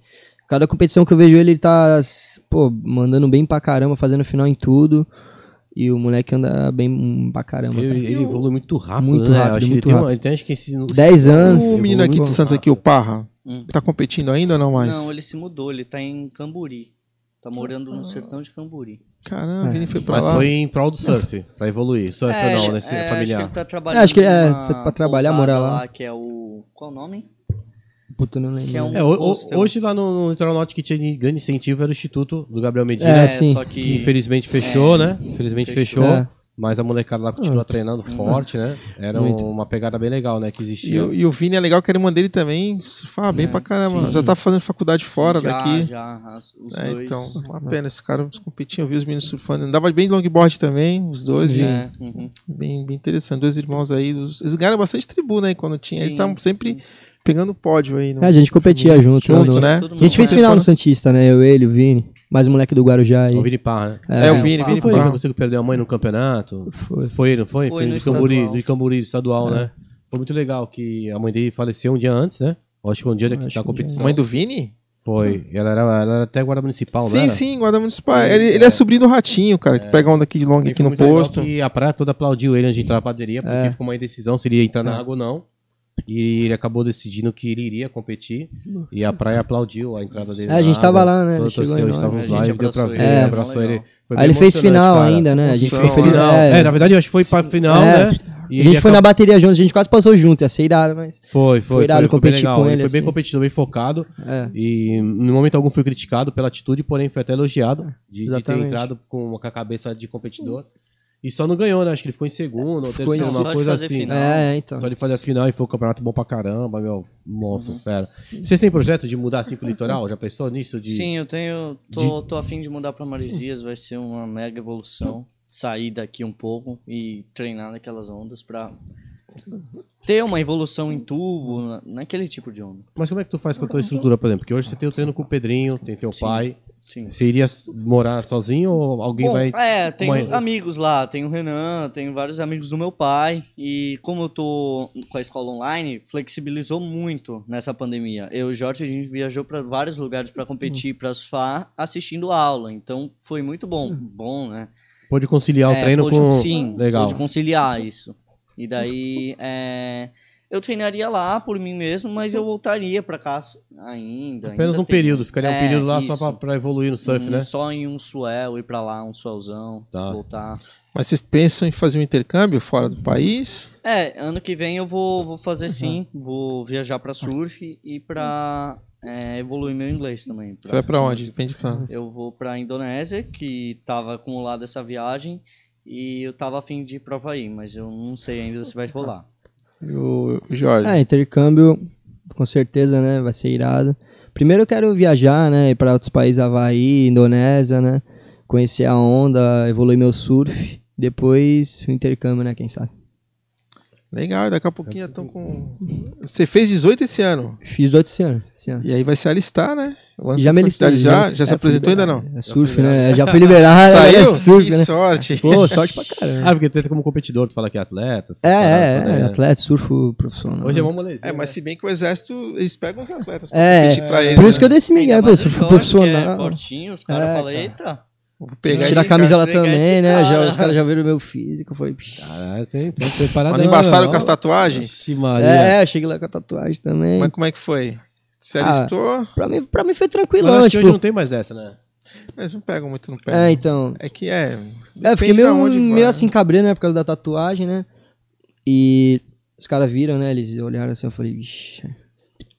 Cada competição que eu vejo ele, ele tá, s- pô, mandando bem pra caramba, fazendo final em tudo. E o moleque anda bem pra caramba.
Ele,
Cara.
ele evolui muito rápido,
Muito
né?
rápido,
Acho que ele,
muito
tem
rápido.
uma, ele tem, acho que esse... no-
10 anos.
O menino aqui de Santos aqui, o Parra,
Hum.
tá competindo ainda ou não mais?
Não, ele se mudou, ele tá em Camburi. Tá morando no sertão de Camburi.
Caramba,
É.
o Vini foi pra
Mas
lá.
foi em prol do surf, pra evoluir. Surf
É,
ou
acho-
não, nesse
é, Acho que
familiar.
ele tá trabalhando.
É, acho que ele é,
numa
foi pra trabalhar,
pousada
morar lá.
Que é o. Qual o nome?
Puta, não lembro.
Que é um-
É, ho- ho-
Hostel.
hoje lá no, no Litoral Norte que tinha grande incentivo era o Instituto do Gabriel Medina,
É, sim.
só
que
que.
infelizmente fechou, né? Infelizmente
Fechou.
fechou.
É.
Mas a molecada lá continua treinando forte, né? Era
Muito.
uma pegada bem legal, né? Que
E,
existia.
o- e o Vini é legal que a irmã dele também surfava bem pra caramba.
sim.
Já tá fazendo faculdade fora
já,
daqui.
Já, as- os
É,
dois.
então, uma pena, esses caras competiam, eu vi os meninos surfando. Andava bem de longboard também, os dois, vi-
É, uhum.
bem, bem interessante. Dois irmãos aí, dos- eles ganharam bastante tribuna aí quando tinha. Eles
Sim,
estavam sempre pegando pódio aí. no-
É, a gente competia junto.
Junto,
né?
né?
Todo
A gente
mundo,
fez final
Quando-
no Santista, né? Eu, ele, o Vini. Mais o moleque do Guarujá aí.
O Vini Parra, né?
É,
É,
o
o
Vini, Vini
Paulo
Não foi ele que
Parra.
conseguiu perder a mãe no campeonato?
Foi.
Foi, não foi?
Foi,
Foi,
no
do Camburi,
estadual.
do Camburi, do estadual,
É.
né? Foi muito legal que a mãe dele faleceu um dia antes, né? Eu Acho que um dia da,
Acho
da
que
competição.
Mãe do Vini?
Foi. Ela era, ela era até guarda municipal, né?
sim, sim, guarda municipal. Ele, ele é sobrinho do Ratinho, cara,
É.
que pega onda aqui de longa aqui no posto.
E a praia toda aplaudiu ele antes de entrar na padaria, porque
É.
ficou uma indecisão se ele ia entrar na água ou não. E ele acabou decidindo que ele iria competir. E a praia aplaudiu a entrada dele.
É, a
na
gente
água.
tava lá, né? Ele
Toda
chegou
torcida,
em
eles
nós.
estavam
A
lá,
gente
ele deu pra
abraçou
ver,
ele,
ele
é,
abraçou
legal.
ele. Foi
Aí
bem
ele fez
emocionante,
final
cara.
ainda, né? A gente
Nossa,
fez
mano.
final.
Final. É, na verdade eu acho que foi pra final,
É.
né? E
A gente
ele
foi na
acabou-
bateria junto, a gente quase passou junto, ia ser irado, mas.
Foi,
foi
foi, foi,
irado
foi, bem
competir
legal.
com
ele
ele,
foi bem
assim.
competidor, bem focado.
É.
E no momento algum foi criticado pela atitude, porém foi até elogiado de, de ter
Exatamente.
entrado com, com a cabeça de competidor. E só não ganhou, né? Acho que ele ficou em segundo ou
Ficou em
terceiro,
segundo. Só
uma
de
coisa
fazer
assim.
final. Uhum.
É, então.
Só de fazer a final e foi um campeonato bom pra caramba, meu. Monstro, fera. Vocês têm projeto de mudar assim pro litoral? Já pensou nisso? De...
Sim, eu tenho. Tô, tô afim de mudar pra Maresias, vai ser uma mega evolução. Sair daqui um pouco e treinar naquelas ondas pra ter uma evolução em tubo, na- naquele tipo de onda.
Mas como é que tu faz com a tua estrutura, por exemplo? Porque hoje você tem o treino com o Pedrinho, tem teu
Sim.
pai.
Sim.
Você iria s- morar sozinho ou alguém
Bom,
vai.
É, tenho
Mãe-
amigos lá, tenho o Renan, tenho vários amigos do meu pai. E como eu tô com a escola online, flexibilizou muito nessa pandemia. Eu e o Jorge, a gente viajou para vários lugares para competir, para surfar, assistindo aula. Então foi muito bom. Bom, né?
Pode conciliar o
É,
treino
pude-
com.
Sim,
Legal.
pude conciliar isso. E daí, é, eu treinaria lá por mim mesmo, mas eu voltaria pra casa ainda.
Apenas
ainda
um
tenho-
período, ficaria um
É,
período lá só
isso.
pra, pra evoluir no surf,
Uhum,
né?
Só em um swell, ir pra lá, um swellzão,
Tá.
voltar.
Mas vocês pensam em fazer um intercâmbio fora do país?
É, ano que vem eu vou, vou fazer sim, vou viajar pra surf e pra é, evoluir meu inglês também. pra-
Você vai pra onde? Depende pra...
Eu vou pra Indonésia, que tava acumulada essa viagem, e eu tava afim de ir pra Havaí, mas eu não sei ainda se vai rolar.
E o o Jorge.
É, intercâmbio, com certeza, né? Vai ser irado. Primeiro eu quero viajar, né? Ir pra outros países, Havaí, Indonésia, né? Conhecer a onda, evoluir meu surf. Depois o intercâmbio, né? Quem sabe.
Legal, daqui a pouquinho já estão com. Você fez 18 esse ano.
Fiz outro esse ano. Esse ano.
E aí vai se alistar, né? O ano
Já me alistei,
Já,
já-
já se
é,
apresentou ainda não?
É surf, né? Já fui liberado.
Saiu?
É surf,
que
né?
sorte.
Pô, sorte pra caramba.
Ah, porque tu entra como competidor, tu fala que é atleta. essas
É,
paradas todas
é,
aí,
é,
né?
atleta, surfo profissional.
Hoje é uma molezinha.
É, mas se bem que o exército, eles pegam os atletas pra
É,
competir pra eles.
Por isso que
né?
eu dei esse Miguel, pô,
mais o
surfo
Jorge, Que é
profissional.
fortinho, os caras
É,
falam,
cara.
eita.
Vou pegar
Tirar a
esse
camisa
cara.
lá
pegar esse
também, né? Já,
cara.
os caras já viram meu físico. Eu falei, "Pixi".
Caralho, tem, tem que ser parada.
Mas não embaçaram com as tatuagens?
Maria.
É, é, eu cheguei lá com a tatuagem também.
Mas como é que foi? Se
Ah.
alistou,
Pra, mim, pra mim foi
Mas
tranquilão,
acho que
tipo.
hoje não tem mais dessa, né?
eles não pegam muito no pé.
É,
né?
então.
É que é.
É, eu
depende
fiquei
da
meio,
onde vai,
meio
né?
assim cabreiro, né? Por causa da tatuagem, né? E os caras viram, né? Eles olharam assim, eu falei, vixi.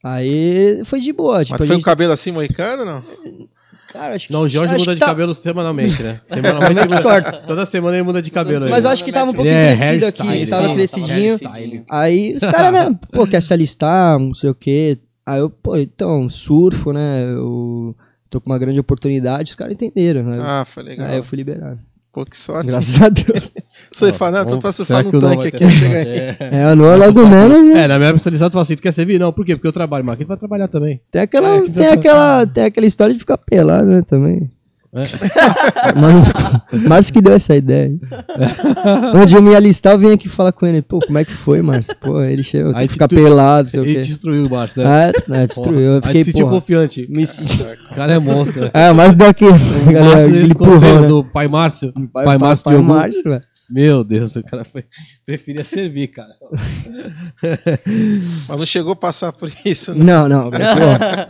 Aí foi de boa, tipo,
Mas
a
foi
gente-
o cabelo assim, moicano, não?
cara, acho que.
Não, o Jorge
acho
muda
que
de
tá-
cabelo semanalmente, né? Semanalmente ele muda. Toda semana ele muda de cabelo.
Mas
aí.
Mas eu acho que tava um pouco
Ele é
crescido aqui,
hairstyle,
tá
tava
sim.
crescidinho.
Tá,
Tava crescidinho.
Aí os caras, né, pô, quer se alistar, não sei o quê. Aí eu, pô, então, surfo, né? Eu tô com uma grande oportunidade, os caras entenderam, né?
Ah, foi legal.
Aí eu fui liberado.
Pô, que sorte.
Graças a Deus.
Surfar, não, tô
Vamos-
pra
será
surfar
que
no
eu não
tanque
vou
aqui.
ter-
Chega aí.
É.
É, não é logo menos, né?
É, na minha personalidade tu fala assim, tu quer servir? Não, por quê? Porque eu trabalho, mas quem vai trabalhar também?
Tem aquela,
É, que
tem,
tá-
aquela, tem aquela história de ficar pelado, né, também.
É.
Mano, Márcio que deu essa ideia. aí. Antes de eu me alistar, eu vim aqui falar com ele. Pô, como é que foi, Márcio? Pô, ele chegou, tem
Aí
que ficar
tu-
pelado, sei o
Ele
quê.
destruiu o Márcio, né?
Ah, não, destruiu. Eu
Porra. Aí
fiquei,
se sentiu
porra,
confiante.
me senti...
O cara é monstro. né?
Ah, mas daqui, galera,
Márcio,
aquele
esses
empurrão,
conselhos
né?
do pai Márcio. Pai, Márcio
pai
de Ogum.
Márcio, velho.
Meu Deus, o cara foi... preferia servir, cara.
Mas não chegou a passar por isso, né?
Não, não, pô,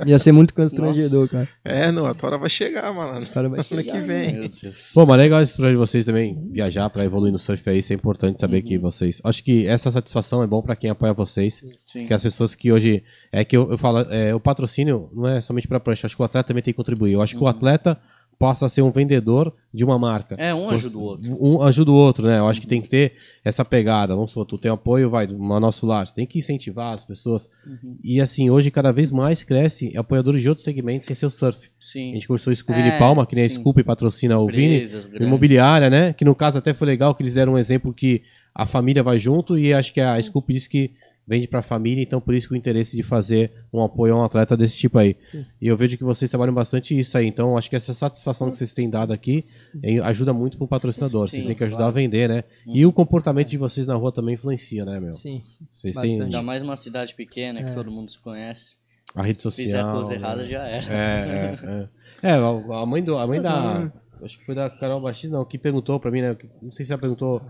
ia ser muito constrangedor, cara.
É, não, a Tora vai chegar, malandro.
O cara vai né?
Ano que vem.
Meu Deus.
Pô, mas legal esse projeto de vocês também, viajar pra evoluir no surf aí, isso é importante saber que vocês... Acho que essa satisfação é bom pra quem apoia vocês,
Sim.
que as pessoas que hoje... É que eu, eu falo, é, o patrocínio não é somente pra prancha, acho que o atleta também tem que contribuir. Eu acho que o atleta passa a ser um vendedor de uma marca.
É, um ajuda o outro.
Um ajuda o outro, né? Eu acho que tem que ter essa pegada. Vamos supor, tu tem apoio, vai, do nosso lar. Você tem que incentivar as pessoas.
Uhum.
E assim, hoje cada vez mais cresce apoiadores de outros segmentos sem ser o surf. A
Sim.
gente conversou isso com o Vini
É,
Palma, que nem a
sim.
Scoop patrocina o Vini.
Empresas grandes.
Imobiliária, né? Que no caso até foi legal que eles deram um exemplo que a família vai junto e acho que a Scoop disse que vende pra família, então por isso que o interesse de fazer um apoio a um atleta desse tipo aí. E eu vejo que vocês trabalham bastante isso aí, então acho que essa satisfação que vocês têm dado aqui eh, ajuda muito pro patrocinador. vocês
Sim,
têm que ajudar a vender, né? E o comportamento de vocês na rua também influencia, né, meu?
Sim.
Vocês têm
bastante.
Ainda mais uma cidade pequena que todo mundo se conhece.
a rede
Se fizer
social.
coisa
né?
errada, já era.
É, é, é. É, a a mãe, do, a mãe da. Acho que foi da Carol Bastis, não, que perguntou pra mim, né? que- Não sei se ela perguntou.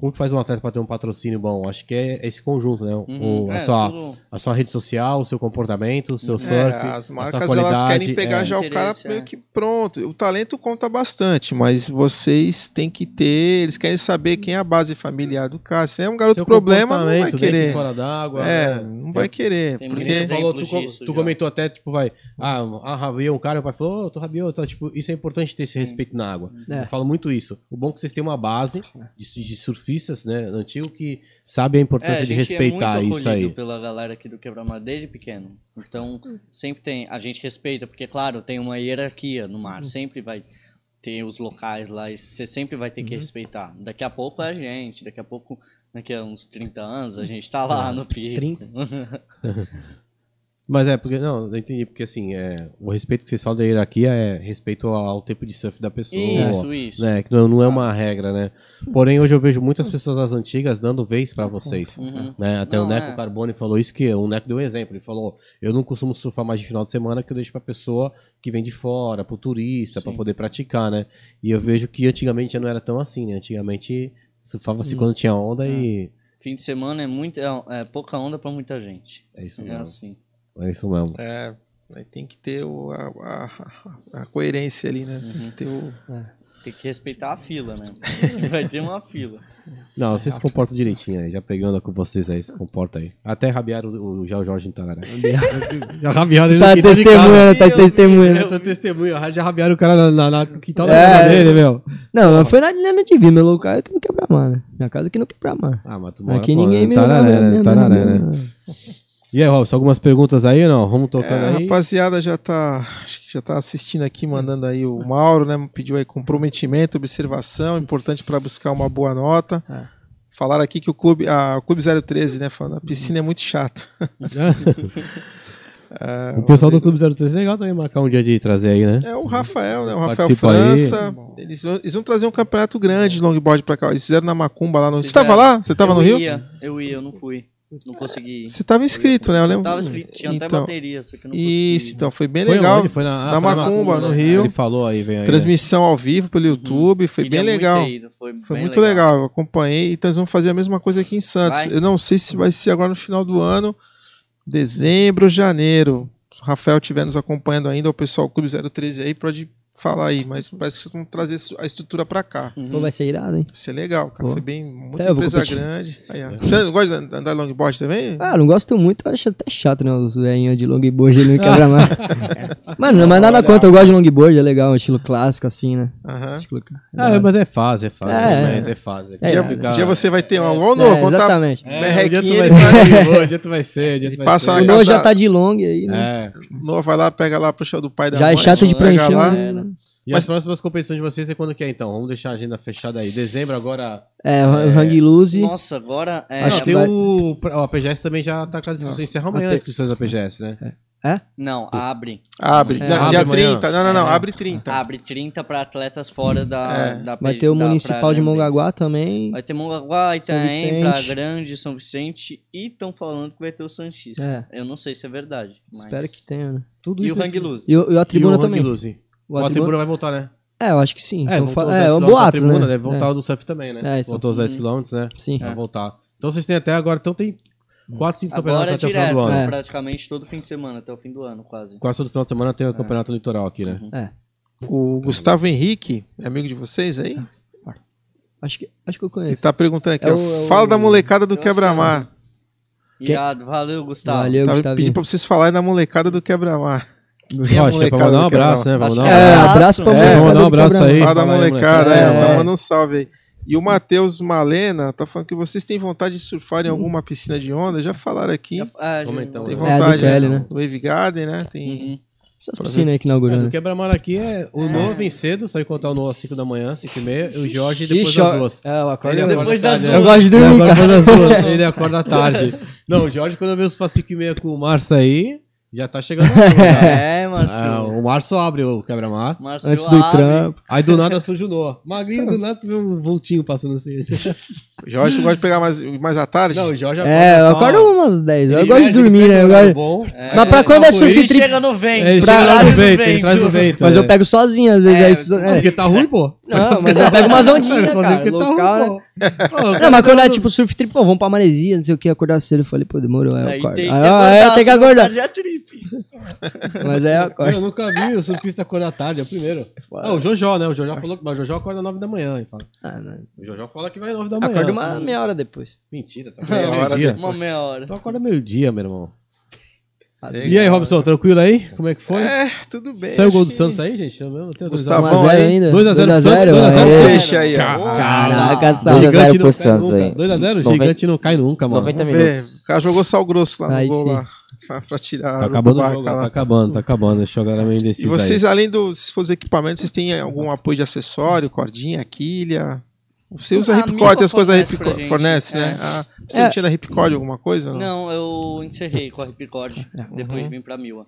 Como que faz um atleta pra ter um patrocínio bom? Acho que é esse conjunto, né? O-
Uhum.
a,
É,
sua,
tudo-
a sua rede social, o seu comportamento, o seu surf.
É, as marcas elas querem pegar
é.
já o cara
Interesse, é.
meio que pronto. O talento conta bastante, mas vocês têm que ter. Eles querem saber quem é a base familiar do cara. Se é um garoto
Seu
problema, não vai
comportamento, né, dentro e
querer.
fora d'água.
É,
né?
não vai querer.
Tem
Porque
Tem
ele
Porque
exemplo.
falou, tu,
exemplos
com-
disso
tu
já.
comentou até, tipo, vai, ah, ah rabiou um cara, o pai falou, ô, tu rabiou, então, tipo, isso é importante ter esse respeito na água.
É.
Eu falo muito isso. O bom é que vocês têm uma base
É.
de, de surfistas, né, antigo, que sabe a importância
É, a
de
gente
respeitar
é muito
isso
acolhido
aí.
pela galera aqui do Quebra-Mar desde pequeno. Então, sempre tem. A gente respeita, porque, claro, tem uma hierarquia no mar. Sempre vai ter os locais lá. e Você sempre vai ter que respeitar. Daqui a pouco é a gente. Daqui a pouco, daqui a uns 30 anos, a gente tá
É.
lá no pico.
30.
Mas é, porque, não, eu entendi, porque assim, é, o respeito que vocês falam da hierarquia é respeito ao, ao tempo de surf da pessoa.
Isso, isso.
Né, que não, não é uma regra, né? Porém, hoje eu vejo muitas pessoas das antigas dando vez pra vocês.
Uhum.
né? Até o
Não,
Neco
é.
Carbone falou isso, que o Neco deu um exemplo. Ele falou: Eu não costumo surfar mais de final de semana, que eu deixo pra pessoa que vem de fora, pro turista, pra
Sim.
poder praticar, né? E eu vejo que antigamente já não era tão assim, né? Antigamente surfava-se quando tinha onda e.
Fim de semana é, muito, é, é pouca onda pra muita gente.
É isso
É
mesmo.
assim.
É isso mesmo.
é, aí tem que ter o- a, a- a coerência ali, né? Tem que ter o.
Tem que respeitar a fila, né? Sempre vai ter uma fila.
Não, vocês se comportam direitinho aí, já pegando com vocês aí, se comporta aí. Até rabiaram o, o- já o Jorge tá, né? Tararé. já rabiaram ele
Tá
no quintal de casa.
testemunha, tá
Meu
testemunha.
Eu tô testemunha, já rabiaram o cara na, na, na no quintal da
É.
casa dele, né? meu.
Não, mas foi na linha de vir, meu é lugar aqui no Quebra-Mar, né? Minha casa aqui no Quebra-Mar.
Ah, mas tu mora
Aqui
pô,
ninguém
no
me
Tararé,
nada,
né?
né?
Tararé, né? E aí, Robson, algumas perguntas aí ou não? Vamos tocando
É, a
aí.
rapaziada já tá, acho que já tá assistindo aqui, mandando aí o Mauro, né? Pediu aí comprometimento, observação, importante para buscar uma boa nota.
É.
Falaram aqui que o clube, ah, o clube 013, né, falando, a piscina é muito chato.
o pessoal do Clube 03 é legal também marcar um dia de trazer aí, né?
É o Rafael, né? O Rafael
Participa aí. Tá
França. Eles vão, eles vão trazer um campeonato grande de longboard pra cá. Eles fizeram na Macumba lá no. Você
Fizeram.
tava lá? Você tava
eu
no Rio?
Ia, eu ia, eu não fui. Não consegui. ir.
Você tava inscrito, né? Eu lembro.
Tava escrito, tinha até
então,
bateria, só que eu não consegui.
Isso, então foi bem
Foi
legal.
aonde? Foi na,
na
foi na
Macumba, no
né?
Rio.
Ele falou aí, vem aí. né?
Transmissão ao vivo pelo YouTube, foi
Queria
bem
Uhum. muito
legal.
ter ido, Foi,
Foi
bem
muito legal. eu acompanhei. Então eles vão fazer a mesma coisa aqui em Santos.
Vai.
Eu não sei se vai ser agora no final do ano, dezembro, janeiro. Se o Rafael estiver nos acompanhando ainda, o pessoal do Clube 013 aí pode falar aí, mas parece que vocês vão trazer a estrutura pra cá.
Uhum.
Pô, vai ser irado, hein?
Isso é legal, cara.
Pô.
Foi bem, muita
Até É, eu vou
empresa
competir. É.
grande. Aí, ó. Você não gosta de andar longboard também?
Ah, não gosto muito, eu acho até chato, né? Os velhinhos de longboard ele não quebra mais. Mano, não, mas nada
Olha.
contra, eu gosto de longboard, é legal, um estilo clássico assim, né?
Aham.
Estilo clá-
Ah, mas é fase, é fase.
É,
É, é, fase.
É,
Um dia,
Quer ficar-
dia você vai ter um. Igual o Noah,
é,
quando tá-
exatamente.
É, um dia tu
Berrequinha,
vai
ele
ser,
vai-
de boa, um dia tu vai ser, um dia tu vai
Passa
ser.
uma
O
casa-
Noah já tá de long aí, né?
É.
Noah vai lá, pega lá pro show do pai da
já é
mãe.
chato de
pega
pranchão.
lá.
né?
E
Mas-
as próximas competições de vocês é quando que é então? Vamos deixar a agenda fechada aí. Dezembro agora.
É, o hang loose.
Nossa, agora é.
não,
Acho que
tem
vai-
o. ó, A PGS também já tá com as inscrições. Encerra amanhã as
A P-
inscrições da PGS, né?
Não, abre.
Abre.
É.
Não,
Abre
dia
amanhã.
30. Não, não, não. Abre 30.
Abre 30 para atletas fora da,
Tá. É.
da
Vai
pe-
ter o
da
Municipal
Praia
de
Olímpica.
Mongaguá também.
Vai ter Mongaguá, Itaém,
Vicente.
Praia Grande, São Vicente e estão falando que vai ter o Santista.
É,
Eu não sei se é verdade. Mas...
espero que tenha, né?
Tudo
E o
vai
Hang Luz.
E, o- e a tribuna também.
O, a tribuna vai voltar, né?
É, eu acho que sim. Então
voltou
fa-
os
É,
10
o
quilômetros da
boato, né?
tribuna, Deve voltar o do surf também, né?
É, isso.
Voltou os 10
Uhum.
km, né?
É, Hum. sim.
Vai
É.
voltar. Então vocês têm até agora. Então tem 4, 5
Agora
campeonatos
é
até o final
direto,
do ano.
É.
praticamente todo fim de semana, até o fim do ano, quase.
Quase todo final de semana
É.
tem o campeonato litoral aqui,
Uhum.
né?
O Gustavo Henrique, é amigo de vocês aí,
Acho que, acho que eu
ele
conheço.
Então,
tá perguntando aqui,
É
ó,
o- é
fala
o-
da molecada do
Eu acho que é
quebra-mar.
Irado, valeu, Gustavo.
Valeu,
Tava
Gustavinho.
pedindo pra vocês falarem da molecada do quebra-mar. Quem é
Lógico, é pra
molecada
mandar um
do quebra-mar?
abraço, né? Pra
Acho
mandar um
que
abraço.
É, abraço pra
É,
molecada
mandar um
do
abraço
Quebra-Mar.
aí.
Fala da
Fala aí,
molecada,
molecada.
aí, ó, tá
É.
mandando um salve aí. E o Matheus Malena tá falando que vocês têm vontade de
Hum.
surfar em alguma piscina de onda, já falaram aqui.
Já- ah, já-
Comentamos,
Tem
É,
do
vontade,
PL, né? Hum.
Do Wave Garden, né? Tem...
Uhum.
Essas piscinas aí que inaugurou,
É, do
né?
quebra-mar aqui é. O Noah vem cedo, saiu contar o Noah às 5 da manhã, 5 e meia, e o Jorge depois
Ixi,
das
ó,
duas.
É, eu acordo.
Ele acorda
Depois
tarde,
das
né?
duas.
Eu gosto de
Ele
dormir,
acorda
cara.
depois das duas, ele acorda à tarde. Não, o Jorge, quando eu vejo os faço 5 e meia com o Márcio aí, já tá chegando. no sono, cara.
É, Márcio.
Ah, o Márcio abre o
um
quebra-mar.
Márcio
Antes do
abre.
trampo.
Aí do nada surge o Noah. Magrinho, do nada tu vê um voltinho passando assim.
O Jorge gosta de pegar mais, mais à tarde.
Não, o Jorge
É, eu
só-
acordo umas 10.
ele
Eu gosto de
mede,
dormir,
ele
né?
tem
Eu
um
gosto-
horário bom.
É,
Mas pra quando é surf
ele
trip-
chega no vento.
Ele chega lá no
traz o
vento, ele traz o vento.
Mas eu
é.
pego sozinho, às vezes.
É,
aí so-
Não,
é.
Porque tá ruim, pô.
Não, mas eu pego umas ondinhas,
Sozinho
cara.
porque tá
local, né?
ruim, pô. Pô,
Não, mas quando é tipo surf trip, pô, vamos pra maresia, não sei o que, acordar cedo. Eu falei, pô, demorou, aí eu
Aí
acordo.
tem
Aí,
que
Ah, ó, aí eu tenho que
senão
acordar.
tá já trip.
Mas aí eu
Meu,
acordo.
Eu nunca vi o surfista acordar tarde, é o primeiro. Ah, o Jojó, né? O Jojó falou que mas o Jojó acorda 9 da manhã. Ele fala.
Ah, mano.
O Jojó fala que vai 9 da manhã.
Acordo uma meia hora depois.
Mentira, tá
Meia hora
meio-dia.
Uma meia
Tu
Então,
hora.
Então acorda meio-dia, meu irmão.
Legal.
E aí, Robson, tranquilo aí? Como é que foi?
É, tudo bem.
Saiu o
acho
gol do
que-
Santos né? aí, gente? Eu não tenho um.
Gustavo,
atualizado.
1 a 0
hein?
ainda.
2 a 0 pro Santos, 2 a 0
pro
é.
Santos. Fecha aí, ó.
Caraca,
O
Dois a
salve.
zero
gigante
pro
não cai
Santos aí.
nunca. 2x0, o
Noventa-
gigante não cai nunca, mano.
90
Vamos ver.
minutos.
O cara jogou sal grosso lá no
Aí
gol
sim.
lá. Pra, pra tirar
Tá
a
acabando o
barca
jogo, tá
lá.
acabando, tá acabando. Deixa eu galera meio indeciso
E
aí.
vocês, além dos for os equipamentos, vocês têm algum apoio de acessório, cordinha, quilha? Você usa
Ah, A
ripcord,
Mipa
as coisas
fornece pra
ripcord
gente,
fornece, né?
é.
Ah, você
É.
não tinha da ripcord alguma coisa? ou
Não, eu encerrei com a Ripcord. Depois
Uhum.
vim pra Mila.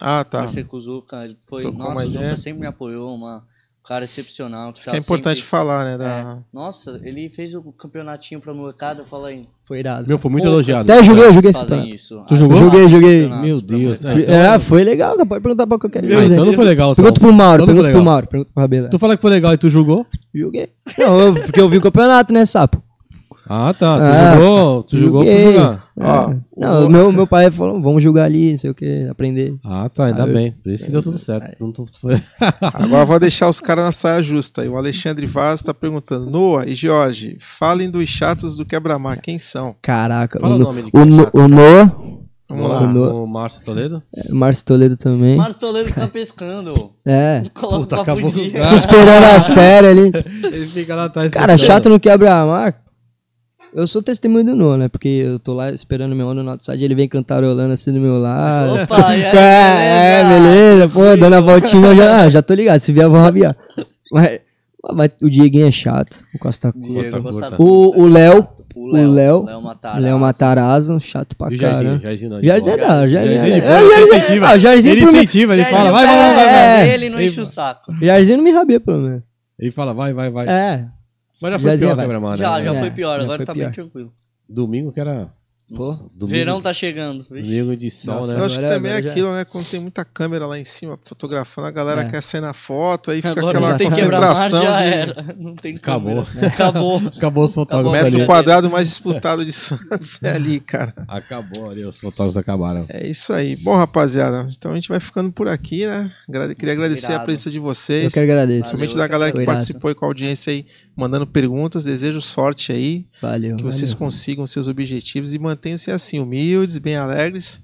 Ah, tá.
Conversei com o Zuca. Ele foi,
Trocou uma
nossa, o
ideia.
Zuca sempre me apoiou. Uma, um cara excepcional.
Isso que é importante falar, né?
É.
Da...
Nossa, ele fez o campeonatinho pra molecada. Eu falei,
Foi irado.
Meu, foi muito
Poucas
elogiado.
Até joguei, joguei esse
fazem
campeonato.
isso.
Tu jogou?
Joguei, joguei.
Meu Deus. Ah, então-
É, foi legal, cara. Pode perguntar pra qualquer
Ah, então não foi legal. então.
Pergunta pro Mauro,
Então não foi
pergunta pro
legal.
Mauro, pergunta pro Rabelo.
Tu fala que foi legal e tu julgou?
Joguei. Não, eu- porque eu vi o campeonato, né, sapo?
Ah, tá. Tu
Ah,
jogou, tu jogou por
joguei.
jogar.
Ó,
É. Não,
o-
o meu, meu pai falou, vamos jogar ali, não sei o que, aprender.
Ah, tá, ainda
Ah, eu-
bem. Por isso que deu tudo certo. Não tu- foi-
Agora eu vou deixar os caras na saia justa. E o Alexandre Vaz tá perguntando: Noah e Jorge, falem dos chatos do quebra-mar. Quem são?
Caraca,
Fala o
o, no,
nome de
o,
quem,
no,
chato.
o Noah,
Vamos
Vamos
lá.
lá, O Márcio Toledo?
é, Márcio Toledo também.
Márcio Toledo tá pescando.
É,
Coloca
Puta,
o papo
acabou
em
com o
dia.
cara.
fico esperando a série ali.
Ele fica lá atrás.
Cara, chato no quebra-mar. Eu sou testemunho do Nô, né? Porque eu tô lá esperando meu ano no outside, ele vem cantarolando assim do meu lado.
Opa, e aí,
É, é, beleza, pô, dando a voltinha, eu já, ah, já tô ligado, se vier eu vou rabiar. Mas, mas o Dieguinho é chato, o Costa Curta.
Diego,
Costa
Costa-
O- o Léo,
O
o Léo,
Matarazzo.
Léo Matarazzo, chato pra
E o Jairzinho,
caralho. é
Jairzinho não.
Jairzinho
não.
não, Jairzinho.
Jairzinho,
é,
ele
Jairzinho-
incentiva.
ah, o Jairzinho
Ele
pro meu-
incentiva, ele
Jairzinho
fala, vai, vai,
pega
vai, vai,
é,
vai.
é.
Ele não enche o saco.
Jairzinho não me rabia, pelo menos.
Ele fala, vai, vai, vai.
É,
Mas já foi
Jairzinho
pior a
vai.
quebra-mar, né?
Já, já
É,
foi pior,
já
agora
foi
tá
pior.
bem tranquilo.
Domingo que era...
pô.
Domingo,
Verão tá chegando. vixe.
Domingo de sol,
Eu
Nossa,
né?
agora-
acho que também é
agora já-
aquilo, né? Quando tem muita câmera lá em cima fotografando, a galera
É.
quer sair na foto, aí fica
Agora
aquela
não tem quebra-mar,
concentração
já é.
de
era. Não tem
Acabou.
câmera. Acabou.
Acabou os fotógrafos
Acabou.
ali.
metro quadrado mais disputado de Santos é ali, cara.
Acabou ali, os fotógrafos acabaram.
É isso aí. Bom, rapaziada, então a gente vai ficando por aqui, né? Agra- Queria agradecer a
Irado.
presença de
Eu
vocês.
que agradeço.
Principalmente da galera que
Obrigado.
participou e com a audiência aí, mandando perguntas. Desejo sorte aí,
Valeu.
que vocês
valeu.
consigam seus objetivos e mantenham-se assim, humildes, bem alegres.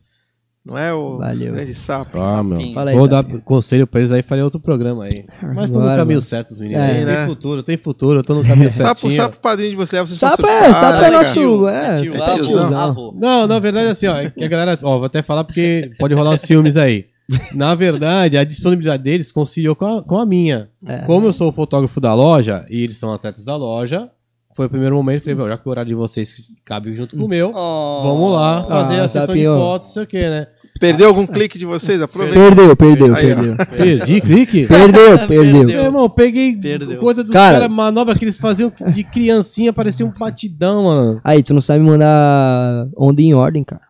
Não é, o
Valeu.
grande sapo?
Ah, meu.
Sapinho.
Fala aí,
Vou dar
Zap.
conselho pra eles aí, farei outro programa aí. Mas estão no
Bora,
caminho
mano.
certo, os meninos.
É.
tem
Sim, né?
futuro, tem futuro, eu tô no caminho
Sapo,
certinho.
sapo padrinho de vocês. Vocês
Sapo
vão
é-
surfar,
sapo é
né,
nosso-
cara?
é,
tio,
é
avô,
tiozão.
avô.
Não, na verdade, assim, ó, é que a galera, ó, vou até falar porque pode rolar os ciúmes aí. Na verdade, a disponibilidade deles conciliou com a, com a minha.
É.
Como eu sou o fotógrafo da loja e eles são atletas da loja, foi o primeiro momento, falei, "Bom, já que o horário de vocês cabe junto com o meu,
Oh.
vamos lá fazer
Ah,
a sessão de
Sapinho.
fotos, não sei o que, né?
Perdeu algum clique de vocês? Aproveita.
Perdeu, perdeu,
Aí, ó.
perdeu.
Perdi clique?
Perdeu, perdeu.
Perdeu.
Meu irmão, peguei
Perdeu.
coisa dos
Cara.
caras, manobra que eles faziam de criancinha, parecia um batidão, mano.
Aí, tu não sabe mandar onda em ordem, cara.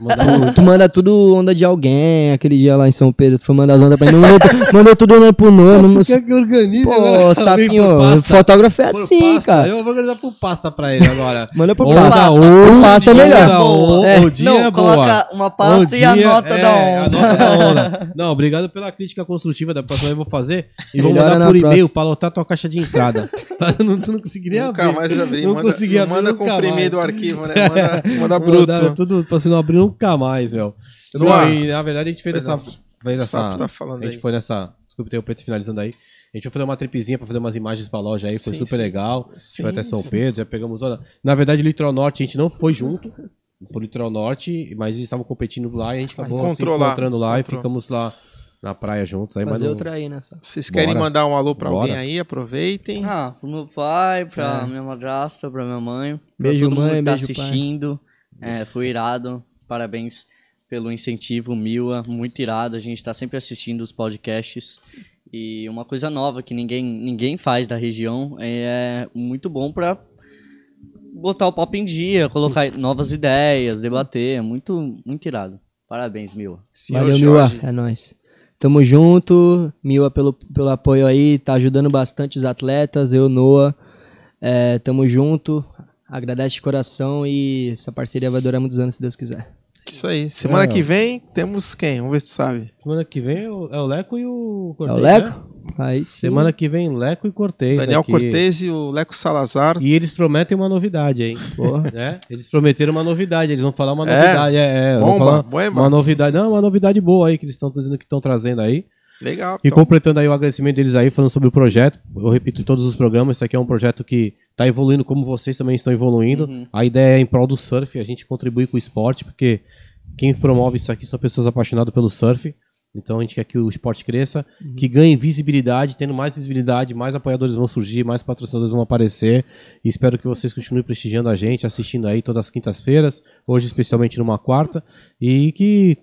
Mandava-
Tu manda tudo onda de alguém, aquele dia lá em São Pedro, tu foi mandar as ondas pra mim, mandou, tu- mandou tudo onda pro Nono. não
Tu
sei-
quer que eu organize agora?
Pô,
Vem
sapinho,
por pasta.
fotógrafo é
Por
assim,
pasta.
cara.
Eu vou organizar por pasta pra ele agora.
Manda pro
Ou
pasta.
dá
pasta.
Pro pasta é
Ou
melhor.
dá o-
É.
o dia
Não,
é boa.
coloca uma pasta
O
e a
dia-
nota
é,
da
a
onda.
nota da onda. Não, obrigado pela crítica construtiva. Da próxima vez eu vou fazer e vou
Melhora
mandar
na
por e-mail
próxima.
pra lotar tua caixa de entrada. Tá? Eu não, tu não consegui nem
Nunca
abrir.
mais abrir.
Não
Manda,
consegui
não
abrir
manda
nunca
comprimido o
mais.
arquivo, né? Manda, manda
tá
Mandaram
bruto.
Tudo, pra você não abrir nunca mais, meu.
No
Não,
ar.
e,
né?
na verdade a gente fez
Perdão.
essa... Fez
O
essa
sapo tá falando
a gente
aí.
foi nessa... Desculpa, tem o Preto finalizando aí. A gente foi fazer uma tripezinha pra fazer umas imagens pra loja aí. Foi
Sim,
super
sim.
legal.
Sim,
foi até São
sim.
Pedro, já pegamos zona. Na verdade, Litoral Norte a gente não foi junto pro Litoral Norte, mas eles estavam competindo lá e a gente acabou se
Encontrou lá,
encontrando lá, e
encontrou.
ficamos lá na praia juntos. Aí, mas
Fazer
não-
outra aí, né? só.
Vocês querem
Bora.
mandar um alô pra alguém
Bora.
aí? Aproveitem.
Ah, pro meu pai, pra
É.
minha madrasta, pra minha mãe. pra
Beijo,
todo mundo
mãe,
que tá
beijo, pai.
assistindo. É, foi irado. Parabéns pelo incentivo, Mila. Muito irado. A gente tá sempre assistindo os podcasts. E uma coisa nova que ninguém, ninguém faz da região é muito bom pra botar o papo em dia, colocar novas ideias, debater. É muito, muito irado. Parabéns, Mila.
Senhor
Valeu, Miwa.
Jorge.
É nóis. Tamo junto. Miwa pelo, pelo apoio aí. Tá ajudando bastante os atletas. Eu, Noah. É, tamo junto. Agradece de coração e essa parceria vai durar muitos anos, se Deus quiser.
Isso aí. Semana
É.
que vem temos quem? Vamos ver se tu sabe.
Semana que vem é o é o Leco e o
É
Cortez.
o
né?
Leco? Aí sim.
Semana que vem, Leco e Cortez.
Daniel
aqui.
Cortez e o Leco Salazar.
E eles prometem uma novidade, hein?
Porra.
né? Eles prometeram uma novidade, eles vão falar uma
É?
novidade. É, é, vão
Bomba,
falar
bomba.
uma novidade. Não, uma novidade boa aí que eles estão dizendo que estão trazendo aí.
Legal.
E
então.
completando aí o agradecimento deles aí, falando sobre o projeto. Eu repito em todos os programas, isso aqui é um projeto que está evoluindo como vocês também estão evoluindo.
Uhum.
A ideia é em prol do surf, a gente contribui com o esporte, porque quem promove isso aqui são pessoas apaixonadas pelo surf. Então a gente quer que o esporte cresça, que ganhe visibilidade, tendo mais visibilidade, mais apoiadores vão surgir, mais patrocinadores vão aparecer. E espero que vocês continuem prestigiando a gente, assistindo aí todas as quintas-feiras, hoje especialmente numa quarta, e que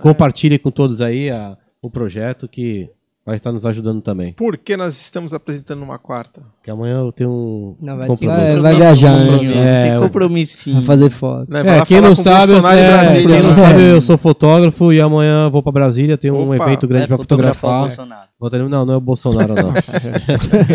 compartilhem com todos aí a- o projeto que vai estar tá nos ajudando também.
Por que nós estamos apresentando uma quarta?
Porque amanhã eu tenho um
Não, vai, vai,
compromisso.
É, vai viajar, né?
É,
Esse
eu-
compromissinho.
Vai fazer um foto.
Né? Vai
É,
lá
quem
falar
não,
com o
sabe, eu,
Bolsonaro em
é,
Brasília,
quem não
né?
sabe, eu sou fotógrafo e amanhã vou pra Brasília, tem um
Opa,
evento grande
É,
pra
o
fotografar.
Bolsonaro.
Vou ter- Não, não é o Bolsonaro, não.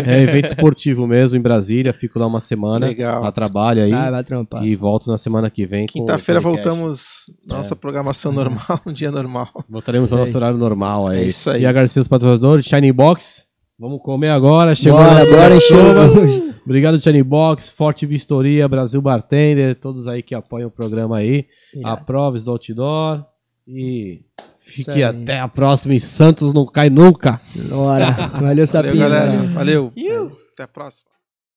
é evento esportivo mesmo em Brasília, fico lá uma semana,
Legal.
lá trabalho aí
Ah, vai trampar.
e volto na semana que vem. com o
Quinta-feira
podcast. É. Uhum.
voltamos na nossa programação normal, um dia normal.
Voltaremos ao
Isso
nosso
aí.
horário normal aí.
É isso aí.
E agradecer os patrocinadores, Shining Box. Vamos comer agora, chegou
Bora,
nossas
bora,
chuvas.
enxuga.
Obrigado, Shining Box, Forte Vistoria, Brasil Bartender, todos aí que apoiam o programa aí. A Proves do Outdoor. E
Isso aí.
fique até a próxima. E Santos não cai nunca.
Bora. Valeu,
Valeu,
Tá
Sapinho.
né?
É.
galera. Valeu. Até a próxima.